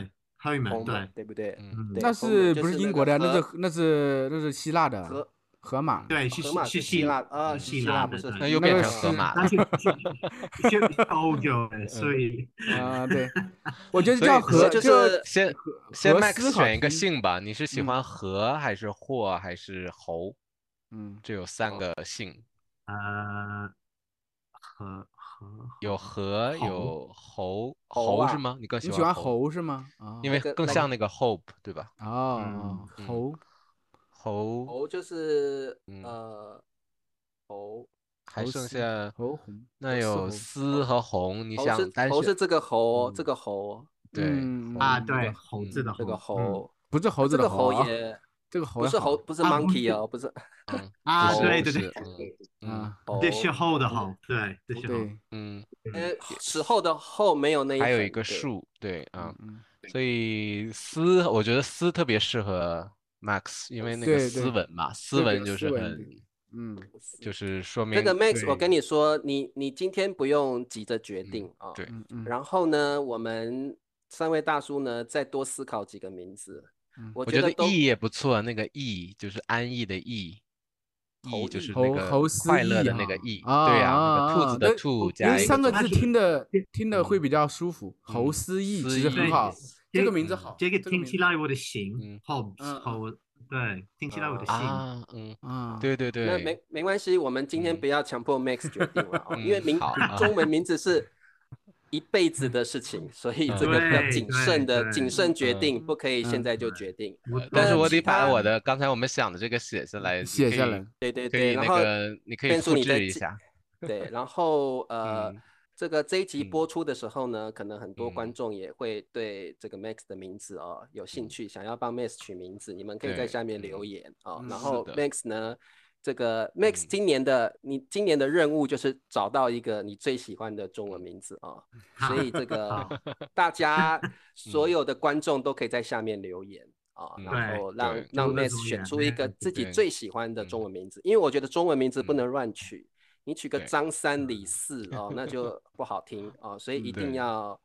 [SPEAKER 3] ，Homer，
[SPEAKER 2] Homer
[SPEAKER 3] 对，
[SPEAKER 2] 对不对？
[SPEAKER 1] 嗯，
[SPEAKER 2] 对
[SPEAKER 4] 那
[SPEAKER 2] Homer
[SPEAKER 4] 是
[SPEAKER 2] 就
[SPEAKER 4] 不
[SPEAKER 2] 是
[SPEAKER 4] 是
[SPEAKER 2] 那
[SPEAKER 4] 英
[SPEAKER 2] 个
[SPEAKER 4] 国的？那
[SPEAKER 2] 荷
[SPEAKER 4] 是那是那是希腊的
[SPEAKER 2] 荷
[SPEAKER 4] 荷马，
[SPEAKER 3] 对，是
[SPEAKER 2] 荷
[SPEAKER 3] 希
[SPEAKER 2] 马
[SPEAKER 3] 是
[SPEAKER 2] 是
[SPEAKER 3] 希
[SPEAKER 2] 希腊啊，
[SPEAKER 3] 嗯
[SPEAKER 2] 是
[SPEAKER 3] 希
[SPEAKER 2] 希
[SPEAKER 3] 腊
[SPEAKER 2] 腊
[SPEAKER 3] 的
[SPEAKER 2] 不是
[SPEAKER 3] 对
[SPEAKER 1] 那又
[SPEAKER 4] 那
[SPEAKER 1] 变
[SPEAKER 4] 个
[SPEAKER 1] 成河
[SPEAKER 4] 是
[SPEAKER 1] 马
[SPEAKER 3] 但
[SPEAKER 1] 了。
[SPEAKER 3] 是是是欧洲的，所以
[SPEAKER 4] 啊，
[SPEAKER 2] [LAUGHS]
[SPEAKER 4] 对，我觉得
[SPEAKER 1] 所
[SPEAKER 4] 叫
[SPEAKER 1] 以
[SPEAKER 4] 和
[SPEAKER 2] 就
[SPEAKER 4] 就是
[SPEAKER 1] 先
[SPEAKER 4] 和
[SPEAKER 1] 先
[SPEAKER 4] 和
[SPEAKER 1] Max
[SPEAKER 4] 思好
[SPEAKER 1] 选一个
[SPEAKER 4] 听
[SPEAKER 1] 姓吧，你是喜
[SPEAKER 4] 嗯
[SPEAKER 1] 欢和还是霍还是猴？
[SPEAKER 4] 嗯，
[SPEAKER 1] 这有三个姓，
[SPEAKER 3] 呃，和和
[SPEAKER 1] 有和，
[SPEAKER 3] 猴
[SPEAKER 1] 有猴，
[SPEAKER 2] 猴
[SPEAKER 1] 猴是
[SPEAKER 2] 啊
[SPEAKER 1] 吗？你更
[SPEAKER 4] 你
[SPEAKER 1] 喜
[SPEAKER 4] 喜欢
[SPEAKER 1] 猴？
[SPEAKER 4] 猴是吗？啊，
[SPEAKER 1] 因为
[SPEAKER 2] 个
[SPEAKER 1] 更
[SPEAKER 2] 那个
[SPEAKER 1] 像那个 hope，对吧？
[SPEAKER 4] 哦
[SPEAKER 1] 嗯
[SPEAKER 4] 猴
[SPEAKER 1] 猴
[SPEAKER 2] 猴就是
[SPEAKER 1] 嗯
[SPEAKER 2] 呃猴
[SPEAKER 1] 还
[SPEAKER 4] 猴
[SPEAKER 1] 剩
[SPEAKER 4] 丝
[SPEAKER 1] 下
[SPEAKER 4] 猴红
[SPEAKER 1] 那
[SPEAKER 4] 猴丝
[SPEAKER 1] 有
[SPEAKER 4] 猴
[SPEAKER 1] 丝和红，你
[SPEAKER 2] 猴是
[SPEAKER 1] 想单
[SPEAKER 2] 猴是
[SPEAKER 1] 选
[SPEAKER 2] 这个猴哦这
[SPEAKER 1] 嗯
[SPEAKER 2] 个猴哦
[SPEAKER 1] 对
[SPEAKER 4] 嗯
[SPEAKER 3] 啊，
[SPEAKER 4] 嗯
[SPEAKER 3] 对，猴子的
[SPEAKER 2] 这个
[SPEAKER 3] 嗯猴
[SPEAKER 2] 猴，
[SPEAKER 4] 不是猴子
[SPEAKER 2] 这
[SPEAKER 4] 的
[SPEAKER 2] 个猴
[SPEAKER 4] 啊
[SPEAKER 2] 也
[SPEAKER 4] 这个猴
[SPEAKER 2] 不
[SPEAKER 4] 也
[SPEAKER 2] 是
[SPEAKER 4] 好
[SPEAKER 2] 猴，不是
[SPEAKER 3] 啊不
[SPEAKER 2] monkey
[SPEAKER 3] 是
[SPEAKER 2] 哦，不是
[SPEAKER 1] 嗯，
[SPEAKER 3] 啊，
[SPEAKER 1] 不是
[SPEAKER 3] 对
[SPEAKER 1] 不
[SPEAKER 3] 对对
[SPEAKER 1] 是，，嗯
[SPEAKER 4] 啊，
[SPEAKER 2] 猴
[SPEAKER 3] 这是后的后，对，这是后，
[SPEAKER 4] 对，
[SPEAKER 1] 嗯
[SPEAKER 2] 呃，时候的后没有那
[SPEAKER 1] 嗯，
[SPEAKER 2] 一
[SPEAKER 1] 还有
[SPEAKER 2] 横
[SPEAKER 1] 一个
[SPEAKER 2] 对
[SPEAKER 1] 数，对啊
[SPEAKER 4] 嗯，嗯，
[SPEAKER 1] 所以丝，我觉得丝特别适合 Max，因为那个
[SPEAKER 4] 对
[SPEAKER 1] 斯
[SPEAKER 4] 对
[SPEAKER 1] 文嘛，斯
[SPEAKER 4] 对比
[SPEAKER 1] 文
[SPEAKER 4] 较
[SPEAKER 1] 就
[SPEAKER 4] 斯
[SPEAKER 1] 是
[SPEAKER 4] 文一
[SPEAKER 1] 很
[SPEAKER 4] 点，嗯，
[SPEAKER 1] 就是说
[SPEAKER 2] 这
[SPEAKER 1] 明
[SPEAKER 2] 个 Max，我
[SPEAKER 4] 对
[SPEAKER 2] 跟你说，你你今天不用急着决定啊、
[SPEAKER 1] 对
[SPEAKER 4] 嗯嗯，
[SPEAKER 2] 然后呢，我们三位大叔呢再多思考几个名字，
[SPEAKER 4] 嗯
[SPEAKER 1] 我
[SPEAKER 2] 我觉
[SPEAKER 1] 觉得
[SPEAKER 2] 都
[SPEAKER 1] 逸也不错，那个逸就是安逸的逸，
[SPEAKER 2] 侯
[SPEAKER 1] 逸就
[SPEAKER 2] 逸
[SPEAKER 1] 是那
[SPEAKER 4] 猴
[SPEAKER 1] 个
[SPEAKER 4] 猴思
[SPEAKER 1] 快乐
[SPEAKER 4] 逸
[SPEAKER 1] 的那
[SPEAKER 4] 啊
[SPEAKER 1] 个逸，
[SPEAKER 4] 啊
[SPEAKER 1] 对啊，那
[SPEAKER 4] 啊
[SPEAKER 1] 个兔
[SPEAKER 4] 啊
[SPEAKER 1] 子的
[SPEAKER 4] 那
[SPEAKER 1] 兔
[SPEAKER 4] 因
[SPEAKER 1] 加
[SPEAKER 4] 为
[SPEAKER 1] 一
[SPEAKER 4] 三
[SPEAKER 1] 个
[SPEAKER 4] 个
[SPEAKER 3] 它
[SPEAKER 4] 字
[SPEAKER 3] 是
[SPEAKER 4] 听的听的
[SPEAKER 1] 嗯
[SPEAKER 4] 会比较舒服，猴
[SPEAKER 1] 嗯
[SPEAKER 4] 思逸
[SPEAKER 1] 思
[SPEAKER 4] 其实很
[SPEAKER 1] 逸
[SPEAKER 4] 好，这
[SPEAKER 3] 这
[SPEAKER 4] 个名字
[SPEAKER 1] 嗯
[SPEAKER 4] 好，
[SPEAKER 3] 这个
[SPEAKER 4] 这
[SPEAKER 3] 听
[SPEAKER 4] 名
[SPEAKER 3] 起
[SPEAKER 4] 字
[SPEAKER 3] 来我的姓
[SPEAKER 1] 嗯
[SPEAKER 3] Hobbs，
[SPEAKER 4] 嗯
[SPEAKER 3] 猴，对，听起来我的
[SPEAKER 2] 啊
[SPEAKER 3] 姓，
[SPEAKER 1] 啊嗯，
[SPEAKER 4] 啊，
[SPEAKER 1] 对对
[SPEAKER 2] 那
[SPEAKER 1] 对，
[SPEAKER 2] 没没关系，我们今天
[SPEAKER 1] 嗯
[SPEAKER 2] 不要强迫 Max 决定了哦，因为
[SPEAKER 1] [LAUGHS] 嗯
[SPEAKER 2] 名
[SPEAKER 1] 好啊
[SPEAKER 2] 中文名
[SPEAKER 1] [LAUGHS]
[SPEAKER 2] 字是一辈子的事情，所以这个比较
[SPEAKER 3] 对
[SPEAKER 2] 谨
[SPEAKER 3] 对
[SPEAKER 2] 慎的
[SPEAKER 3] 对
[SPEAKER 2] 谨慎决
[SPEAKER 1] 嗯
[SPEAKER 2] 定，不可以现
[SPEAKER 4] 嗯
[SPEAKER 2] 在就决定。
[SPEAKER 3] 我
[SPEAKER 1] 但是
[SPEAKER 2] 那
[SPEAKER 1] 我
[SPEAKER 2] 其
[SPEAKER 1] 得把
[SPEAKER 2] 他
[SPEAKER 1] 我的刚才我们想的这个写下来，你
[SPEAKER 4] 写
[SPEAKER 1] 可
[SPEAKER 4] 下
[SPEAKER 1] 以
[SPEAKER 4] 来，
[SPEAKER 2] 对对
[SPEAKER 1] 可
[SPEAKER 2] 对，
[SPEAKER 1] 以
[SPEAKER 2] 然
[SPEAKER 1] 那
[SPEAKER 2] 后
[SPEAKER 1] 个你可以
[SPEAKER 2] 变数
[SPEAKER 1] 复
[SPEAKER 2] 你再
[SPEAKER 1] 制一
[SPEAKER 2] 记
[SPEAKER 1] 下， [LAUGHS]
[SPEAKER 2] 对，然后呃，
[SPEAKER 1] 嗯
[SPEAKER 2] 这个这一集
[SPEAKER 1] 嗯
[SPEAKER 2] 播出的时候呢，可能很多观
[SPEAKER 1] 嗯
[SPEAKER 2] 众也会对这个 Max 的名字哦有兴
[SPEAKER 1] 嗯
[SPEAKER 2] 趣，想要帮 Max 取名字，你们可以在
[SPEAKER 1] 对
[SPEAKER 2] 下
[SPEAKER 1] 嗯
[SPEAKER 2] 面留言哦。
[SPEAKER 4] 嗯
[SPEAKER 2] 然
[SPEAKER 4] 是
[SPEAKER 2] 后
[SPEAKER 1] 的
[SPEAKER 2] Max 呢，这个 Max
[SPEAKER 1] 嗯
[SPEAKER 2] 今年的你今年的任务就是找到一个你最喜欢的中文名字哦。所以这个
[SPEAKER 3] 好
[SPEAKER 1] [LAUGHS]
[SPEAKER 2] 大家所
[SPEAKER 1] 嗯
[SPEAKER 2] 有的观众都可以在下面留言啊、
[SPEAKER 1] 嗯
[SPEAKER 2] 然后让
[SPEAKER 1] 对
[SPEAKER 2] 让
[SPEAKER 3] 多多
[SPEAKER 2] Max
[SPEAKER 3] 留
[SPEAKER 2] 选
[SPEAKER 3] 言
[SPEAKER 2] 出一个自己
[SPEAKER 1] 对
[SPEAKER 2] 最喜欢的
[SPEAKER 1] 嗯
[SPEAKER 2] 中文名字，因为我觉得中文名字不
[SPEAKER 1] 嗯
[SPEAKER 2] 能乱取，你取个
[SPEAKER 1] 对嗯
[SPEAKER 2] 张三李四
[SPEAKER 1] [LAUGHS]
[SPEAKER 2] 哦，那就不好听哦，所以
[SPEAKER 4] 嗯
[SPEAKER 2] 一定
[SPEAKER 1] 对
[SPEAKER 2] 要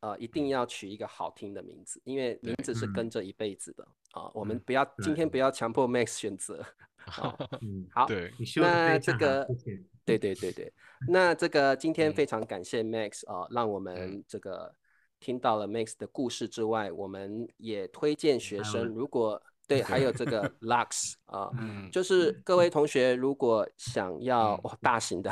[SPEAKER 2] 呃一定要取一个好听的名字，因为名
[SPEAKER 1] 对
[SPEAKER 2] 字是
[SPEAKER 3] 嗯
[SPEAKER 2] 跟着一辈子的啊、我们
[SPEAKER 3] 嗯
[SPEAKER 2] 不要今
[SPEAKER 3] 对
[SPEAKER 2] 天不要强迫 Max 选择啊、
[SPEAKER 3] 嗯，
[SPEAKER 2] 好，
[SPEAKER 1] 对，
[SPEAKER 3] 你说的
[SPEAKER 2] 那
[SPEAKER 3] 非常
[SPEAKER 2] 这
[SPEAKER 3] 好，
[SPEAKER 2] 个
[SPEAKER 3] 谢谢。
[SPEAKER 2] 对对对对，那这个今天
[SPEAKER 1] 嗯
[SPEAKER 2] 非常感谢 Max 啊、让
[SPEAKER 3] 嗯
[SPEAKER 2] 我们这个听到了 Max 的故事之外，我们也推荐学
[SPEAKER 3] 还有
[SPEAKER 2] 生，如果对，还有这个 Lux 啊、
[SPEAKER 1] 嗯
[SPEAKER 2] 就是各位同学如果想要
[SPEAKER 1] 嗯
[SPEAKER 2] 哇、大型的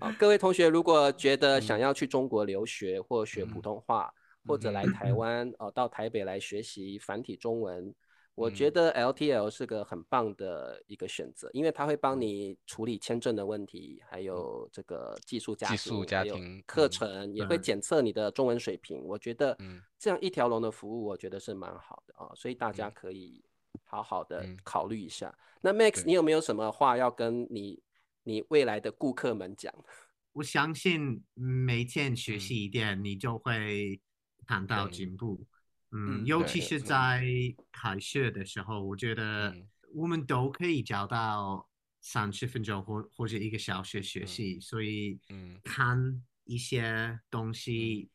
[SPEAKER 2] 啊，各位同学如果觉得想要去中国留学或学普
[SPEAKER 1] 嗯
[SPEAKER 2] 通话，或者来
[SPEAKER 1] 嗯
[SPEAKER 2] 台湾哦、到台北来学习繁体中文，我觉
[SPEAKER 1] 嗯
[SPEAKER 2] 得 LTL 是个很棒的一个选择，因为它会
[SPEAKER 1] 嗯
[SPEAKER 2] 帮你处理签证的问题，还有这个技术家
[SPEAKER 1] 寄宿
[SPEAKER 2] 庭，
[SPEAKER 1] 家
[SPEAKER 2] 还有
[SPEAKER 1] 庭
[SPEAKER 2] 课
[SPEAKER 1] 嗯
[SPEAKER 2] 程，也会
[SPEAKER 3] 对
[SPEAKER 2] 检测你的中文水平。我觉得
[SPEAKER 1] 嗯
[SPEAKER 2] 这样一条龙的服务，我觉得是蛮好的啊、所以大家
[SPEAKER 1] 嗯
[SPEAKER 2] 可以好好的
[SPEAKER 1] 嗯
[SPEAKER 2] 考虑一下。那 Max，
[SPEAKER 1] 对
[SPEAKER 2] 你有没有什么话要跟你你未来的顾客们讲？
[SPEAKER 3] 我相信每天学
[SPEAKER 1] 嗯
[SPEAKER 3] 习一点，你就会看到
[SPEAKER 1] 对
[SPEAKER 3] 进步。嗯，
[SPEAKER 4] 嗯，
[SPEAKER 3] 尤
[SPEAKER 1] 对
[SPEAKER 3] 其是
[SPEAKER 1] 嗯
[SPEAKER 3] 在开学的时候，我觉得
[SPEAKER 1] 嗯
[SPEAKER 3] 我们都可以找到三十分钟或或者一个小时学习，所以
[SPEAKER 1] 嗯
[SPEAKER 3] 看一些东西，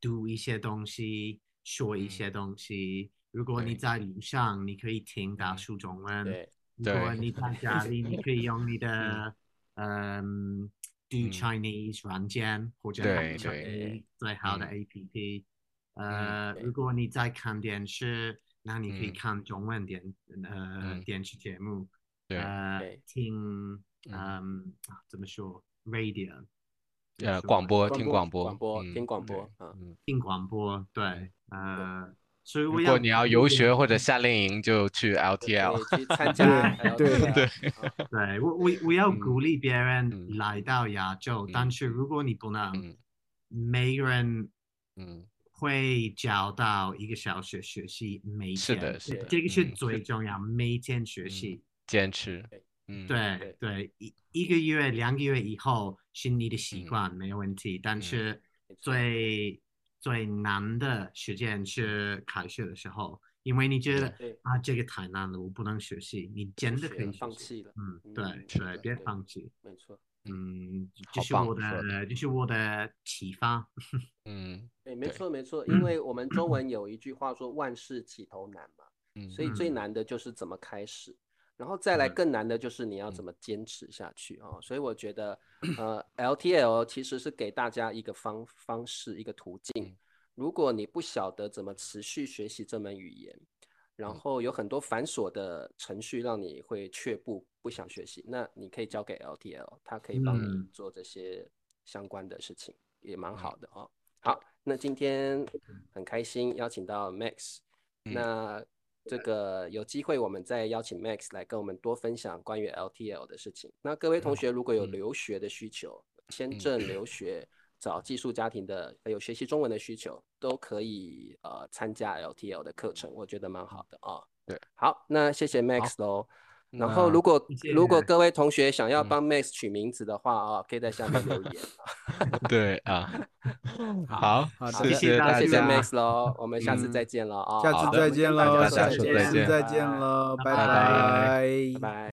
[SPEAKER 3] 读一些东西，说一些东西。如果你
[SPEAKER 1] 嗯对嗯
[SPEAKER 3] 在路上，你可以听大叔中文；
[SPEAKER 2] 对，
[SPEAKER 3] 如果
[SPEAKER 1] 对
[SPEAKER 3] 你在
[SPEAKER 1] [LAUGHS]
[SPEAKER 3] 家里，你可以用你的嗯 Do
[SPEAKER 1] 嗯
[SPEAKER 3] Chinese 软件或者
[SPEAKER 1] 对
[SPEAKER 3] Do
[SPEAKER 1] 对
[SPEAKER 3] Chinese 最好的
[SPEAKER 1] 嗯
[SPEAKER 3] APP。呃，
[SPEAKER 2] 对
[SPEAKER 3] 如果你在看电视，那你可以
[SPEAKER 1] 嗯
[SPEAKER 3] 看中文电呃
[SPEAKER 1] 嗯
[SPEAKER 3] 电视节目，
[SPEAKER 1] 对，
[SPEAKER 3] 呃
[SPEAKER 2] 对，
[SPEAKER 3] 听
[SPEAKER 1] 嗯
[SPEAKER 3] 嗯啊怎么说 radio，怎么
[SPEAKER 1] 呃，
[SPEAKER 3] 说
[SPEAKER 1] 广播
[SPEAKER 2] 广
[SPEAKER 1] 听
[SPEAKER 2] 播
[SPEAKER 1] 广
[SPEAKER 2] 听广
[SPEAKER 1] 嗯
[SPEAKER 2] 播听广
[SPEAKER 1] 对
[SPEAKER 2] 播啊
[SPEAKER 1] 嗯，
[SPEAKER 3] 听广播，对，呃，所以
[SPEAKER 1] 如
[SPEAKER 3] 我
[SPEAKER 1] 果你要游学或者
[SPEAKER 3] 对
[SPEAKER 1] 夏令营，就去 LTL。
[SPEAKER 2] 可以去
[SPEAKER 1] [LAUGHS]
[SPEAKER 2] 参加
[SPEAKER 4] 对
[SPEAKER 2] 然后
[SPEAKER 1] 对
[SPEAKER 2] 啊
[SPEAKER 3] 我我我要
[SPEAKER 1] 嗯
[SPEAKER 3] 鼓励别人
[SPEAKER 1] 嗯
[SPEAKER 3] 来到亚洲，但
[SPEAKER 1] 嗯
[SPEAKER 3] 是如果你不能
[SPEAKER 1] 嗯，
[SPEAKER 3] 每个人
[SPEAKER 1] 嗯，
[SPEAKER 3] 会找到一个小时学习每
[SPEAKER 1] 是
[SPEAKER 3] 天，
[SPEAKER 1] 的是
[SPEAKER 3] 这
[SPEAKER 1] 的
[SPEAKER 3] 这个是
[SPEAKER 1] 嗯
[SPEAKER 3] 最
[SPEAKER 1] 是
[SPEAKER 3] 重要，每天学习。
[SPEAKER 1] 坚持
[SPEAKER 2] 对。
[SPEAKER 1] 嗯，
[SPEAKER 3] 对
[SPEAKER 2] 对
[SPEAKER 3] 对，一一个月、两个月以后是你的习惯，没有问题。但
[SPEAKER 1] 嗯
[SPEAKER 3] 是
[SPEAKER 2] 没错
[SPEAKER 3] 最最难的时间是开学的时候，因为你觉得
[SPEAKER 2] 对，
[SPEAKER 3] 啊，这个太难了，我不能学习。你真的可以学
[SPEAKER 2] 学
[SPEAKER 1] 啊
[SPEAKER 2] 放
[SPEAKER 3] 习，
[SPEAKER 2] 弃了，
[SPEAKER 3] 嗯，
[SPEAKER 2] 嗯
[SPEAKER 3] 对
[SPEAKER 2] 是
[SPEAKER 3] 对，
[SPEAKER 2] 的
[SPEAKER 3] 别
[SPEAKER 2] 对
[SPEAKER 3] 放弃。
[SPEAKER 2] 没错。
[SPEAKER 3] 嗯，这
[SPEAKER 1] 好
[SPEAKER 3] 是
[SPEAKER 1] 棒
[SPEAKER 3] 我
[SPEAKER 1] 说
[SPEAKER 3] 的，这是我的启发。
[SPEAKER 1] 嗯
[SPEAKER 2] 对，没
[SPEAKER 1] 对
[SPEAKER 2] 错没错，
[SPEAKER 3] 嗯
[SPEAKER 2] 因为我们中文有一句话说万事起头难嘛，
[SPEAKER 1] 嗯，
[SPEAKER 2] 所以最
[SPEAKER 3] 嗯
[SPEAKER 2] 难的就是怎么开始，然后再来
[SPEAKER 3] 嗯
[SPEAKER 2] 更难的就是你要怎么坚持下去哦。所以我觉得，呃，LTL 其实是给大家一个方方式，一个途径
[SPEAKER 1] 嗯。
[SPEAKER 2] 如果你不晓得怎么持续学习这门语言，然
[SPEAKER 1] 嗯
[SPEAKER 2] 后有很多繁琐的程序让你会却步，不想学习，那你可以交给 LTL，它可以帮你
[SPEAKER 3] 嗯
[SPEAKER 2] 做这些相关的事情，也蛮好的哦。好，那今天很开心邀请到 Max，
[SPEAKER 1] 嗯
[SPEAKER 2] 那这个有机会我们再邀请 Max 来跟我们多分享关于 LTL 的事情。那各位同学如果有
[SPEAKER 1] 嗯
[SPEAKER 2] 留学的需求、签
[SPEAKER 1] 嗯
[SPEAKER 2] 证留学、找寄宿家庭的，还有学习中文的需求，都可以呃参加 LTL 的课程，我觉得蛮好的啊。
[SPEAKER 1] 对，
[SPEAKER 2] 好，那谢谢 Max 喽。然后
[SPEAKER 3] 那
[SPEAKER 2] 如果
[SPEAKER 3] 谢谢
[SPEAKER 2] 如果各位同学想要
[SPEAKER 1] 嗯
[SPEAKER 2] 帮 Max 取名字的话啊，可以在下面留言。
[SPEAKER 3] 嗯
[SPEAKER 1] 对啊， [LAUGHS] 好，
[SPEAKER 4] 好
[SPEAKER 2] 好
[SPEAKER 4] 的
[SPEAKER 3] 谢
[SPEAKER 2] 的
[SPEAKER 3] 谢大
[SPEAKER 2] 啊谢谢
[SPEAKER 3] 家
[SPEAKER 2] Max 喽，我们下次
[SPEAKER 4] 嗯
[SPEAKER 2] 再见了啊，
[SPEAKER 4] 下
[SPEAKER 2] 好
[SPEAKER 4] 次
[SPEAKER 2] 我
[SPEAKER 4] 再
[SPEAKER 2] 们跟
[SPEAKER 4] 见
[SPEAKER 2] 大
[SPEAKER 4] 喽，
[SPEAKER 2] 家
[SPEAKER 1] 大
[SPEAKER 2] 说
[SPEAKER 1] 家
[SPEAKER 4] 下
[SPEAKER 1] 说
[SPEAKER 4] 次
[SPEAKER 1] 再见
[SPEAKER 4] 再见喽，
[SPEAKER 3] 拜
[SPEAKER 1] 拜
[SPEAKER 4] 拜
[SPEAKER 2] 拜拜。